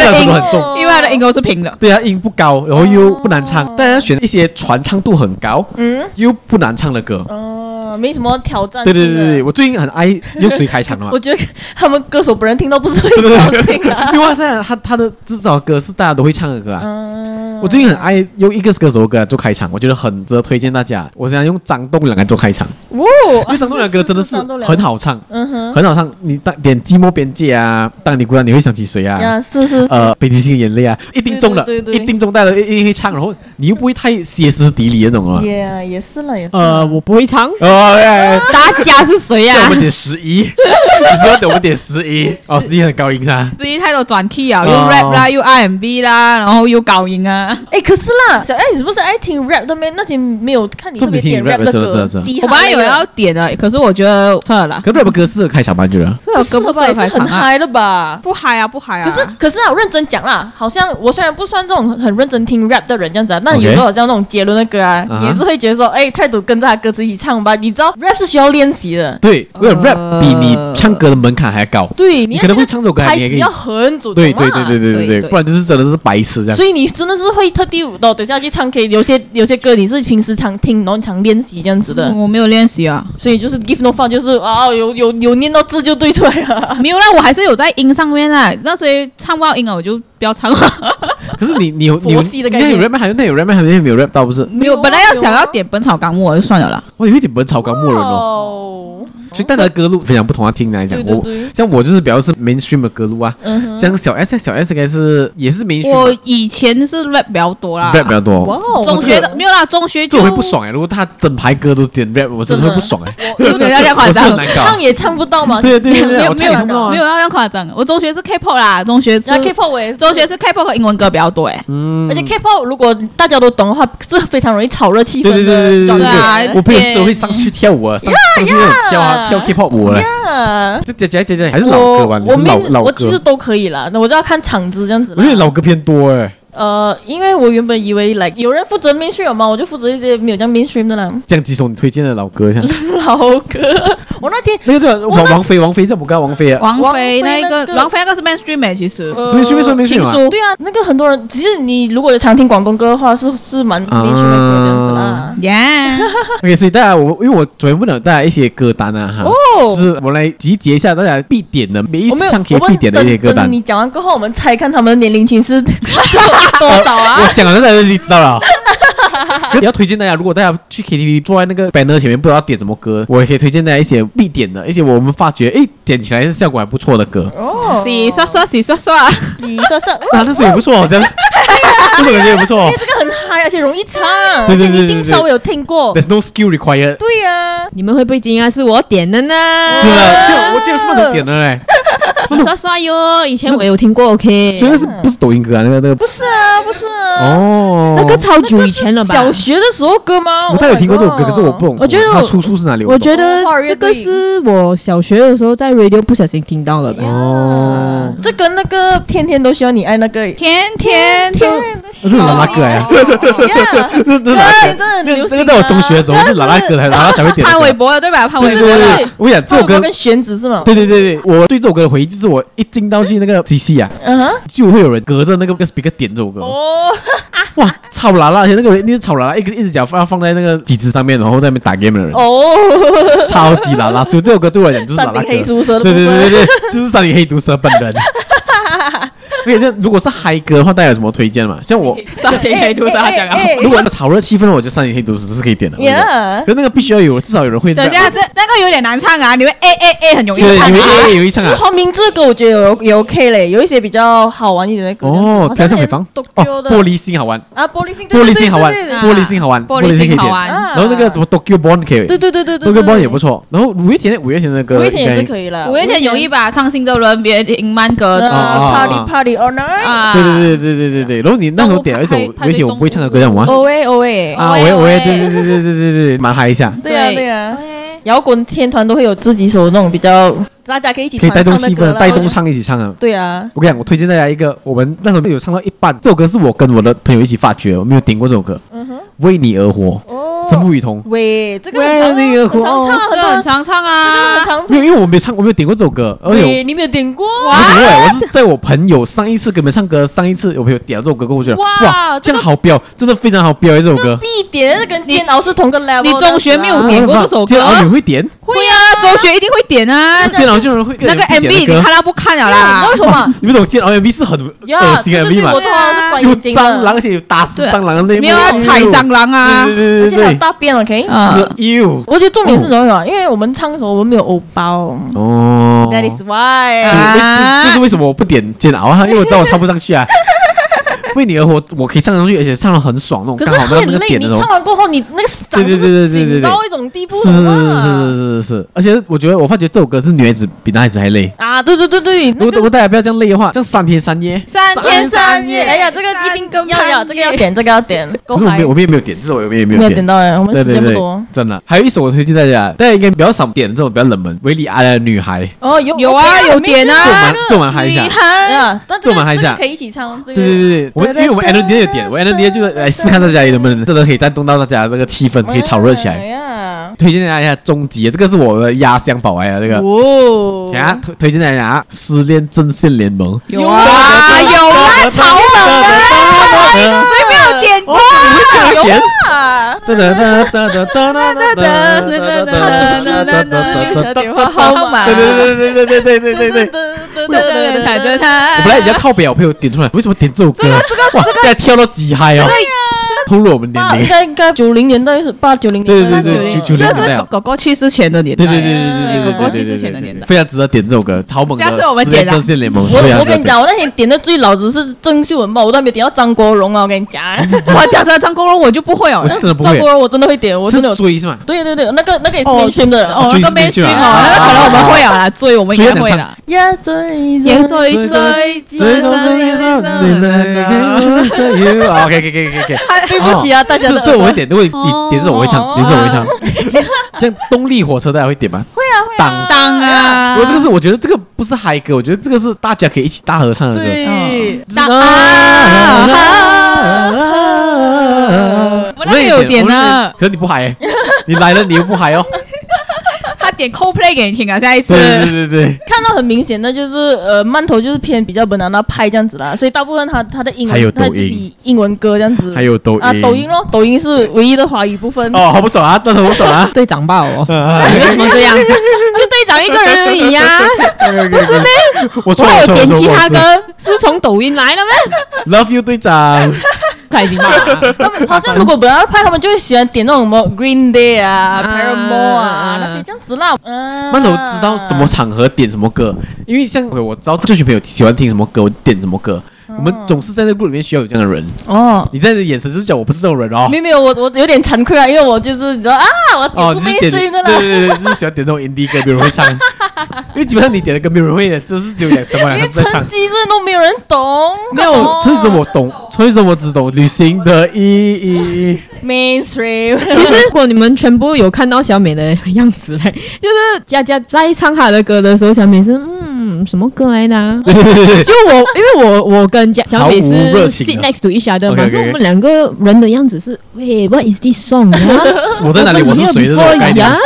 Speaker 1: 样
Speaker 2: 音
Speaker 1: 子很重
Speaker 2: 因为他的音都是平的。
Speaker 1: 对啊，音不高，然后又不难唱，大家选一些传唱度很高
Speaker 3: 哦嗯，
Speaker 1: 又不难唱的歌。
Speaker 3: 哦，没什么挑战。
Speaker 1: 对对对对对，。我最近很爱用谁开场的嘛
Speaker 3: [laughs] 我。觉得他们歌手本人听到不是会
Speaker 1: 对对
Speaker 3: 高
Speaker 1: 对 [laughs]
Speaker 3: 兴啊。
Speaker 1: 因为他他他的至少歌是大家都会唱的歌啊。
Speaker 3: 嗯，
Speaker 1: 我最近很爱用一个歌手的歌来做开场，我觉得很值得推荐大家。我想用张栋梁来做开场，
Speaker 3: 哇，
Speaker 1: 因
Speaker 2: 哦
Speaker 1: 为张栋梁的歌真的是很。好唱，
Speaker 3: 嗯哼，
Speaker 1: 很好唱。你当点《寂寞边界》啊，当你孤单你会想起谁啊？
Speaker 3: 呀，是是是，
Speaker 1: 呃，北极星的眼泪啊，一定中的，
Speaker 3: 对对对
Speaker 1: 一
Speaker 3: 对
Speaker 1: 定中，大家都一定会唱，然后你又不会太歇斯底里那种啊。
Speaker 3: 也也是了，也是啦。
Speaker 6: 呃，我不会唱，
Speaker 1: 哦，哎。
Speaker 3: 啊
Speaker 6: 大家是谁呀
Speaker 1: 叫我？们点十一，你是要等我们点十一哦，十一很高音噻。
Speaker 2: 至于太多转 key 啊，又
Speaker 1: 哦
Speaker 2: rap 啦，又 R&B 啦，然后又高音啊。
Speaker 3: 哎，可是啦，小爱，你是不是爱听 rap 的咩？那天没有看你特别点
Speaker 1: 是不是
Speaker 3: rap
Speaker 1: 听 rap
Speaker 3: 的
Speaker 1: 真的
Speaker 3: 歌
Speaker 1: 真的真，的
Speaker 3: 嘻哈
Speaker 2: 我本来有
Speaker 3: 类的
Speaker 2: 要点的，可是我觉得算了啦，
Speaker 1: 可 rap 歌适合开小班，觉得
Speaker 2: 这首歌
Speaker 3: 是
Speaker 2: 不
Speaker 3: 吧？
Speaker 2: 适
Speaker 3: 也
Speaker 2: 合开
Speaker 3: 是很
Speaker 2: 场啊，
Speaker 3: 嗨了吧？
Speaker 2: 不嗨啊，不嗨啊。
Speaker 3: 可是可是啊，我认真讲啦，好像我虽然不算这种很认真听 rap 的人这样子啊，那
Speaker 1: OK
Speaker 3: 有时候好像那种杰伦的歌啊，
Speaker 1: 啊哈
Speaker 3: 你也是会觉得说，哎，态度跟着他歌词一起唱吧。你知道 rap 是需要练习的，
Speaker 1: 对，因为 rap 比你唱歌的门槛还要高。
Speaker 3: 对，
Speaker 1: 你
Speaker 3: 要
Speaker 1: 可能
Speaker 3: 那
Speaker 1: 会
Speaker 3: 个
Speaker 1: 唱这首歌
Speaker 3: 拍
Speaker 1: 你也可
Speaker 3: 子
Speaker 1: 以
Speaker 3: 要很主动
Speaker 1: 对
Speaker 3: 嘛
Speaker 1: 对对对对对
Speaker 3: 啊对
Speaker 1: 对，不然就是真的是白痴这样。
Speaker 3: 所以你真的是会特地的，等一下去唱 K，有些有些歌你是平时常听，然后常练习这样子的，
Speaker 2: 我没有练习啊，
Speaker 3: 所以就是 give no fuck，就是啊、有有有念到字就对出来了。
Speaker 2: 没有啦，我还是有在音上面啊。那所以唱不到音啊，我就不要唱了。
Speaker 1: 可是你你有你有
Speaker 3: 佛系的概
Speaker 1: 那有
Speaker 3: 念
Speaker 1: rap 吗还有那有 rap 吗还有没有啊 rap 到不是？
Speaker 2: 没有，本来要想要点《本草纲目》，我就算了啦。
Speaker 1: 我有一点本草纲目人哦。
Speaker 3: 哦，
Speaker 1: 所以大家的歌路非常不同啊，听来讲，
Speaker 3: 对对
Speaker 1: 我
Speaker 3: 对嗯
Speaker 1: 像我就是比较是 mainstream 的歌路啊，像小 S 小 S 应该是也是 mainstream
Speaker 2: 我
Speaker 1: 吧
Speaker 2: 以前是 rap 比较多啦
Speaker 1: rap 比较多。
Speaker 3: 哇哦，
Speaker 2: 中学的没有啦，中学
Speaker 1: 这我
Speaker 2: 就
Speaker 1: 会不爽哎、如果他整排歌都点 rap，我真的会不爽哎、
Speaker 2: 没有要这样
Speaker 1: [laughs]
Speaker 2: 夸
Speaker 1: 我是很
Speaker 2: 张，
Speaker 1: 难
Speaker 3: 唱
Speaker 1: 搞。
Speaker 3: 也唱不到嘛。
Speaker 1: 对对对对，
Speaker 2: [laughs] 没有
Speaker 1: 我
Speaker 2: 没
Speaker 1: 唱也唱不到
Speaker 2: 有
Speaker 1: 啊
Speaker 2: 没。有要这样夸张。我中学是 K-pop 啦，中学是
Speaker 3: 然后 K-pop 我也是
Speaker 2: 中学是 K-pop 和英文歌比较多哎。
Speaker 1: 嗯
Speaker 3: 而且 K-pop 如果大家都懂的话，是非常容易炒热气氛
Speaker 1: 对对
Speaker 3: 的。
Speaker 1: 对对对对
Speaker 2: 对啊
Speaker 1: 对，我朋友是都会上去跳舞啊，上上去那种跳啊跳 K-pop 舞嘞。
Speaker 3: 啊
Speaker 1: 这姐姐姐姐还是老
Speaker 3: 我
Speaker 1: 歌吧？你
Speaker 3: 我
Speaker 1: 是老
Speaker 3: 明
Speaker 1: 老
Speaker 3: 我其实
Speaker 1: 歌，
Speaker 3: 都可以啦，那我就要看场子这样子啦。
Speaker 1: 我觉得老歌偏多哎。
Speaker 3: 呃，因为我原本以为 like 有人负责 mainstream 嘛，我就负责一些没有叫 mainstream 的啦。 [laughs]
Speaker 1: 这样几首你推荐的老歌，像
Speaker 3: 老歌，我那天
Speaker 1: 那个叫王王菲，王菲叫不叫王菲啊？
Speaker 2: 王菲
Speaker 3: 王菲
Speaker 2: 那个
Speaker 3: 那个
Speaker 2: 王菲那个是 mainstream 哎，其实
Speaker 3: 呃
Speaker 1: 什么什么什么什
Speaker 2: 情
Speaker 1: 么啊？
Speaker 2: 书
Speaker 3: 对啊，那个很多人，其实你如果有常听广东歌的话，是是蛮
Speaker 1: 啊
Speaker 3: mainstream 的歌这样子啦。
Speaker 1: [laughs]
Speaker 2: ，Yeah，
Speaker 1: OK，所以大家我因为我昨天问了大家一些歌单啊哈，
Speaker 3: 哦
Speaker 1: 就是我来集结一下大家必点的每一
Speaker 3: 我
Speaker 1: 次
Speaker 3: 们
Speaker 1: 上 K
Speaker 3: 我
Speaker 1: 必
Speaker 3: 们
Speaker 1: 点的一些
Speaker 3: 等
Speaker 1: 歌单
Speaker 3: 等。你讲完过后，我们猜看他们的年龄群是多少啊？
Speaker 1: 我讲了，大家就知道
Speaker 3: [laughs]
Speaker 1: 了。可你要推荐大家，如果大家去 KTV 坐在那个 banner 前面，不知道点什么歌，我也可以推荐大家一些必点的，一些我们发觉诶点起来效果还不错的歌。
Speaker 3: 哦
Speaker 2: 洗刷刷洗刷刷，
Speaker 3: 你说说，哦
Speaker 1: 啊，那首也不错，
Speaker 3: [laughs]
Speaker 1: 好像，那首感觉也不错。
Speaker 3: 这个很嗨，而且容易唱，
Speaker 1: 对
Speaker 3: 而
Speaker 1: 对
Speaker 3: 且
Speaker 1: 对对对
Speaker 3: 你一定稍微有听过。
Speaker 1: There's no skill required。
Speaker 3: 对啊呀，
Speaker 6: 你们会不会惊讶是我点的呢？ [laughs]
Speaker 1: 对了，就我记得是曼德点的
Speaker 3: 啊
Speaker 1: 嘞，
Speaker 6: 刷刷刷哟，以前我有听过，OK，
Speaker 1: 所以那是不是抖音歌啊？那个那个
Speaker 3: 不是啊，不是啊，
Speaker 1: 哦，
Speaker 6: 那个超久以前了吧？
Speaker 3: 小学的时候歌吗？
Speaker 1: 我大概有听过这首歌，
Speaker 3: Oh my
Speaker 1: 可是我不懂，
Speaker 6: 我觉得
Speaker 1: 它出处是哪里？
Speaker 6: 我
Speaker 1: 不懂
Speaker 6: 觉得
Speaker 3: 华语
Speaker 6: 这
Speaker 3: 乐
Speaker 6: 个
Speaker 3: 队
Speaker 6: 是我小学的时候在 radio 不小心听到了吧。。
Speaker 1: 哦，
Speaker 3: 这跟那个天天都需要你爱那个
Speaker 2: 天天哦都
Speaker 3: 天
Speaker 1: 那是拉拉歌哎，
Speaker 3: 呀，
Speaker 1: 那那哪
Speaker 3: 对，啊
Speaker 1: 来
Speaker 3: 真的
Speaker 1: 的
Speaker 3: 很
Speaker 1: 那
Speaker 3: 流行
Speaker 1: 那个
Speaker 3: 啊。
Speaker 1: 在我中学的时候是拉拉歌来，拉拉才会点的歌。
Speaker 2: 潘玮柏的对吧？潘玮
Speaker 1: 对对对
Speaker 2: 柏的
Speaker 1: 对，我跟你讲这
Speaker 3: 这
Speaker 1: 首
Speaker 3: 首歌
Speaker 1: 歌，
Speaker 3: 跟弦子是吗？
Speaker 1: 对对对对，我对这首歌的回忆就是我一进到去那个 CC 啊，
Speaker 3: 嗯哼，
Speaker 1: 就会有人隔着那个 speaker 点这首歌，
Speaker 3: 哦，
Speaker 1: 哇，超拉拉，而且那个人那是超拉拉，一个一只脚放放在那个椅子上面，然后在那边打 game 的人，
Speaker 3: 哦，
Speaker 1: 超级拉拉，所以这首歌对我来讲就是拉
Speaker 3: 山
Speaker 1: 拉
Speaker 3: 顶
Speaker 1: 歌。
Speaker 3: 黑毒蛇的部
Speaker 1: 对对对
Speaker 3: 分。
Speaker 1: 对对，就是山里黑毒蛇本人。而且这如果是嗨歌的话，大家有什么推荐吗？像我，
Speaker 2: 少年黑毒
Speaker 3: 哎
Speaker 2: 啥
Speaker 3: 哎
Speaker 2: 讲啊？
Speaker 3: 哎
Speaker 1: 如果要炒热气氛，我觉得山里黑毒蛇是可以点的。我觉得
Speaker 3: Yeah，
Speaker 1: 可是那个必须要有，至少有人会。哦
Speaker 2: 等一下，，这那个有点难唱啊，你们 A A A 很容易
Speaker 1: 对，
Speaker 2: 唱
Speaker 1: 有
Speaker 2: 啊。
Speaker 1: 一有一有一唱
Speaker 3: 是
Speaker 1: 啊。
Speaker 3: 黄明志的歌，我觉得有也 OK 嘞，有一些比较好玩一点的歌。
Speaker 1: 哦，
Speaker 3: 这
Speaker 1: 飘向
Speaker 3: 样子好像
Speaker 1: 北方
Speaker 3: 连
Speaker 1: 哦
Speaker 3: Tokyo，的
Speaker 1: 玻璃心好玩，
Speaker 3: 啊，玻璃心，对
Speaker 1: 玻璃
Speaker 3: 对
Speaker 1: 心好玩，
Speaker 3: 对对对啊
Speaker 1: 玻璃心好玩，
Speaker 2: 玻璃
Speaker 1: 心可以
Speaker 2: 心好
Speaker 1: 点。嗯
Speaker 2: 玩，
Speaker 1: 然后那个什么 Tokyo Bond 可以，
Speaker 3: 对对对对对
Speaker 1: ，Tokyo Bond 也不
Speaker 3: 错，
Speaker 1: 错。然后五月天，五月天的歌
Speaker 3: 五
Speaker 1: 应
Speaker 3: 月
Speaker 1: 该，
Speaker 3: 天也是可以啦。
Speaker 2: 五月天容易把唱新歌轮别听慢歌
Speaker 3: 呃
Speaker 1: 啊啊啊啊
Speaker 3: ，Party Party All Night，
Speaker 2: 啊。
Speaker 1: 对对对对对对对。然后你那时候点了一首
Speaker 2: 动物
Speaker 1: 五
Speaker 2: 派派
Speaker 1: 月
Speaker 2: 对
Speaker 1: 天我不会唱的歌叫什么啊？
Speaker 3: 哦喂哦喂，
Speaker 1: 啊，我
Speaker 2: 哦喂
Speaker 1: 也我也，
Speaker 2: 喂
Speaker 1: 对对对对对对对，蛮嗨一下。
Speaker 3: 对啊
Speaker 2: 对
Speaker 3: 对啊，摇滚天团都会有自己首那种比较大家可以一起
Speaker 1: 可以带动气氛，带动
Speaker 3: 唱。
Speaker 1: 唱一起唱啊。
Speaker 3: 对啊，
Speaker 1: 我跟你讲，我推荐大家一个，我们那时候有唱到一半，这首歌是我跟我的朋友一起发掘，我没有点过这首歌，
Speaker 3: 嗯哼，
Speaker 1: 为你而活，
Speaker 3: 哦
Speaker 1: 陈木雨桐。
Speaker 3: 喂，这个
Speaker 1: 喂
Speaker 3: 很常
Speaker 1: 那个
Speaker 3: 很常唱，很
Speaker 2: 这
Speaker 3: 多
Speaker 2: 很
Speaker 3: 人
Speaker 2: 常唱
Speaker 3: 很
Speaker 2: 啊。
Speaker 3: 常
Speaker 1: 没有，因为我没有唱，我没有点过这首歌，而且我
Speaker 3: 喂，你没有点过？
Speaker 1: 我没有点
Speaker 3: 啊
Speaker 1: 过，我是在我朋友上一次给你们唱歌，上一次我朋友点了这首歌过后，我觉得
Speaker 3: 哇
Speaker 1: 哇，
Speaker 3: 这
Speaker 1: 这
Speaker 3: 个
Speaker 1: 样好表，真的非常好表演这首歌。
Speaker 3: 必点，那跟煎熬是同个 level
Speaker 2: 你中学没有
Speaker 3: 这样子啊
Speaker 2: 点过这首歌
Speaker 1: 煎熬你会点？哦
Speaker 2: 会啊，周雪一定会点啊。
Speaker 1: 煎熬竟然会
Speaker 2: 那个 MV 已经看到不看了
Speaker 3: 你知道
Speaker 2: 啦
Speaker 3: 为。什么吗？
Speaker 1: 你们懂煎熬 MV 是很
Speaker 3: 呀，
Speaker 1: 恶心
Speaker 3: 对
Speaker 1: 的
Speaker 3: 对
Speaker 1: MV
Speaker 3: 对，
Speaker 1: 嘛
Speaker 3: 我？通常是管
Speaker 1: 有
Speaker 3: 眼睛的，
Speaker 1: 蟑螂，而且有打死
Speaker 2: 对
Speaker 1: 蟑螂的那一幕
Speaker 2: 没有啊，踩蟑螂啊
Speaker 1: 对。对对
Speaker 3: 而且还有
Speaker 1: 对对
Speaker 3: 大便，OK？
Speaker 2: 啊，
Speaker 1: 对，哟
Speaker 3: 我觉得重点是什么呢？因为我们唱的时候我们没有欧包
Speaker 1: 哦，
Speaker 3: ，That is
Speaker 1: 所
Speaker 3: why。
Speaker 1: 以
Speaker 3: [laughs]
Speaker 1: 这这这是为什么我不点煎熬啊？因为我知道我唱不上去啊。为你而活，我可以唱上去，而且唱的很爽那种，
Speaker 3: 可
Speaker 1: 刚
Speaker 3: 是
Speaker 1: 好到
Speaker 3: 很
Speaker 1: 那个
Speaker 3: 累，
Speaker 1: 点
Speaker 3: 你
Speaker 1: 的时候
Speaker 3: 唱。完过后，你那个嗓
Speaker 1: 对对对
Speaker 3: 子
Speaker 1: 对对
Speaker 3: 紧
Speaker 1: 对对
Speaker 3: 到一种地步
Speaker 1: 是
Speaker 3: 好
Speaker 1: 是
Speaker 3: 吗
Speaker 1: 是是是，而且我觉得我发觉这首歌是女孩子比男孩子还累。
Speaker 3: 啊！对对对对，
Speaker 1: 如
Speaker 3: 那
Speaker 1: 果如
Speaker 3: 个
Speaker 1: 果大家不要这样累的话，这样三天三夜。
Speaker 2: 三天三夜，
Speaker 3: 哎呀，这个一定
Speaker 2: 跟
Speaker 3: 要要，这个要点，这个要点，
Speaker 1: 可
Speaker 3: 够
Speaker 1: 是我
Speaker 3: 嗨
Speaker 1: 没有，我！们也没有点，这首我们也没有
Speaker 3: 没有
Speaker 1: 点。
Speaker 3: 点到哎，我们
Speaker 1: 对
Speaker 3: 时
Speaker 1: 对
Speaker 3: 间不
Speaker 1: 对
Speaker 3: 多，。
Speaker 1: 真的。还有一首我推荐大家，大家应该比较少点这种比较冷门，维里安的女孩。
Speaker 3: 哦，有
Speaker 2: 有啊，有点
Speaker 1: 这我们
Speaker 2: 啊，
Speaker 1: 这我们嗨一下
Speaker 2: 女。孩，
Speaker 3: 啊，但这
Speaker 1: 这我
Speaker 3: 个
Speaker 1: 们还
Speaker 3: 这
Speaker 1: 想
Speaker 3: 个可以一起唱，这
Speaker 1: 对
Speaker 3: 个
Speaker 1: 对对对，我们因为我们 N D 有点，我 N D 就是来试看大家能不能真的可以带动到大家那个气氛，可以炒热起
Speaker 3: 哎
Speaker 1: 来。
Speaker 3: 呀
Speaker 1: 推荐大家一下终极，这个是我的压箱宝来啊，这个。
Speaker 2: 哦
Speaker 1: 等一下推推荐大家啊失恋阵线联盟。
Speaker 2: 有啊，有啊，吵我们，谁没有点过？
Speaker 1: 有点。
Speaker 3: 啊，
Speaker 1: 哒哒哒哒哒哒哒哒哒哒哒哒。
Speaker 2: 号码，
Speaker 1: 对对对对对对对对对对。
Speaker 2: 对，踩着它，
Speaker 1: 我本来也要靠北，我朋友点出来，为什么点这首歌？这个哇，现在跳到几嗨哦！透露我们
Speaker 3: 八
Speaker 1: 年
Speaker 3: 应
Speaker 1: 龄。
Speaker 3: 该应该九零年代是八九零年
Speaker 1: 对
Speaker 3: 代，
Speaker 1: 对
Speaker 2: 对
Speaker 1: 对，九九零
Speaker 2: 这
Speaker 1: 年代
Speaker 2: 是狗。狗狗去世前的年代，
Speaker 1: 对对对对对对对对对对，非常值得点这首歌，超猛的。阵线联盟，
Speaker 3: 我我跟你讲，我那天点的最老只是郑秀文吧，我都还没点到张国荣啊！我跟你讲，
Speaker 2: 我讲这张公荣我就不会哦
Speaker 1: 我，是真的不
Speaker 3: 张
Speaker 1: 会
Speaker 3: 国，荣我真的会点，我真的有
Speaker 1: 是。追是吗？
Speaker 3: 对对对，那个那个也是
Speaker 2: 哦
Speaker 3: mainstream 的人
Speaker 2: 哦，那个没去哦，那可能我们会啊啦，追我们应该会啦。
Speaker 3: 呀，追
Speaker 2: 也
Speaker 3: 呀
Speaker 2: 追追
Speaker 1: 最终这一生，你能给我拥有。OK OK OK OK。
Speaker 3: 对不起啊，大家
Speaker 1: 这
Speaker 3: 的
Speaker 1: 这我会点，如果你点点这种我会唱，点这种我会唱。 [laughs] 这样动力火车大家会点吗？会啊会啊。
Speaker 2: 当啊，
Speaker 1: 我这个是我觉得这个不是嗨歌，我觉得这个是大家可以一起大合唱的歌。
Speaker 3: 对，
Speaker 1: 啊
Speaker 2: 我那个有点呢
Speaker 1: 可是你不嗨欸，你来了你又不嗨哦。
Speaker 2: 他点 CoPlay 给你听啊，下一次
Speaker 1: 对对对对
Speaker 3: 看到很明显的就是呃，慢头就是偏比较本拿那派这样子啦，所以大部分他他的英
Speaker 1: 还有
Speaker 3: 文
Speaker 1: 抖
Speaker 3: 他
Speaker 1: 音
Speaker 3: 比英文歌这样子，
Speaker 1: 对，还有抖
Speaker 3: 啊
Speaker 1: 音，
Speaker 3: 抖音咯，抖音是唯一的华语部分。
Speaker 1: 哦，好不爽啊，真的好不爽
Speaker 5: [laughs]
Speaker 1: 啊
Speaker 6: 队长吧我，
Speaker 1: 啊
Speaker 6: 为什么这样？就队长一个人而已呀、啊。
Speaker 1: 不是咩？我错
Speaker 6: 我
Speaker 1: 我
Speaker 6: 有
Speaker 1: 错我
Speaker 6: 哦点
Speaker 1: 错
Speaker 6: 其
Speaker 1: 我
Speaker 6: 他
Speaker 1: 错
Speaker 6: 歌 [laughs] 是从抖音来的吗？
Speaker 1: ，Love you 队长，
Speaker 6: 开心吧。 [laughs]
Speaker 3: 他们好像如果本来派，他们就会喜欢点那种什么 Green Day 啊、
Speaker 6: 啊
Speaker 3: Paramore
Speaker 6: 啊
Speaker 3: 啊那些这样子啦。嗯，
Speaker 1: 那时候知道什么场合点什么歌，因为像嗯我知道这群朋友喜欢听什么歌，我就点什么歌。
Speaker 3: 嗯
Speaker 1: 我们总是在那 group 里面需要有这样的人。
Speaker 3: 哦。
Speaker 1: 你在的眼神就是讲我不是这种人哦
Speaker 3: 没。有没有，我我有点惭愧啊，因为我就是你知道啊，我
Speaker 1: 哦，
Speaker 3: 点
Speaker 1: 就
Speaker 3: 不
Speaker 1: 是
Speaker 3: 背
Speaker 1: 点对
Speaker 3: 水的
Speaker 1: 对
Speaker 3: 啦。
Speaker 1: 对，对就是喜欢点那种 indie 歌，没有人会
Speaker 3: [laughs]
Speaker 1: 唱，因为基本上你点的歌没有人会的，这是只有两三万
Speaker 3: 因为
Speaker 1: 人在唱
Speaker 3: 成。绩真的都没有人懂，
Speaker 1: 没有，所以说我懂，所以说我只懂旅行的意义。
Speaker 3: mainstream。
Speaker 6: [laughs] 其
Speaker 3: [laughs]
Speaker 6: 实，如果你们全部有看到小美的样子 [laughs] 嘞，就是佳佳在唱她的歌的时候，小美是嗯什么歌来的、啊？
Speaker 1: 对对对对，
Speaker 6: 就我， [laughs] 因为我我跟佳小美是
Speaker 1: 毫无热情
Speaker 6: sit
Speaker 1: 啊
Speaker 6: next to each other 嘛，
Speaker 1: OK，OK，OK
Speaker 6: 所以我们两个人的样子是，喂，what is this
Speaker 1: [laughs]
Speaker 6: song 啊？
Speaker 1: [laughs] 我在哪里，我是谁的那
Speaker 6: I've been here
Speaker 1: 种概
Speaker 6: before 啊
Speaker 1: 念
Speaker 6: 呀？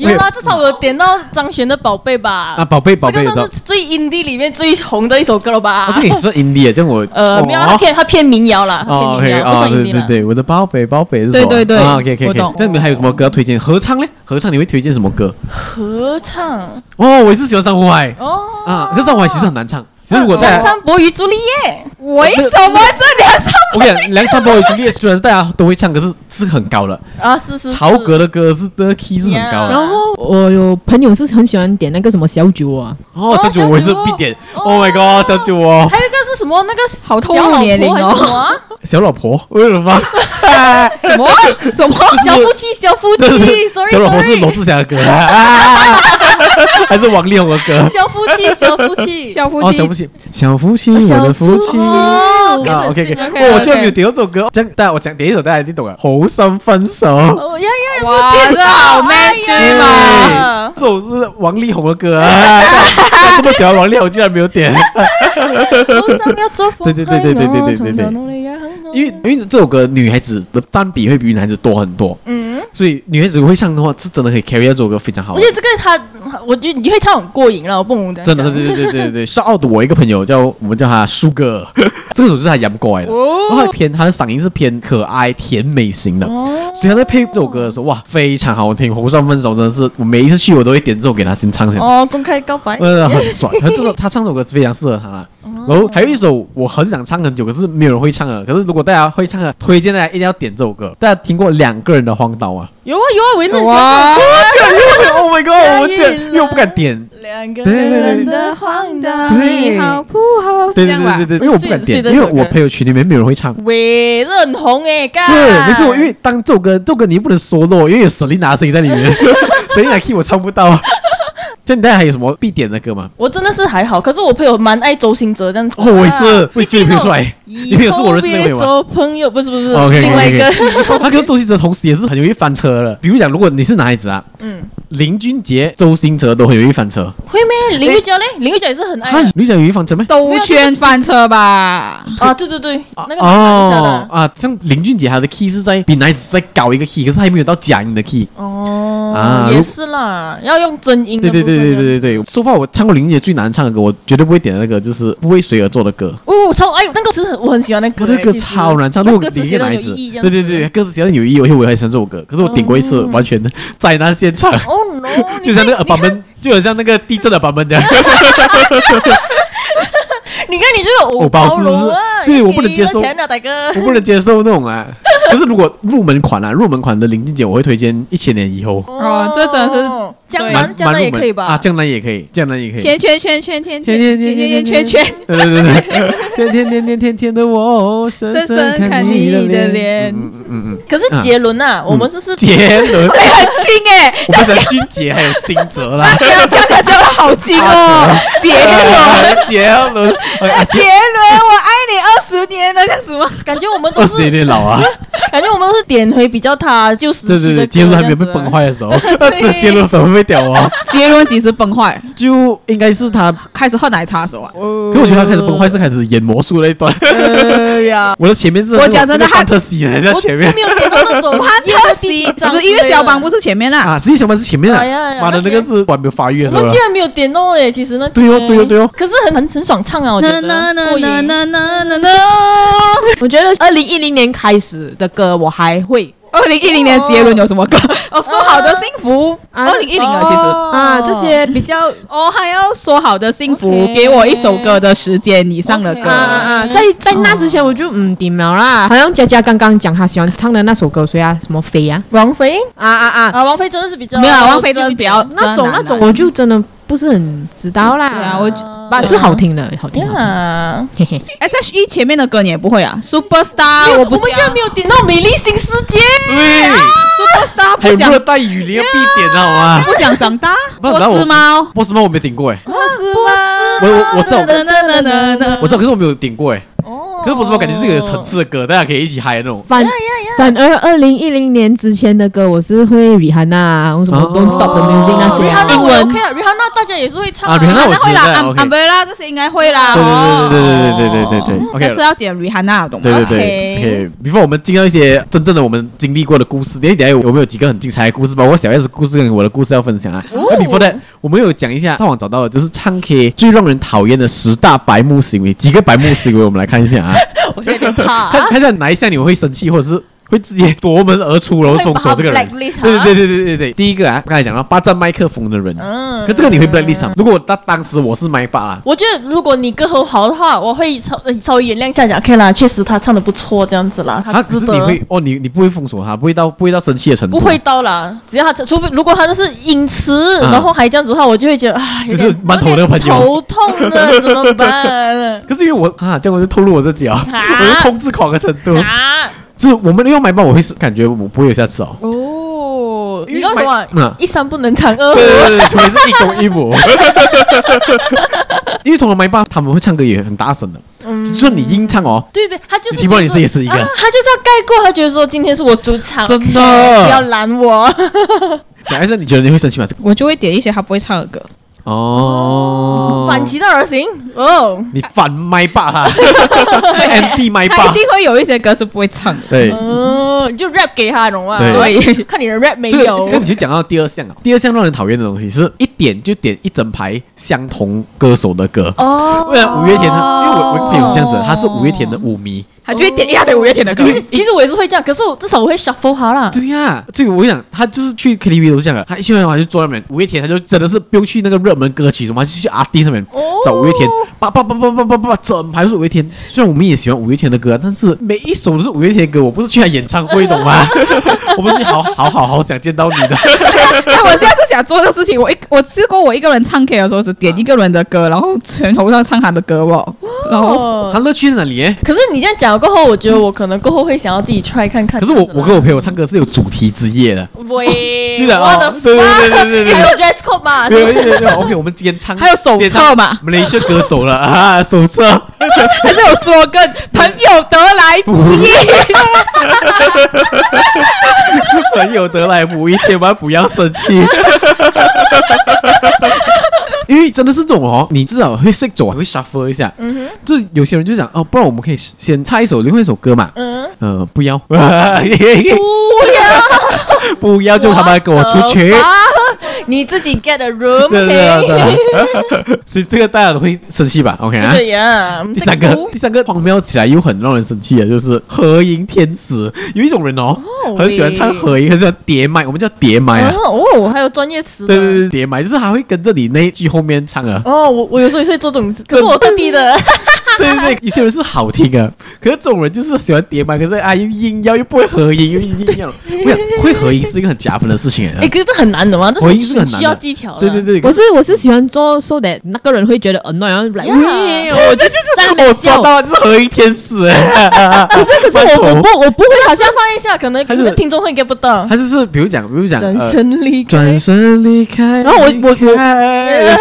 Speaker 3: 有啊，至少我点到张悬的《宝贝》吧。
Speaker 1: 啊，宝贝宝贝，
Speaker 3: 这
Speaker 1: 你
Speaker 3: 个
Speaker 1: 知
Speaker 3: 算
Speaker 1: 道？
Speaker 3: 是最 indie 里面最红的一首歌了吧？
Speaker 1: 啊，这个也算 indie 啊，这样我
Speaker 3: 呃，没有，它
Speaker 1: 哦
Speaker 3: 偏它偏民谣啦，
Speaker 1: 哦
Speaker 3: 它偏民
Speaker 1: ，OK，
Speaker 3: 谣，不
Speaker 1: 哦，
Speaker 3: 算
Speaker 1: 对
Speaker 3: indie
Speaker 1: 对
Speaker 3: 啦。
Speaker 1: 对，我的宝贝宝贝是什么？
Speaker 2: 对对对
Speaker 1: ，OK OK
Speaker 2: 我
Speaker 1: OK，
Speaker 2: 懂
Speaker 1: 这里面还有什么歌要推荐？合唱嘞？合唱你会推荐什么歌？
Speaker 3: 合唱
Speaker 1: 哦，我也是喜欢上户外
Speaker 3: 哦，
Speaker 1: 啊，可是上户外其实很难唱，其实如果大
Speaker 3: 梁
Speaker 1: 家，
Speaker 3: 山伯与朱丽叶。
Speaker 2: 为什么这两首？
Speaker 1: 我跟你讲，梁 [laughs] 山伯与朱丽叶虽然是大家都会唱，可是是很高的，
Speaker 3: 啊，是是
Speaker 1: 曹格的歌是的 key 是很高的
Speaker 6: 然。后我有朋友是很喜欢点那个什么小酒啊，
Speaker 1: 哦，小酒
Speaker 3: 小
Speaker 1: 窝也是
Speaker 3: 酒窝
Speaker 1: 必点。
Speaker 3: 哦
Speaker 1: Oh my god，小酒窝，
Speaker 3: 还有一个是什么？那个
Speaker 2: 好透
Speaker 3: 小老
Speaker 2: 露
Speaker 3: 婆
Speaker 2: 年龄
Speaker 3: 还是什么
Speaker 2: 哦！
Speaker 1: [laughs]
Speaker 3: 啊？
Speaker 1: 小老婆，为什么？
Speaker 2: 什么什么？
Speaker 3: 哦小夫妻，小夫
Speaker 1: 这 [laughs] 是
Speaker 3: 妻，sorry
Speaker 1: 小老婆是
Speaker 3: sorry，
Speaker 1: 罗志祥的歌，啊还是王力宏的歌？
Speaker 3: 小夫妻，小夫妻，
Speaker 2: [laughs] 小夫
Speaker 1: 哦，小
Speaker 2: 妻
Speaker 1: 夫妻，小夫妻，我的夫妻。
Speaker 3: 哦，
Speaker 1: 啊，OK OK，
Speaker 2: OK，OK
Speaker 1: 哦我居然没有点到这首歌，这样大家我讲点一首，大家一定懂了，《红啊心分手》
Speaker 3: 哦呀呀，
Speaker 2: 哇，这好
Speaker 3: 哎
Speaker 2: mainstream 啊！
Speaker 3: 呀
Speaker 1: 这首是王力宏的歌啊， [laughs] 我这么喜欢王力宏，居然没有
Speaker 3: [laughs]
Speaker 1: 点，
Speaker 3: 路上要做风
Speaker 1: 对
Speaker 3: 啊
Speaker 1: 对对对对对对对对因为因为这首歌女孩子的占比会比男孩子多很多，
Speaker 3: 嗯，
Speaker 1: 所以女孩子会唱的话，是真的可以 carry 到这首歌非常好啊
Speaker 3: 而。且这个他，我觉得你会唱很过瘾了，我不能这样
Speaker 1: 真
Speaker 3: 讲
Speaker 1: 的，对对对对对，笑傲的我一个朋友叫我们叫他舒
Speaker 3: [laughs]
Speaker 1: 哥，这个手是他演过来的，
Speaker 3: 哦
Speaker 1: 然后他偏他的嗓音是偏可爱甜美型的，
Speaker 3: 哦
Speaker 1: 所以他在配这首歌的时候，哇，非常好听。红上分手真的是，我每一次去我都会点这首给他先唱先，
Speaker 3: 哦，公开告
Speaker 2: 哎
Speaker 3: 白，
Speaker 1: 呃，嗯很
Speaker 2: [laughs]
Speaker 3: [laughs]
Speaker 1: 爽。他真的他唱这首歌是非常适合他啦。
Speaker 2: 哦
Speaker 1: 然后还有一首我很想唱很久，可是没有人会唱的。可是如果大家会唱的，推
Speaker 2: [laughs]
Speaker 1: 荐大家一定要点这首歌。大家听过两个人的荒岛吗？啊哦
Speaker 3: 有啊有啊，我也是很喜欢
Speaker 2: 哇
Speaker 3: 这首歌，
Speaker 1: Oh my
Speaker 2: 啊
Speaker 1: god！我竟然因为我不敢点，
Speaker 3: 两个
Speaker 1: 对对对
Speaker 3: 人的荒
Speaker 1: 对
Speaker 3: 诞，
Speaker 2: 你好不好？
Speaker 1: 对对
Speaker 2: 是这样吧
Speaker 1: 对？对对，因为我不敢点，因为我朋友群里面没有人会唱。
Speaker 3: 伟任红哎，干
Speaker 1: 是，可是我因为当这首歌，这首歌你又不能 solo，因为有 Selina 的声音在里
Speaker 2: [laughs]
Speaker 1: 面，Selina key 我唱不到。这你大家还有什么必点的歌吗？
Speaker 3: 我真的是还好，可是我朋友蛮爱周兴哲这样子。啊
Speaker 1: 哦，我也是，我也觉得
Speaker 3: 听
Speaker 1: 朋友出
Speaker 3: 到
Speaker 1: 来，
Speaker 3: 哦以
Speaker 1: [laughs] 你朋友是我认识的那
Speaker 3: 后
Speaker 1: 位
Speaker 3: 别
Speaker 1: 吗？哦
Speaker 3: 做朋友，不是不是不是
Speaker 1: OK，
Speaker 3: 另外
Speaker 1: [laughs]
Speaker 3: 一个，
Speaker 1: 他跟周星哲同时也是很容易翻车的。比如讲，如果你是男孩子啊，
Speaker 3: 嗯，
Speaker 1: 林俊杰、周星哲都很容易翻车。
Speaker 3: 会咩？林玉娇嘞，林玉娇也是很爱
Speaker 1: 啊
Speaker 3: 的，
Speaker 1: 你讲容易翻车咩？
Speaker 2: 兜圈翻车吧，
Speaker 3: 啊，对对对，那个蛮下
Speaker 1: 哦
Speaker 3: 的
Speaker 1: 啊，像林俊杰他的 key 是在比男孩子再高一个 key，可是还没有到假音的 key。啊
Speaker 3: 哦，
Speaker 1: 如
Speaker 3: 也是啦，要用真音的
Speaker 1: 对
Speaker 3: 部分
Speaker 1: 对
Speaker 3: 这样。
Speaker 1: 对对对对对，说话我唱过林俊杰最难唱的歌，我绝对不会点的那个，就是不为谁而作的歌。
Speaker 3: 哦，我超哎，那个词很我很喜欢那
Speaker 1: 我
Speaker 3: 歌，
Speaker 1: 哦那歌
Speaker 3: 其实
Speaker 1: 超难唱，
Speaker 3: 那
Speaker 1: 如
Speaker 3: 歌
Speaker 1: 果
Speaker 3: 词
Speaker 1: 你一
Speaker 3: 写
Speaker 1: 个
Speaker 3: 得
Speaker 1: 男
Speaker 3: 很
Speaker 1: 孩
Speaker 3: 有
Speaker 1: 子，
Speaker 3: 意义，
Speaker 1: 对对对，。歌词写的有意义，而且我也很喜欢这首歌。可是我点过一次，完全 [laughs] 灾难现场，
Speaker 3: 哦 no！
Speaker 1: [laughs] 就像那个
Speaker 3: 你
Speaker 1: a
Speaker 3: 看
Speaker 1: p a 就很像那个地震的 a p a 这样。
Speaker 3: 你看你就是
Speaker 1: 偶
Speaker 3: 偶
Speaker 1: 包
Speaker 3: 包容啊，
Speaker 1: 是不是对
Speaker 3: 你
Speaker 1: 我不能接受
Speaker 3: 给钱的大哥
Speaker 1: 我。不能接受那种啊。可是如果入门款啊，入门款的林俊杰，我会推荐一千年以后。
Speaker 2: 哦这真的是
Speaker 3: 江
Speaker 2: 对
Speaker 1: 蛮
Speaker 3: 南，江南也可以
Speaker 1: 蛮入
Speaker 3: 吧？
Speaker 1: 门啊，江南也可以，江南也可以。
Speaker 2: 圈圈圈圈天
Speaker 1: 天
Speaker 2: 天
Speaker 1: 天天天
Speaker 2: 天天天
Speaker 1: 天
Speaker 2: 圈圈，
Speaker 1: 对对对对，天天天天天天的我，深
Speaker 2: 深
Speaker 1: 深
Speaker 2: 深
Speaker 1: 看
Speaker 2: 看
Speaker 1: 你
Speaker 2: 你
Speaker 1: 的
Speaker 2: 的
Speaker 1: 脸。
Speaker 2: 脸，
Speaker 1: 嗯嗯
Speaker 3: [laughs]
Speaker 1: 嗯，
Speaker 3: 可是杰伦啊，我们这是
Speaker 1: 杰伦，
Speaker 2: 哎，很轻哎，
Speaker 1: 我们想俊杰还有辛哲
Speaker 3: [laughs]
Speaker 1: 啦，
Speaker 2: 大家大家叫的好轻哦，杰伦，
Speaker 3: 啊
Speaker 1: 杰伦，哎啊
Speaker 2: 杰
Speaker 1: 杰，
Speaker 2: 伦，我爱你二十年了，这样子吗？
Speaker 3: 感觉我们
Speaker 1: 二
Speaker 3: [laughs] 都
Speaker 1: [laughs] 十有
Speaker 3: 是
Speaker 1: 点老
Speaker 3: [laughs]
Speaker 1: 啊，
Speaker 3: 感觉我们都是点回比较他旧时
Speaker 1: 对对
Speaker 3: 期的
Speaker 1: 对，
Speaker 3: 歌
Speaker 1: 杰伦还没有
Speaker 3: 这
Speaker 1: 被
Speaker 3: 样子啊
Speaker 1: 崩坏的时候， [laughs] 这杰伦粉会被屌啊，
Speaker 2: 杰伦几时崩坏？
Speaker 1: 就应该是他，
Speaker 2: 开始喝奶茶的时候啊。
Speaker 1: 可我觉得他开始崩坏是开始演魔术那一段，
Speaker 3: 对呃呀，
Speaker 1: [laughs] 我的前面是
Speaker 2: 我讲真的
Speaker 1: 汉
Speaker 2: 他
Speaker 1: 特西还在
Speaker 3: 我
Speaker 1: 前
Speaker 3: 我
Speaker 1: 面
Speaker 3: 没有点到那种夜的第几
Speaker 1: [laughs]
Speaker 3: 章之类的，
Speaker 2: 只是因为小绑不是前面啦，
Speaker 1: 啊，实际上班是前面
Speaker 3: 哎呀
Speaker 1: 啊，
Speaker 3: 呀
Speaker 1: 妈的那
Speaker 3: 那
Speaker 1: 个
Speaker 3: 些
Speaker 1: 是我还没有发育的时
Speaker 3: 我
Speaker 1: 候啊
Speaker 3: 们
Speaker 1: 啦
Speaker 3: 竟，然没有点到哎，其实那
Speaker 1: 对哦对哦对哦
Speaker 3: 可是很很很爽唱啊，我觉
Speaker 2: 呐
Speaker 3: 得
Speaker 2: 呐呐
Speaker 3: 过瘾
Speaker 2: 呐呐呐呐呐。
Speaker 6: 我觉得二零一零年开始的歌我还会
Speaker 2: 二零一零年杰伦有什么歌？哦，说好的幸福，
Speaker 6: 啊
Speaker 2: 二零一零啊，其实。
Speaker 3: 哦
Speaker 6: 啊，这些比较
Speaker 2: 哦，还要说好的幸福
Speaker 3: OK
Speaker 2: 给我一首歌的时间，你上了
Speaker 6: 啊啊
Speaker 2: 歌。
Speaker 6: 啊，在在那之前我就嗯点了啦，好像佳佳刚刚讲她喜欢唱的那首歌，谁啊？什么飞呀？
Speaker 3: 王菲
Speaker 6: 啊啊啊，
Speaker 3: 啊，王菲真的是比较
Speaker 2: 没有啊，王菲真的比较
Speaker 6: 那种那种我就真的不是很知道啦。
Speaker 2: 对啊我
Speaker 6: 但是好听的，好听好听。
Speaker 3: 呀。
Speaker 2: 啊
Speaker 6: 嘿嘿，
Speaker 2: S H E 前面的歌你也不会啊
Speaker 3: 因
Speaker 2: ，Superstar
Speaker 3: 为
Speaker 2: 我
Speaker 3: 我
Speaker 2: 不
Speaker 3: 们居
Speaker 2: 想
Speaker 3: 然没有点到《美丽新世界》，
Speaker 1: 对，
Speaker 2: ，Superstar
Speaker 1: 还有
Speaker 2: 不
Speaker 1: 热
Speaker 2: 想
Speaker 1: 带雨林的必点的好吗？
Speaker 2: 不想长大，
Speaker 1: 不然我
Speaker 2: 波斯猫，
Speaker 1: 波斯猫我没顶过哎，
Speaker 2: 波斯猫，
Speaker 1: 我我我知道
Speaker 2: 呐呐呐呐呐
Speaker 1: 我知道，可是我没有顶过哎，
Speaker 3: 哦
Speaker 1: 可是波斯猫感觉是个有层次的歌，大家可以一起嗨的那种。
Speaker 6: 反反而二零一零年之前的歌，我是会 Rihanna 啊，什么
Speaker 1: 哦
Speaker 6: Don't Stop the Music 那
Speaker 3: 哦
Speaker 6: 些啊
Speaker 3: ，Rihanna
Speaker 6: 英
Speaker 3: 我也
Speaker 6: 文
Speaker 3: OK 啊，Rihanna 大家也是会唱
Speaker 1: 啊，Rihanna 我
Speaker 2: 会啦
Speaker 1: 觉得
Speaker 2: ，Am-
Speaker 1: OK
Speaker 2: ，Umbrella 这些应该会啦。
Speaker 1: 对
Speaker 2: 哦
Speaker 1: 对对对对对对对对
Speaker 2: 下次
Speaker 1: ，OK。
Speaker 2: 要点 Rihanna，懂
Speaker 1: 对
Speaker 2: 吗
Speaker 1: 对？对
Speaker 3: OK
Speaker 1: ，OK。before 我们进到一些真正的我们经历过的故事，等一下我们有几个很精彩的故事，包括小 S 的故事跟我的故事要分享啊。那 before that，我们有讲一下上网找到的，就是唱 K 最让人讨厌的十大白目行为，几个白目行为，我们来看一下啊。
Speaker 3: 我有点怕
Speaker 1: 看看一下哪一项你们会生气，或者是会直接夺门而出，然后封锁这个人。
Speaker 3: 对
Speaker 1: 对对对对对对对，第一个啊，刚才讲到霸占麦克风的人，
Speaker 3: 嗯
Speaker 1: 可这个你会 b l a m 场。如果当当时我是麦霸啊，
Speaker 3: 我觉得如果你歌喉好的话，我会稍呃稍微原谅一下讲，OK 啦，确实他唱的不错，这样子啦，
Speaker 1: 他
Speaker 3: 值
Speaker 1: 只是
Speaker 3: 得。
Speaker 1: 你会哦，你你不会封锁他，不会到不会到生气的程度，
Speaker 3: 不会，到啦，只要他除非如果他就是隐词，
Speaker 1: 啊
Speaker 3: 然后还这样子的话，我就会觉得啊，有
Speaker 1: 只
Speaker 3: 点
Speaker 1: 是馒头那个朋友。
Speaker 3: 头痛了，怎么办？
Speaker 1: 可是因为我啊，这样我就透露我自己啊，
Speaker 3: 啊
Speaker 1: 我是控制狂的程度，
Speaker 3: 啊
Speaker 1: 就是我们用麦霸，我会是感觉我不会有下次哦。
Speaker 3: 哦，你知道
Speaker 1: 因为
Speaker 3: 什么
Speaker 1: 麦嗯
Speaker 3: 啊？一山不能藏二
Speaker 1: 对
Speaker 3: 虎。
Speaker 1: 对对，呃除非是一公一母。因为通常麦霸他们会唱歌也很大声的，
Speaker 3: 嗯
Speaker 1: 就是你硬唱哦，
Speaker 3: 对对，他就是
Speaker 1: 你希望
Speaker 3: 觉
Speaker 1: 你
Speaker 3: 得
Speaker 1: 自己是一个
Speaker 3: 啊他就是要盖过，他觉得说今天是我主场，
Speaker 1: 真的
Speaker 3: 不要拦我。
Speaker 1: 小艾生，你觉得你会生气吗？这个
Speaker 2: 我就会点一些他不会唱的歌。
Speaker 1: 哦，
Speaker 3: 反其道而行哦。
Speaker 1: 你反麦霸
Speaker 3: [laughs]
Speaker 1: 他，anti 麦
Speaker 2: 他
Speaker 1: 霸
Speaker 2: 一，定会有一些歌是不会唱的。
Speaker 1: 对。
Speaker 3: 嗯，你就 rap 给他，懂吗？
Speaker 1: 对，
Speaker 3: 看你的 rap 没
Speaker 1: 这个
Speaker 3: 有
Speaker 1: 这。个你就讲到第二项了。第二项让人讨厌的东西是一点就点一整排相同歌手的歌。
Speaker 3: 哦
Speaker 1: 为了五月天他，因为我我朋友是这样子的，他是五月天的舞迷。
Speaker 2: [laughs] 他就会点一大堆五月天的歌 [laughs]
Speaker 3: 其。实其实我也是会这样，可是我至少我会 shuffle 他啦。
Speaker 1: 对呀、所以我想他就是去 KTV 都是这样的，他一去完就坐那边。五月天他就真的是不用去那个热门歌曲什么，他就去 R D 上面
Speaker 3: 哦
Speaker 1: 找五月天，叭叭叭叭叭叭叭，整排都是五月天。虽然我们也喜欢五月天的歌，但是每一首都是五月天的歌，我不是去他演唱会懂吗？我不是去好好好好想见到你的。
Speaker 2: 哎，我下次想想做的事情。我一我试过，我一个人唱 K 的时候是点一个人的歌，然后全头上唱他的歌哦，然后
Speaker 3: 哦
Speaker 1: 他乐趣在哪里？
Speaker 3: 可是你这样讲过后，我觉得我可能过后会想要自己 try 看看。
Speaker 1: 可是我我跟我朋友唱歌是有主题之夜的，
Speaker 3: 喂，
Speaker 1: [laughs] 记得哦
Speaker 3: 我的
Speaker 1: 对对对对对对
Speaker 3: 还有 dress code 嘛？
Speaker 1: 对对对对，OK，我们今天唱
Speaker 2: 还有手册嘛，
Speaker 1: 马来西亚歌手了啊，手册。
Speaker 2: 还是有说跟朋友
Speaker 1: [laughs]
Speaker 2: 得来不易。
Speaker 1: [laughs] 朋友得来不易，千万不要生 [laughs] 气。因为真的是这种哦，你至少会识走，会 shuffle 一下。嗯哼，就有些人就想哦，不然我们可以先唱一首另外一首歌嘛。
Speaker 3: 嗯，
Speaker 1: 嗯、呃， [laughs] 不要，
Speaker 3: 不要，
Speaker 1: 不要就他妈跟我出 [laughs] 去。
Speaker 3: 你自己 get a room，
Speaker 1: 对对对
Speaker 3: OK？
Speaker 1: 对对， [laughs] 所以这个大家都会生气吧？OK 啊
Speaker 3: 这。个呀，
Speaker 1: [laughs] 第三
Speaker 3: 这
Speaker 1: 个
Speaker 3: 不，
Speaker 1: 第三个荒谬起来又很让人生气的，就是合音天使。有一种人哦，很喜欢唱合音，很喜欢叠麦，我们叫叠麦啊。
Speaker 3: 哦哦，还有专业
Speaker 6: 嗯
Speaker 3: 词的
Speaker 1: 对。对对，叠麦就是还会跟着你那一句后面唱
Speaker 6: [laughs]
Speaker 1: 啊。
Speaker 3: 哦，我我有时候也是会做这种，可是我特地的，
Speaker 1: 对对对，有些人是好听
Speaker 6: [laughs]
Speaker 1: 啊，可是这种人就是喜欢叠麦，可是啊又硬要又不会合音，又硬要，我想会合音是一个很加分的事情啊
Speaker 3: [laughs] 哎，。可是这很难的嘛，这
Speaker 1: 回音是很难
Speaker 3: 需
Speaker 1: 的
Speaker 3: 需要技巧
Speaker 1: 对
Speaker 3: 的。
Speaker 1: 对对，
Speaker 6: 我是我是喜欢做 so that 那个人会觉得 annoy，然后 like，
Speaker 3: Yeah
Speaker 6: 我
Speaker 1: 这
Speaker 6: 就是在那边
Speaker 1: 我抓
Speaker 6: 笑。
Speaker 1: 到了，就是合音天使哎。
Speaker 6: [laughs] 可是可是我我不我不会好
Speaker 3: 好
Speaker 6: 像
Speaker 3: 像啊放一下，可能
Speaker 1: 还
Speaker 3: 可
Speaker 1: 是
Speaker 3: 能听众会 get 不到。
Speaker 1: 他就是比如讲，比如讲，
Speaker 3: 转
Speaker 1: 呃
Speaker 3: 身离开，
Speaker 1: 转身离开，
Speaker 6: 然后我我
Speaker 1: 离
Speaker 6: [laughs]
Speaker 1: 开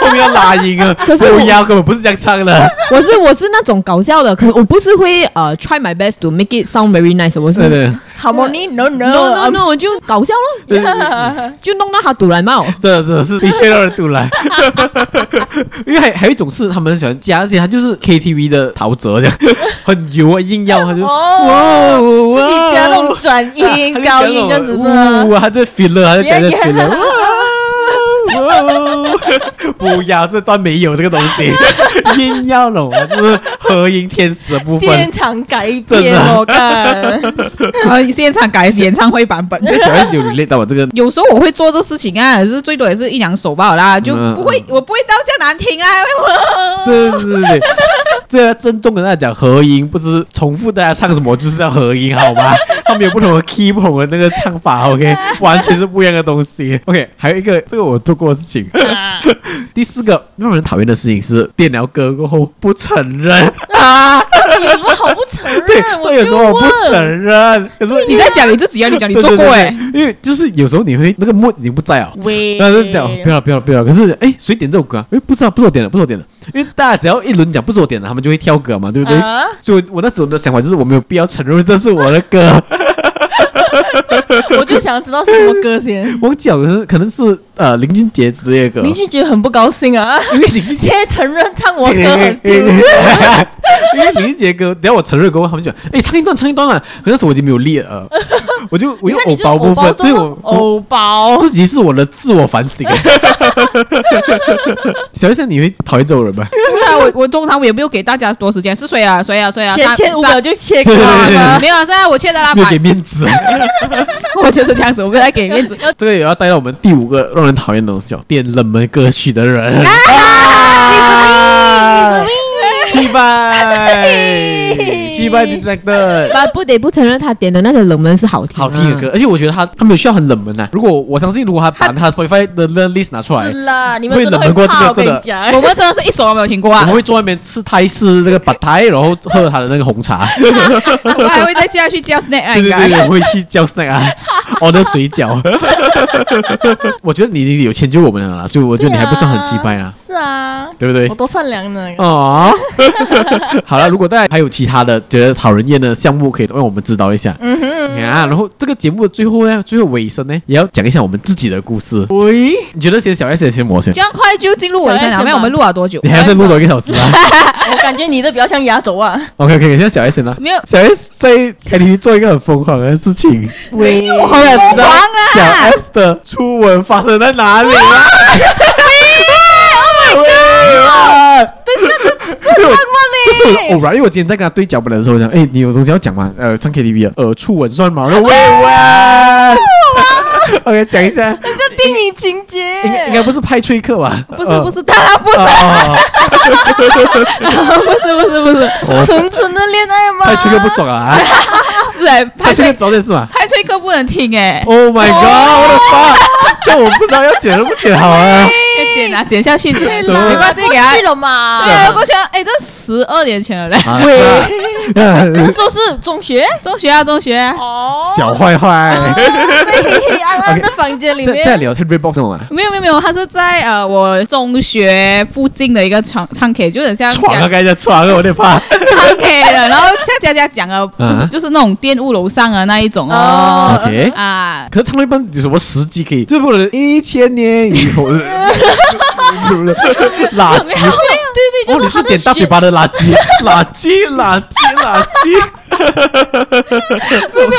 Speaker 1: 后面要拉音啊，
Speaker 6: 可是我
Speaker 1: 不要根本不是这样唱
Speaker 6: [laughs]
Speaker 1: 的，
Speaker 6: 我是我是那种搞笑的，可我不是会呃 try my best to make it sound very nice，我是
Speaker 1: 对对
Speaker 3: harmony no
Speaker 6: no no
Speaker 3: no， [laughs]
Speaker 6: no，我就搞笑咯，
Speaker 1: 对对对，
Speaker 6: [laughs] 就弄到他突然冒。
Speaker 1: 这这是 [laughs] 的确让人堵来，因为还还有一种是他们喜欢加一些，他就是 KTV 的陶喆这 [laughs] 样，很油啊，硬要他就哇
Speaker 3: 哦，
Speaker 1: 哇，
Speaker 3: 自己加那种转音
Speaker 1: 他就
Speaker 3: 高
Speaker 1: 讲
Speaker 3: 音这样子是
Speaker 1: 那种
Speaker 3: 吗？
Speaker 1: 哇， [laughs] 他在 filler，他就讲在
Speaker 3: Yeah, yeah
Speaker 1: filler，哇哇，不要，这段没有这个东
Speaker 3: [laughs]
Speaker 1: 西，硬要拢啊，就是合音天使的部分
Speaker 3: 现。场改
Speaker 1: 真
Speaker 3: 编
Speaker 1: 的
Speaker 3: 我看，
Speaker 2: 呃，现场改演唱会版 [laughs] 本。
Speaker 1: 这小孩子有 relate 到我这个
Speaker 2: 有时候我会做这事情啊，可是最多也是一两首罢了啦，就
Speaker 1: 嗯
Speaker 2: 不会，我不会到这样难听 [laughs] 啊。因
Speaker 1: [laughs] 对
Speaker 2: 为
Speaker 1: 对对对，这要郑重跟大家讲，合音不是重复大家唱什么，就是要合音，好吗？ [laughs] 他们有不同的 key，不同的那个唱法，OK，完全是不一样的东西。OK，还有一个，这个我做过的事情。 [laughs] 第四个让人讨厌的事情是电疗歌过后不承认，
Speaker 2: 啊
Speaker 3: 有什么好不承
Speaker 1: 对，
Speaker 3: 认？
Speaker 1: 那有时
Speaker 3: 就
Speaker 1: 候我不
Speaker 3: 问，
Speaker 1: 承认，可是
Speaker 2: 你在讲你自己啊，你讲你做过哎、
Speaker 1: 对对对对因为就是有时候你会那个 mood 你不在啊、
Speaker 3: 喂
Speaker 1: 那就讲不要了不要了不要了。可是哎，谁点这首歌啊？哎，不是啊，不是我点的，不是我点的。因为大家只要一轮讲不是我点的，他们就会挑歌嘛，对不对？
Speaker 3: 啊
Speaker 1: 所以我我那时候的想法就是我没有必要承认这是我的歌，
Speaker 3: 我就想知道是什么
Speaker 1: [laughs]
Speaker 3: 歌先。
Speaker 1: 我讲的可能是呃林俊杰之类的歌。
Speaker 3: 林俊杰很不高兴啊，
Speaker 1: 因为林俊杰。
Speaker 3: 现在承认唱我
Speaker 1: 因
Speaker 3: 歌很丢脸。
Speaker 1: 为林俊杰歌，等下我承认过后，他们就讲，哎，唱一段，唱一段啊。可能是我已经没有力了，呃我就我
Speaker 3: 你
Speaker 1: 用
Speaker 3: 看，
Speaker 1: 偶
Speaker 3: 你就是
Speaker 1: 包部
Speaker 3: 偶包
Speaker 1: 分，对
Speaker 3: 中哦
Speaker 1: 我
Speaker 3: 的
Speaker 1: 我
Speaker 3: 偶包，
Speaker 1: 自己是我的自我反省。想一想，你会讨厌这种人吗？
Speaker 2: 对 [laughs] 啊，我我通常也没有给大家多时间，是谁啊？谁啊？谁啊？
Speaker 3: 前
Speaker 2: 三
Speaker 3: 前五
Speaker 2: 三
Speaker 3: 秒就切
Speaker 1: 对
Speaker 3: 开
Speaker 1: 对 [laughs] 对对
Speaker 3: 了。
Speaker 2: 没有啊，是啊，我切的啦，
Speaker 1: 没有
Speaker 2: 把
Speaker 1: 给面子，
Speaker 2: [laughs] 我就是这样子，我不太给面子。
Speaker 1: 这个也要带到我们第五个让人讨厌的东西哦，点冷门歌曲的人。啊！击败，击败 detector。
Speaker 6: 但不得不承认，他点的那些冷门是好听、啊
Speaker 1: 好听的歌，。而且我觉得他他们需要很冷门啊。如果我相信，如果他把他 Spotify 的 list 拿出来
Speaker 3: 是，啦，你们
Speaker 1: 会
Speaker 3: 真的
Speaker 1: 冷门过这
Speaker 3: 会怕，
Speaker 1: 个
Speaker 3: 我跟
Speaker 1: 真
Speaker 3: 你
Speaker 1: 的
Speaker 3: 讲。
Speaker 2: [laughs] 我们真的是一首都没有听过
Speaker 1: 我
Speaker 2: 啊
Speaker 1: 们，会坐在那边吃泰式那个白台，然后喝他的那个红茶。
Speaker 2: [laughs] 我还会再下去叫 Snake 啊，
Speaker 1: 对
Speaker 2: 应
Speaker 1: 对对，
Speaker 2: 该
Speaker 1: 对我会去叫 snack 啊，我的水饺。 [laughs] 我觉得你你有迁就我们了啦，所以我觉得你还不算很击败啊，
Speaker 3: 是啊，
Speaker 1: 对不对
Speaker 3: 我？多善良呢。
Speaker 1: 哦， [laughs] 好了，如果大家还有其他的觉得讨人厌的项目，可以让我们知道一下。嗯哼啊，然后这个节目的最后呢，最后尾声呢，也要讲一下我们自己的故事。
Speaker 3: 喂，
Speaker 1: 你觉得先小 S 还是先我先
Speaker 2: 这？样快就进入我的现场，没有我们录了多久
Speaker 1: 你？还要再录多一个小时啊
Speaker 3: 我感觉你的比较像压轴啊。
Speaker 1: ？OK OK，现在小 S 先啦。
Speaker 2: 没有，
Speaker 1: 小 S 在 KTV 做一个很疯狂的事情，
Speaker 3: 喂，
Speaker 1: 我好想知道
Speaker 2: 疯狂啊
Speaker 1: 小 S 的初吻发生在哪里啊！喂啊！这是这是我偶然，因为我今天在跟他对脚本的时候我讲，哎，你有东西要讲吗？呃，唱 KTV 啊，呃，初吻算吗？我说喂喂， OK，讲一下，
Speaker 3: 这电影情节
Speaker 1: 应该应该不是派崔克吧？
Speaker 2: 不是不是，当然不是，不是不是不是，
Speaker 1: 哦
Speaker 3: 纯纯的恋爱吗？
Speaker 1: 派崔克不爽啊！
Speaker 2: 是哎，
Speaker 1: 派
Speaker 2: 派
Speaker 1: 崔
Speaker 2: 崔
Speaker 1: 克早点是吗
Speaker 2: 派崔克不能听哎，
Speaker 1: ？Oh my god！我的妈！这我不知道要剪都不剪好啊！
Speaker 2: 要剪啊剪下去，
Speaker 3: 哎
Speaker 2: 没
Speaker 1: 怎么
Speaker 2: 关系，给他
Speaker 3: 过去了嘛
Speaker 2: 对。啊，过去了，哎，这十二年前了嘞，
Speaker 1: 啊
Speaker 3: 那 [laughs] 时候是中学
Speaker 2: 中学啊中学啊，
Speaker 3: 哦，
Speaker 1: [laughs] 小坏 [laughs] 坏，
Speaker 3: 在黑黑暗暗的房间里
Speaker 1: 在在
Speaker 3: 面，
Speaker 1: 聊 t e r r y box 吗？
Speaker 2: 没有没有没有，他是在呃我中学附近的一个唱唱 K，就很像
Speaker 1: 闯啊，
Speaker 2: 讲
Speaker 1: 刚才闯啊，我得怕。
Speaker 2: 唱 K 的，然后像佳佳讲啊，不
Speaker 1: 啊
Speaker 2: 是就是那种玷污楼上啊那一种哦
Speaker 1: OK
Speaker 2: 啊，
Speaker 1: 可是唱到一半有什么时机可以？这不能一千年以后，垃圾。
Speaker 3: 对对，
Speaker 1: 哦，
Speaker 3: [laughs] 就
Speaker 1: 你
Speaker 3: 是
Speaker 1: 是
Speaker 3: 他的
Speaker 1: 点大
Speaker 3: 学
Speaker 1: 嘴巴的垃圾， [laughs] 垃圾，垃圾，垃圾。
Speaker 3: 没有没有，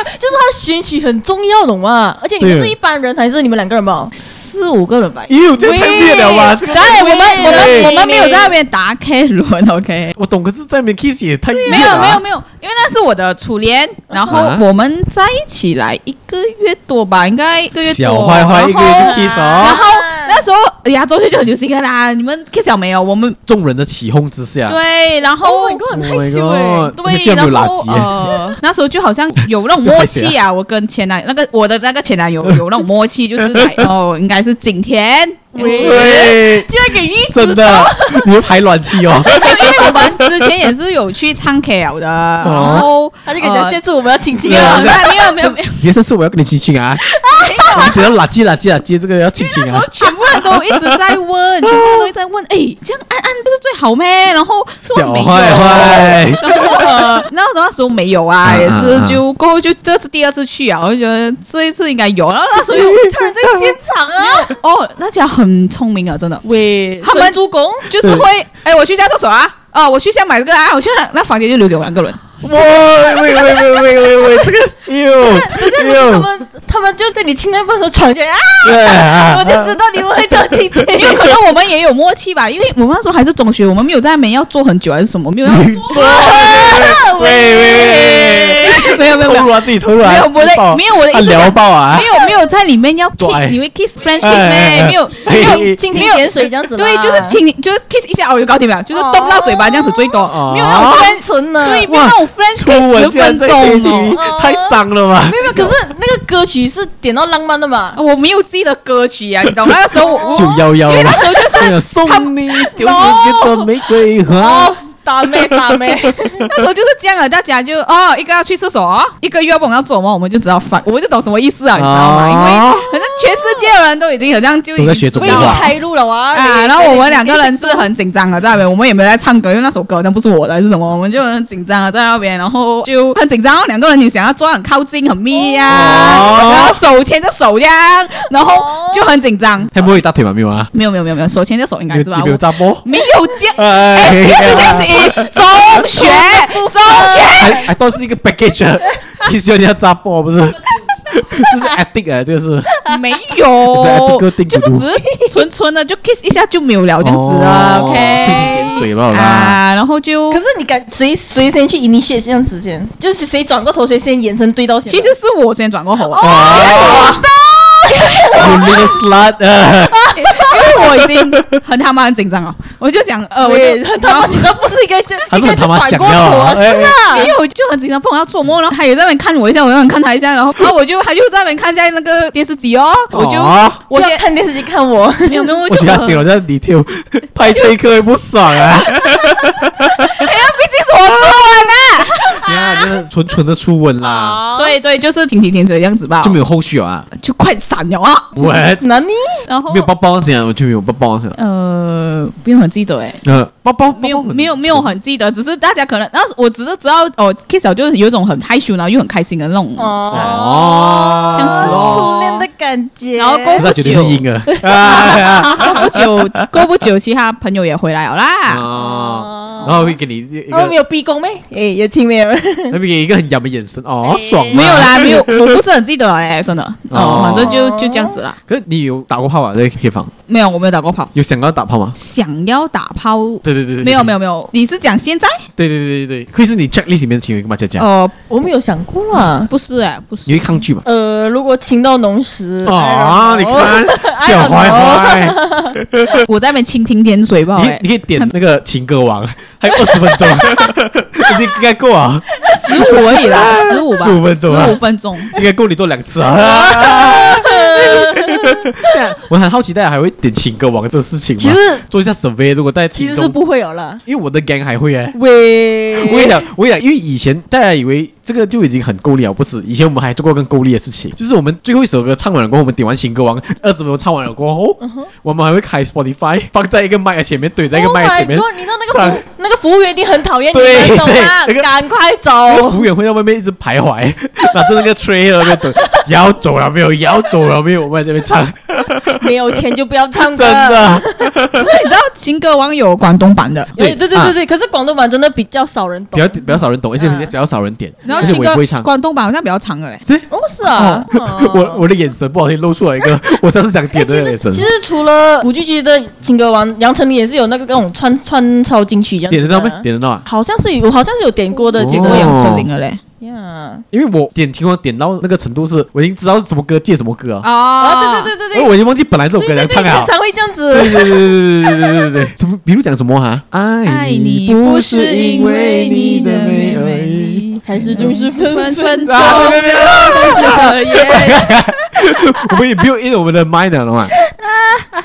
Speaker 3: 就是他的选曲很重要，懂吗？而且你们
Speaker 1: 对
Speaker 3: 是一般人还是你们两个人吧？四五个人吧。
Speaker 1: 咦，我这太灭了吧！这个
Speaker 2: 当然我们我
Speaker 1: 对
Speaker 2: 们我们没有在那边打 K 轮，OK。
Speaker 1: 我懂，可是在里面 kiss 也太
Speaker 2: 没
Speaker 1: 灭
Speaker 2: 有
Speaker 1: 了
Speaker 2: 没有
Speaker 1: 啊。
Speaker 2: 没有，因为那是我的初恋，然后
Speaker 1: 啊
Speaker 2: 我们在一起来一个月多吧，应该一个月多。
Speaker 1: 小坏坏一个人就 kiss
Speaker 2: 然
Speaker 1: 哦，
Speaker 2: 后那时候亚洲区就很流行的啦，你们 kiss 了没有？我们
Speaker 1: 众人的起哄之下，
Speaker 2: 对，然后
Speaker 3: Oh my god，很
Speaker 1: Oh my
Speaker 3: 害羞
Speaker 1: god
Speaker 3: 哎。
Speaker 1: 那
Speaker 2: 对，
Speaker 1: 居然没有
Speaker 2: 然
Speaker 1: 垃
Speaker 2: 后
Speaker 1: 圾
Speaker 2: 呃，那时候就好像有那种默契啊，我跟前男那个我的那个前男友有那种默契，就是来哦，应该是景甜。
Speaker 1: 对，
Speaker 3: 居然给一
Speaker 1: 真的，你会排卵期哦。
Speaker 2: 因为我们之前也是有去唱 KL 的，然后
Speaker 3: 他就给人家
Speaker 2: 呃
Speaker 3: 限制我们要亲亲
Speaker 2: 没有
Speaker 3: 啊。
Speaker 2: 没有没有没有，
Speaker 1: 别生是我要跟你亲亲啊！你不要垃圾垃圾垃圾，这个要亲亲啊！
Speaker 2: 全部人都一直在问，全部人都在问，哎，这样按按不是最好咩？然后说
Speaker 1: 小
Speaker 2: 没有，
Speaker 1: 坏坏，
Speaker 2: 然后呃，那那时候没有啊，
Speaker 1: 嗯
Speaker 2: 也
Speaker 1: 嗯
Speaker 2: 是
Speaker 1: 嗯
Speaker 2: 就过后就这次第二次去啊，我就觉得这一次应该有，然后那时
Speaker 3: 所
Speaker 2: 候
Speaker 3: 以
Speaker 2: 又
Speaker 3: 我是突然在现场啊。
Speaker 2: 哦，那家很聪明啊，真的，
Speaker 3: 喂，
Speaker 2: 他们
Speaker 3: 神猪公，
Speaker 2: 就是会，哎，我去一下厕所啊，哦，我去一下买这个啊，我去那那房间就留给我两个人，
Speaker 1: 哇！喂喂喂喂喂喂，这个
Speaker 3: 就是
Speaker 1: 哟
Speaker 3: 他
Speaker 1: 哟，
Speaker 3: 们，他们就对你亲那半候闯进来啊！
Speaker 1: 对
Speaker 3: 我
Speaker 1: 啊
Speaker 3: 就知道你们会得听
Speaker 2: [laughs]
Speaker 3: 见。
Speaker 2: 因为可能我们也有默契吧，因为我们那时候还是中学，我们没有在那边要做很久还是什么，没有要，
Speaker 1: 做喂喂喂，
Speaker 2: 没有没有
Speaker 1: 透
Speaker 2: 没有
Speaker 1: 露。啊自己透露啊，
Speaker 2: 没有我的
Speaker 1: 自爆
Speaker 2: 没有我的意
Speaker 1: 啊
Speaker 2: 思是
Speaker 1: 聊爆啊
Speaker 2: 没，有没有在里面要
Speaker 1: 做爱
Speaker 2: kiss，你会 kiss French kiss
Speaker 1: 哎
Speaker 2: 咩？没有，
Speaker 1: 哎哎哎
Speaker 3: 蜻蜓点水这样子吗？啊
Speaker 2: 对，就是亲，就是 kiss 一下哦，有搞定没有？就是动到嘴巴这样子最多，
Speaker 1: 哦
Speaker 2: 没有那种 friend，
Speaker 3: 纯呢。
Speaker 2: [laughs] 对，
Speaker 3: 没
Speaker 2: 没有那种 friend
Speaker 1: 初吻居
Speaker 2: kiss 十
Speaker 1: 然
Speaker 2: 分
Speaker 1: 在
Speaker 2: 钟
Speaker 1: KTV，
Speaker 2: 哦。
Speaker 1: 太脏了吧？
Speaker 3: 有没有，可是那个歌曲是点到浪漫的嘛？
Speaker 2: 我没有自己的歌曲啊呀，你懂吗？那时候
Speaker 1: [laughs]
Speaker 2: 我
Speaker 1: 九幺幺
Speaker 2: 因为那时候就是
Speaker 1: 是送你九十九朵玫瑰花
Speaker 3: 哦，，打
Speaker 2: [laughs]
Speaker 3: 妹打妹，
Speaker 2: 那时候就是这样的，大家就哦，一个要去厕所，哦一个又要不要做什么，我们就知道反，我们就懂什么意思啊，你知道吗？因为
Speaker 1: 哦
Speaker 2: 好像全世界的人都已经好像就已经
Speaker 1: 都在学中
Speaker 3: 为
Speaker 1: 文
Speaker 3: 你
Speaker 1: 哇
Speaker 3: 开路了哇！
Speaker 2: 啊，
Speaker 3: 哎
Speaker 2: 然后我们两个人是很紧张的，在那边我们也没有在唱歌，因为那首歌好像不是我的还是什么，我们就很紧张的在那边，然后就很紧张，两个人你想要抓很靠近很密呀、
Speaker 1: 哦
Speaker 2: 然后手牵着手呀，然后就很紧张。
Speaker 1: 还摸你大腿吗？没有啊，
Speaker 2: 没有没有没有没有，手牵着手应该
Speaker 1: 有
Speaker 2: 是吧
Speaker 1: 有？没有
Speaker 2: 我
Speaker 1: 扎波？
Speaker 2: 没有见，
Speaker 1: 哎
Speaker 2: 哎，这个是
Speaker 1: 啊
Speaker 2: 中学，中学。
Speaker 1: 还还都是一个 package，啊 [laughs] 你说你要扎爆
Speaker 2: [laughs]
Speaker 1: 不是？这是 ethic 啊，这个是
Speaker 2: 没
Speaker 1: It's a ethical thing，
Speaker 2: 有
Speaker 1: to
Speaker 2: 就是
Speaker 1: do
Speaker 2: 只是纯纯的就 kiss 一下就没有了这样子啊
Speaker 1: 哦
Speaker 2: ，OK，
Speaker 1: 吃一点水吧好吧
Speaker 2: 啊，然后就
Speaker 3: 可是你敢谁谁先去 initiate 这样子先，就是谁转过头谁先眼神对到先。
Speaker 2: 其实是我先转过头啊，
Speaker 1: 哦，you little slut 啊！
Speaker 2: 哦因为我已经很他妈很紧张了，我就想呃，我就
Speaker 3: 对，很他妈紧张，不是一个就
Speaker 1: 还
Speaker 3: 一
Speaker 1: 是
Speaker 3: 个
Speaker 1: 很他妈
Speaker 3: 转
Speaker 1: 想
Speaker 3: 过
Speaker 1: 要
Speaker 3: 头
Speaker 1: 啊
Speaker 3: 啊，是
Speaker 2: 因
Speaker 3: 啊。
Speaker 2: 为我就很紧张，碰我要做梦，然后他也在那边看我一下，我也想看他一下，然后然后我就他就在那边看一下那个电视机哦，我就
Speaker 1: 哦
Speaker 2: 我
Speaker 3: 我
Speaker 2: 先
Speaker 3: 先看电视机看我， [laughs]
Speaker 2: 没有没有，我
Speaker 1: 我
Speaker 2: 就
Speaker 1: 觉
Speaker 2: 哎
Speaker 1: 得
Speaker 2: 呀，
Speaker 1: 他形容在 detail，拍吹客会不爽
Speaker 2: [laughs]
Speaker 1: 啊！
Speaker 2: 毕竟是我做完啊
Speaker 1: 呀，真的纯纯的初吻啦，
Speaker 2: 的， [laughs] 对对，就是停停停水这样子吧，
Speaker 1: 就没有后续啊！
Speaker 2: 就快闪了啊，
Speaker 1: 我
Speaker 3: 哪里？
Speaker 2: 然后
Speaker 1: [laughs] 没有包包先，我就没有包包先。
Speaker 2: 呃，不用很记得哎。
Speaker 1: 呃， [laughs] 包包
Speaker 2: 没有没有没有，很记得，只是大家可能，那我只是知道哦，kiss 了就是有一种很害羞，然后又很开心的那
Speaker 3: 어.
Speaker 2: 种，
Speaker 1: 아.哦
Speaker 2: 这样子哦
Speaker 3: 初恋的感觉。
Speaker 2: 然后过
Speaker 1: 那绝对是 [laughs] 婴儿。哎
Speaker 2: [laughs]
Speaker 1: 呀
Speaker 2: 过不久，过不久，其他朋友也回来了啦。
Speaker 1: 哦，然后会给你一
Speaker 3: 然后
Speaker 1: 个
Speaker 3: 没，有逼宫妹，哎，也亲没有。
Speaker 1: 会给你一个很痒的眼神，哦，爽啊。
Speaker 2: 没有
Speaker 1: [laughs]
Speaker 2: 啦，没有，我不是很记得了哎，真的。哦，
Speaker 1: 哦
Speaker 2: 反正就就这样子啦。
Speaker 1: 可是你有打过炮啊？在 K 房？
Speaker 2: 没有，我没有打过炮。
Speaker 1: 有想要打炮吗？
Speaker 2: 想要打炮，
Speaker 1: 对对对对，
Speaker 2: 没有没
Speaker 1: 有，
Speaker 2: 有没有，你是讲现在？
Speaker 1: 对对对对对，会是你 checklist 里面的行为跟大家讲，
Speaker 3: [laughs]
Speaker 2: 哦，
Speaker 3: 我没有想过啦。
Speaker 2: 不是哎，不
Speaker 1: 你会。
Speaker 2: 是
Speaker 1: 抗
Speaker 3: [laughs]
Speaker 1: 拒吗？
Speaker 3: 呃，如果情到浓时，
Speaker 1: 哦，
Speaker 3: [laughs]
Speaker 1: 你
Speaker 3: 哎呦哦
Speaker 1: 看小坏坏，
Speaker 2: 我在那边蜻蜓点水吧，
Speaker 1: 你
Speaker 2: 哎
Speaker 1: 你，可以点那个情歌王，还有二十分钟， [laughs] 已经应该够啊，
Speaker 2: 十五而已啦，十五吧，
Speaker 1: 15分钟啊
Speaker 2: 十五分钟。
Speaker 1: 应该够你做两次啊。 [laughs] 对啊，我很好奇大家还会点情歌王这事情吗？
Speaker 3: 其实
Speaker 1: 做一下 survey，如果大家
Speaker 3: 其
Speaker 1: 听
Speaker 3: 实
Speaker 1: 众
Speaker 3: 是，不会有啦。
Speaker 1: 因为我的 gang 还会哎、
Speaker 3: 喂，
Speaker 1: [laughs] 我跟你讲，我跟你讲，因为以前大家以为这个就已经很够力了，不是？以前我们还做过更够力的事情，就是我们最后一首歌唱完了过后，我们点完新歌王，二十分钟唱完了过后，
Speaker 3: 嗯
Speaker 1: 我们还会开 Spotify 放在一个麦的前面，怼在一个
Speaker 3: Oh
Speaker 1: 麦的
Speaker 3: my
Speaker 1: 前面。
Speaker 3: god！你知道那个
Speaker 1: 上
Speaker 3: 服那个服务员一定很讨厌你
Speaker 1: 对
Speaker 3: 们，懂吗
Speaker 1: 对那个？
Speaker 3: 赶快走！
Speaker 1: 那个服务员会在外面一直徘徊， [laughs] 拿着那个 tray 在那边等，要走了没有？要走了没有？我们在这边唱，
Speaker 3: 没有钱就不要唱歌
Speaker 1: 真。的，
Speaker 2: 不是，你知道情歌王有广东版的，
Speaker 3: 对对对对
Speaker 1: 啊
Speaker 3: 对，可是广东版真的比较少人
Speaker 1: 比
Speaker 3: 懂
Speaker 1: 较。比较少人懂，而且
Speaker 3: 嗯
Speaker 1: 比较少人点，
Speaker 2: 然后
Speaker 1: 而且
Speaker 2: 情
Speaker 1: 我也
Speaker 2: 歌
Speaker 1: 不会唱。
Speaker 2: 广东版好像比较长的嘞。
Speaker 1: 是
Speaker 3: 哦，是啊，哦
Speaker 1: [laughs] 我我的眼神不好听，露出来一个我上次想
Speaker 3: 哎，
Speaker 1: 点
Speaker 3: 其
Speaker 1: 的眼
Speaker 3: 实
Speaker 1: 神
Speaker 3: 其，实除了古巨基的《情歌王》，杨丞琳也是有那个各种穿穿插金曲这样子
Speaker 1: 点
Speaker 3: 的。
Speaker 1: 得到没？点得到啊！
Speaker 3: 好像是有，我好像是有点过的结
Speaker 2: 我
Speaker 3: 果
Speaker 1: 哦啊
Speaker 2: 有
Speaker 3: 呀。
Speaker 2: 成零了嘞。
Speaker 3: Yeah
Speaker 1: 因为我点情况点到那个程度是，我已经知道什么歌借什么歌啊，
Speaker 2: 啊
Speaker 3: 啊，对对对对
Speaker 1: 因为
Speaker 3: 对，
Speaker 1: 我已经忘记本来这首歌
Speaker 3: 对对
Speaker 1: 想唱
Speaker 3: 对，
Speaker 1: 啊
Speaker 3: 经。常会这样子。
Speaker 1: 对对对对对对对对对，什么？比如讲什么哈？爱
Speaker 2: 爱
Speaker 1: 哎你
Speaker 2: 你
Speaker 1: 不
Speaker 2: 不
Speaker 1: 是
Speaker 2: 是
Speaker 1: 因
Speaker 2: 因
Speaker 1: 为
Speaker 2: 为
Speaker 1: 哎你
Speaker 2: 你
Speaker 1: 的
Speaker 2: 的
Speaker 1: 美
Speaker 2: 美
Speaker 1: 而 [laughs] 已。
Speaker 2: 丽，
Speaker 3: 开始就是
Speaker 2: 分
Speaker 3: 分
Speaker 2: 分
Speaker 3: 分
Speaker 2: 钟
Speaker 1: 啊
Speaker 2: 就
Speaker 1: 没有没有
Speaker 2: 是耶。
Speaker 1: 我们也 build in 我们的 mind 了嘛。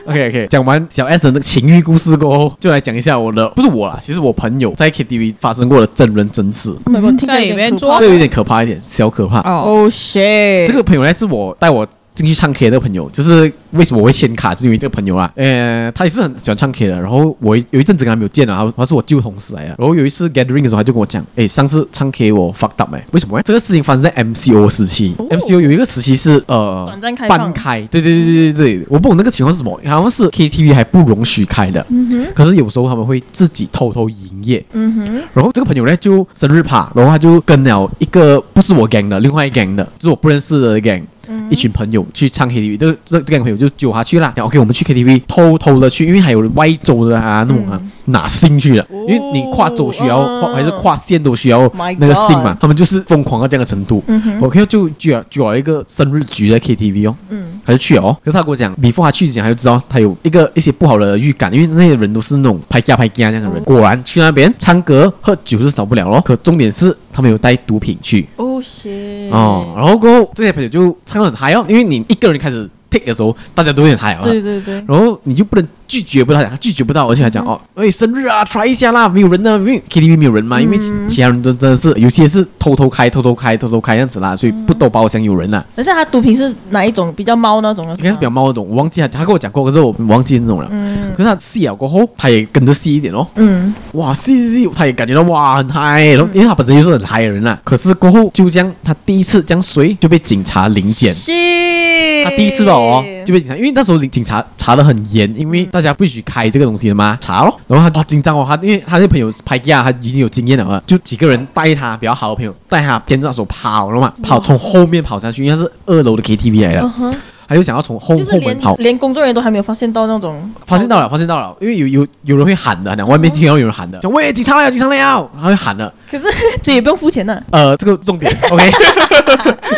Speaker 1: OK OK，讲完小 S 的情欲故事过后，就来讲一下我的，不是我啦，其实我朋友在 KTV 发生过的真人真事，
Speaker 3: 美国听
Speaker 2: 在里面
Speaker 3: 做
Speaker 2: 做
Speaker 1: 这有点可怕一点，小可怕。
Speaker 2: 哦，
Speaker 3: Oh shit！
Speaker 1: 这个朋友呢是我带我进去唱 K 的朋友，就是为什么我会签卡，就是因为这个朋友啦。呃，他也是很喜欢唱 K 的，然后我有一阵子跟他没有见了，啊他他是我旧同事来的。然后有一次 gathering 的时候，他就跟我讲，哎，上次唱 K 我 fucked up 哎、为什么、欸？这个事情发生在 MCO 时期、m c o 有一个时期是呃
Speaker 3: 短暂开放
Speaker 1: 半开，对对对对对对，我不懂那个情况是什么，好像是 KTV 还不容许开的，可是有时候他们会自己偷偷营业，
Speaker 3: 嗯哼，
Speaker 1: 然后这个朋友呢就生日趴，然后他就跟了一个不是我 gang 的，另外一 gang 的，就是我不认识的 gang，、一
Speaker 3: 嗯
Speaker 1: 群朋友去唱 KTV，这这这 gang 朋友就揪他去啦。然后 OK，我们去 KTV 偷偷的去，因为还有外州的啊那种啊、哪星去的，因为你跨州需要、
Speaker 3: 嗯哦嗯
Speaker 1: 跨还是跨县都需要
Speaker 3: My
Speaker 1: 那个姓嘛
Speaker 3: God
Speaker 1: 他们就是疯狂到这样的程度。OK，就
Speaker 3: 嗯
Speaker 1: 举了举了一个生日局在 KTV 哦，
Speaker 3: 嗯
Speaker 1: 他就去了哦。可是他跟我讲，before 他去之前，他就知道他有一个一些不好的预感，因为那些人都是那种拍架拍架那样的人。果然去那边唱歌喝酒是少不了咯。嗯可重点是他们有带毒品去
Speaker 3: ，Oh shit！
Speaker 1: 哦，，然后过后这些朋友就唱得很嗨哦，因为你一个人开始 take 的时候，大家都有点嗨啊。
Speaker 3: 对对对，
Speaker 1: 然后你就不能拒绝不到，他拒绝不到，而且还
Speaker 3: 嗯
Speaker 1: 讲哦，哎，生日啊，try 一下啦，没有人啊呢，因为 KTV 没有
Speaker 3: 嗯
Speaker 1: 人嘛，因为其其他人都真的是有些是偷偷开、偷偷开、偷偷开这样子
Speaker 3: 嗯
Speaker 1: 啦，所以不都包厢有人啦。啊
Speaker 3: 而且他毒品是哪一种？比较猫那种的？
Speaker 1: 应该是比较猫那种，我忘记他他跟我讲过，可是我忘记那种了。
Speaker 3: 嗯
Speaker 1: 可是他细了过后，他也跟着细一点哦。
Speaker 3: 嗯
Speaker 1: 哇，细细细，他也感觉到哇很嗨，然后因为他本身就是很嗨的人啦。可是过后就这样，他第一次这样睡就被警察临检。
Speaker 3: shit！
Speaker 1: 他第一次吧哦，就被警察，因为那时候警察查的很严，因为大家不许开这个东西的嘛，查咯。
Speaker 3: 嗯
Speaker 1: 然后他哇紧张哦，他因为他那朋友拍架，啊他已经有经验了嘛，就几个人带他比较好的朋友带他牵着他手跑了嘛，跑从后面跑下去，因为他是二楼的 KTV 来的，
Speaker 3: 嗯哼
Speaker 1: 他就想要从后
Speaker 3: 就是
Speaker 1: 后门
Speaker 3: 连
Speaker 1: 跑。
Speaker 3: 连工作人员都还没有发现到那种，
Speaker 1: 发现到了，发现到了，因为有有有人会喊的，讲外面听到有人
Speaker 3: 嗯
Speaker 1: 喊的，讲喂，警察来了，警察来了，他会喊的。
Speaker 3: 可是 [laughs] 所以也不用付钱啊呢。
Speaker 1: 呃，这个重点，OK，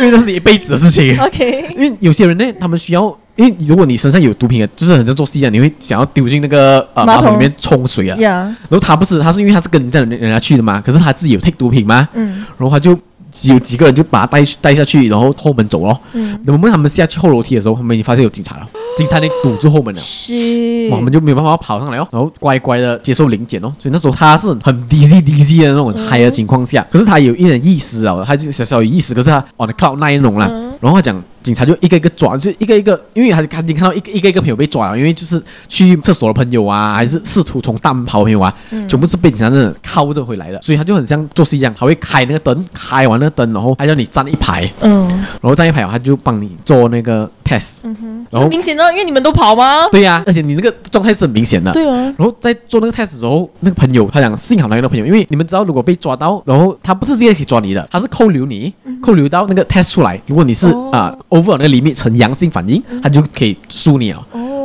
Speaker 1: 因为那是你一辈子的事情。 [laughs]
Speaker 3: OK，
Speaker 1: 因为有些人呢，他们需要，因为如果你身上有毒品啊，就是很像做戏啊，你会想要丢进那个呃马
Speaker 3: 马
Speaker 1: 桶里
Speaker 3: 桶
Speaker 1: 面冲水啊。
Speaker 3: 呀，
Speaker 1: 然后他不是，他是因为他是跟人家人人家去的嘛，可是他自己有 take 毒品嘛，
Speaker 3: 嗯
Speaker 1: 然后他就有几个人就把他带去带下去，然后后门走咯。
Speaker 3: 嗯
Speaker 1: 我们他们下去后楼梯的时候，他们已经发现有警察了，警察已经堵住后门了。
Speaker 3: ，shit，
Speaker 1: 哇我们就没有办法跑上来哦，然后乖乖的接受零检哦。所以那时候他是很 dizzy dizzy 的那种
Speaker 3: 嗯
Speaker 1: 很嗨的情况下，可是他有一点意识啊，他就小小有意识，可是他 on the cloud 那一种啦。
Speaker 3: 嗯
Speaker 1: 然后他讲警察就一个一个抓，就一个一个，因为他他已经看到一个一个一个朋友被抓了，因为就是去厕所的朋友啊，还是试图从大门跑的朋友啊，
Speaker 3: 嗯
Speaker 1: 全部是被警察真的铐着回来的。所以他就很像做事一样，他会开那个灯，开完那个灯，然后还叫你站一排，
Speaker 3: 嗯，
Speaker 1: 然后站一排哦，他就帮你做那个 test，、然后
Speaker 3: 明显啊的，因为你们都跑吗？
Speaker 1: 对呀、而且你那个状态是很明显的。
Speaker 3: 对啊，
Speaker 1: 然后在做那个 test 的时候，那个朋友他讲幸好那个朋友，因为你们知道如果被抓到，然后他不是直接可以抓你的，他是扣留你，
Speaker 3: 嗯
Speaker 1: 扣留到那
Speaker 3: 哦哦
Speaker 1: 个 test 出来，如果你是啊、over 那个 limit 呈阳性反应，他就可以输你了。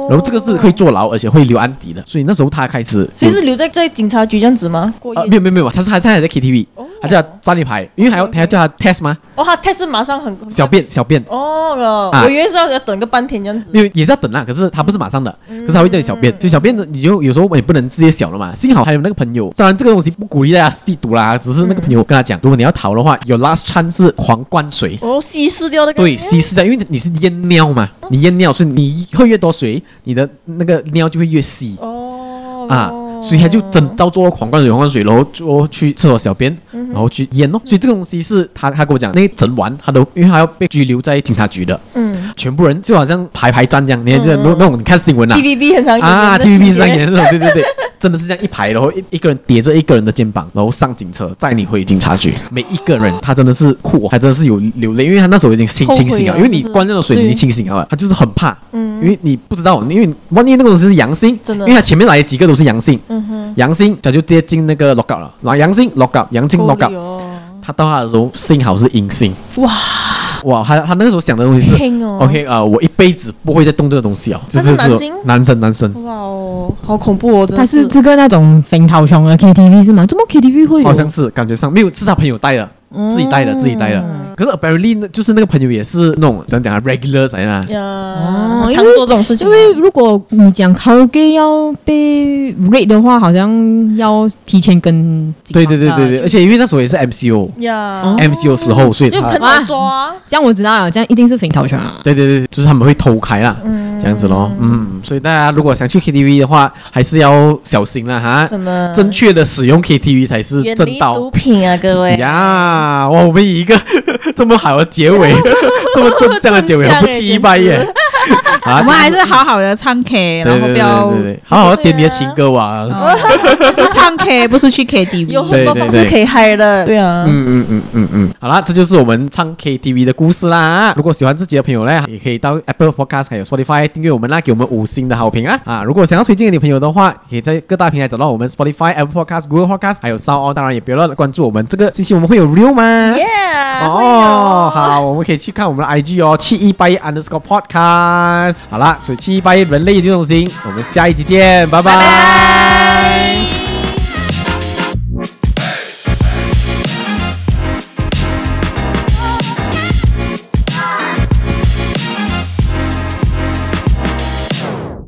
Speaker 1: 然后这个是会坐牢，而且会留案底的，所以那时候他开始嗯
Speaker 3: 所以是留在在警察局这样子吗？过
Speaker 1: 啊，没有没有没有，他是他现在还在 KTV，他叫他站立牌，因为还要还要叫他 test 吗？
Speaker 3: 哦，他 test 马上很
Speaker 1: 小便小便，
Speaker 3: 哦哟
Speaker 1: 啊
Speaker 3: 我以为是要等个半天这样子。
Speaker 1: 因为也是要等啦，可是他不是马上的，可是他会叫你小便，就小便的你就有时候也不能直接小了嘛。幸好还有那个朋友，当然这个东西不鼓励大家吸毒啦，只是那个朋友跟他讲，如果你要逃的话，有 last chance 是狂灌水。
Speaker 3: 哦，稀释掉那个。
Speaker 1: 对，稀释掉，因为你是淹尿嘛，你淹尿，所以你喝越多水，你的那个尿就会越稀
Speaker 3: 哦
Speaker 1: 啊，所以他就真照做狂灌水、狂灌水，然后就去厕所小便，然后去淹咯。所以这个东西是他他跟我讲，那一整晚他都因为他要被拘留在警察局的，
Speaker 3: 嗯
Speaker 1: 全部人就好像排排站这样，你看这那那种你看新闻啦。
Speaker 3: ，TVB 很常有
Speaker 1: 啊
Speaker 3: 这个情
Speaker 1: ，TVB
Speaker 3: 节
Speaker 1: 上演
Speaker 3: [laughs]
Speaker 1: 那种，对对对，真的是这样一排，然后一一个人叠着一个人的肩膀，然后上警车载你回警察局。每一个人他真的是酷哦，他真的是有流泪，因为他那时候已经清
Speaker 3: 后悔
Speaker 1: 清醒了，
Speaker 3: 了
Speaker 1: 因为你
Speaker 3: 哦是
Speaker 1: 关那种水你已经
Speaker 3: 对
Speaker 1: 清醒了，他就是很怕，
Speaker 3: 嗯
Speaker 1: 因为你不知道，因为万一那个东西是阳性，
Speaker 3: 真的
Speaker 1: 因为他前面来几个都是阳性，
Speaker 3: 嗯哼，
Speaker 1: 阳性他就直接进那个 lockup 了，然后阳性 lockup，阳性 lockup，
Speaker 3: 哦
Speaker 1: 他到他的时候幸好是阴性，
Speaker 3: 哇
Speaker 1: 哇，他他那个时候想的东西是
Speaker 3: 天哦
Speaker 1: ，OK 啊，我一辈子不会再动这个东西哦，只
Speaker 3: 他是
Speaker 1: 说
Speaker 3: 男性
Speaker 1: 男生男生。
Speaker 3: 哇哦，好恐怖哦！真
Speaker 6: 他
Speaker 3: 的
Speaker 6: 是
Speaker 3: 是
Speaker 6: 这个那种粉桃熊啊的 KTV 是吗？怎么 KTV 会有？
Speaker 1: 好像是感觉上没有，是他朋友带的，
Speaker 3: 嗯
Speaker 1: 自己带的，自己带的。可是 apparently 呢就是那个朋友也是那种怎样讲啊，regular
Speaker 3: 嗯
Speaker 1: 怎样啊，
Speaker 3: 呀，
Speaker 6: 哦因
Speaker 3: 常
Speaker 6: 为
Speaker 3: 做这种事情啊
Speaker 6: 因
Speaker 3: 吗，
Speaker 6: 为如果你讲 karaoke 要被 rate 的话，好像要提前跟警啊
Speaker 1: 对
Speaker 6: 方
Speaker 1: 对对
Speaker 6: 的
Speaker 1: 对对，
Speaker 6: 就
Speaker 1: 而且因为那时候也是 MCO，MCO、哦
Speaker 3: 呀，
Speaker 1: MCO 时候，所以
Speaker 3: 就
Speaker 1: 他
Speaker 3: 哦很好抓。
Speaker 1: 啊
Speaker 6: 这样我知道了，这样一定是粉桃熊啊。
Speaker 1: 对对对，就是他们会偷开啦，这样子咯，嗯，所以大家如果想去 KTV 的话，还是要小心了哈，
Speaker 3: 真的
Speaker 1: 正确的使用 KTV 才是
Speaker 3: 远
Speaker 1: 正
Speaker 3: 离
Speaker 1: 道
Speaker 3: 毒。品啊，各位！
Speaker 1: 呀，哇，我们以一个 [laughs] 这么好的结
Speaker 2: [laughs]
Speaker 1: 尾，这么正向的结尾，
Speaker 3: 正向
Speaker 1: 不
Speaker 3: 耶
Speaker 1: 气一拜耶
Speaker 3: 简！
Speaker 1: 啊
Speaker 2: 我们还是好好的唱 K，然后
Speaker 1: [laughs]
Speaker 2: 不
Speaker 1: 对
Speaker 2: 要
Speaker 1: 对对对对好好点你的情歌王。
Speaker 2: 哦 [laughs] 是唱 K，不是去 KTV。
Speaker 3: 有很
Speaker 1: 对
Speaker 3: 多
Speaker 1: 对
Speaker 3: 方
Speaker 1: 对
Speaker 3: 式可以嗨的，对啊，
Speaker 1: 嗯嗯嗯嗯嗯，好啦，这就是我们唱 KTV 的故事啦。如果喜欢自己的朋友呢，也可以到 Apple Podcast 还有 Spotify 订阅我们啦，给我们五星的好评啊！啊，如果想要推荐给你朋友的话，可以在各大平台找到我们 Spotify、Apple Podcast、Google Podcast 还有 Sound，On，当然也别忘了关注我们。这个星期我们会有 Real 吗？
Speaker 3: 耶！
Speaker 1: 哦，
Speaker 3: 会有，
Speaker 1: 好，我们可以去看我们的 IG 哦，七一八一 underscore podcast。好啦，所以七一八一人类这种东西，我们下一集见，拜拜
Speaker 3: 拜拜。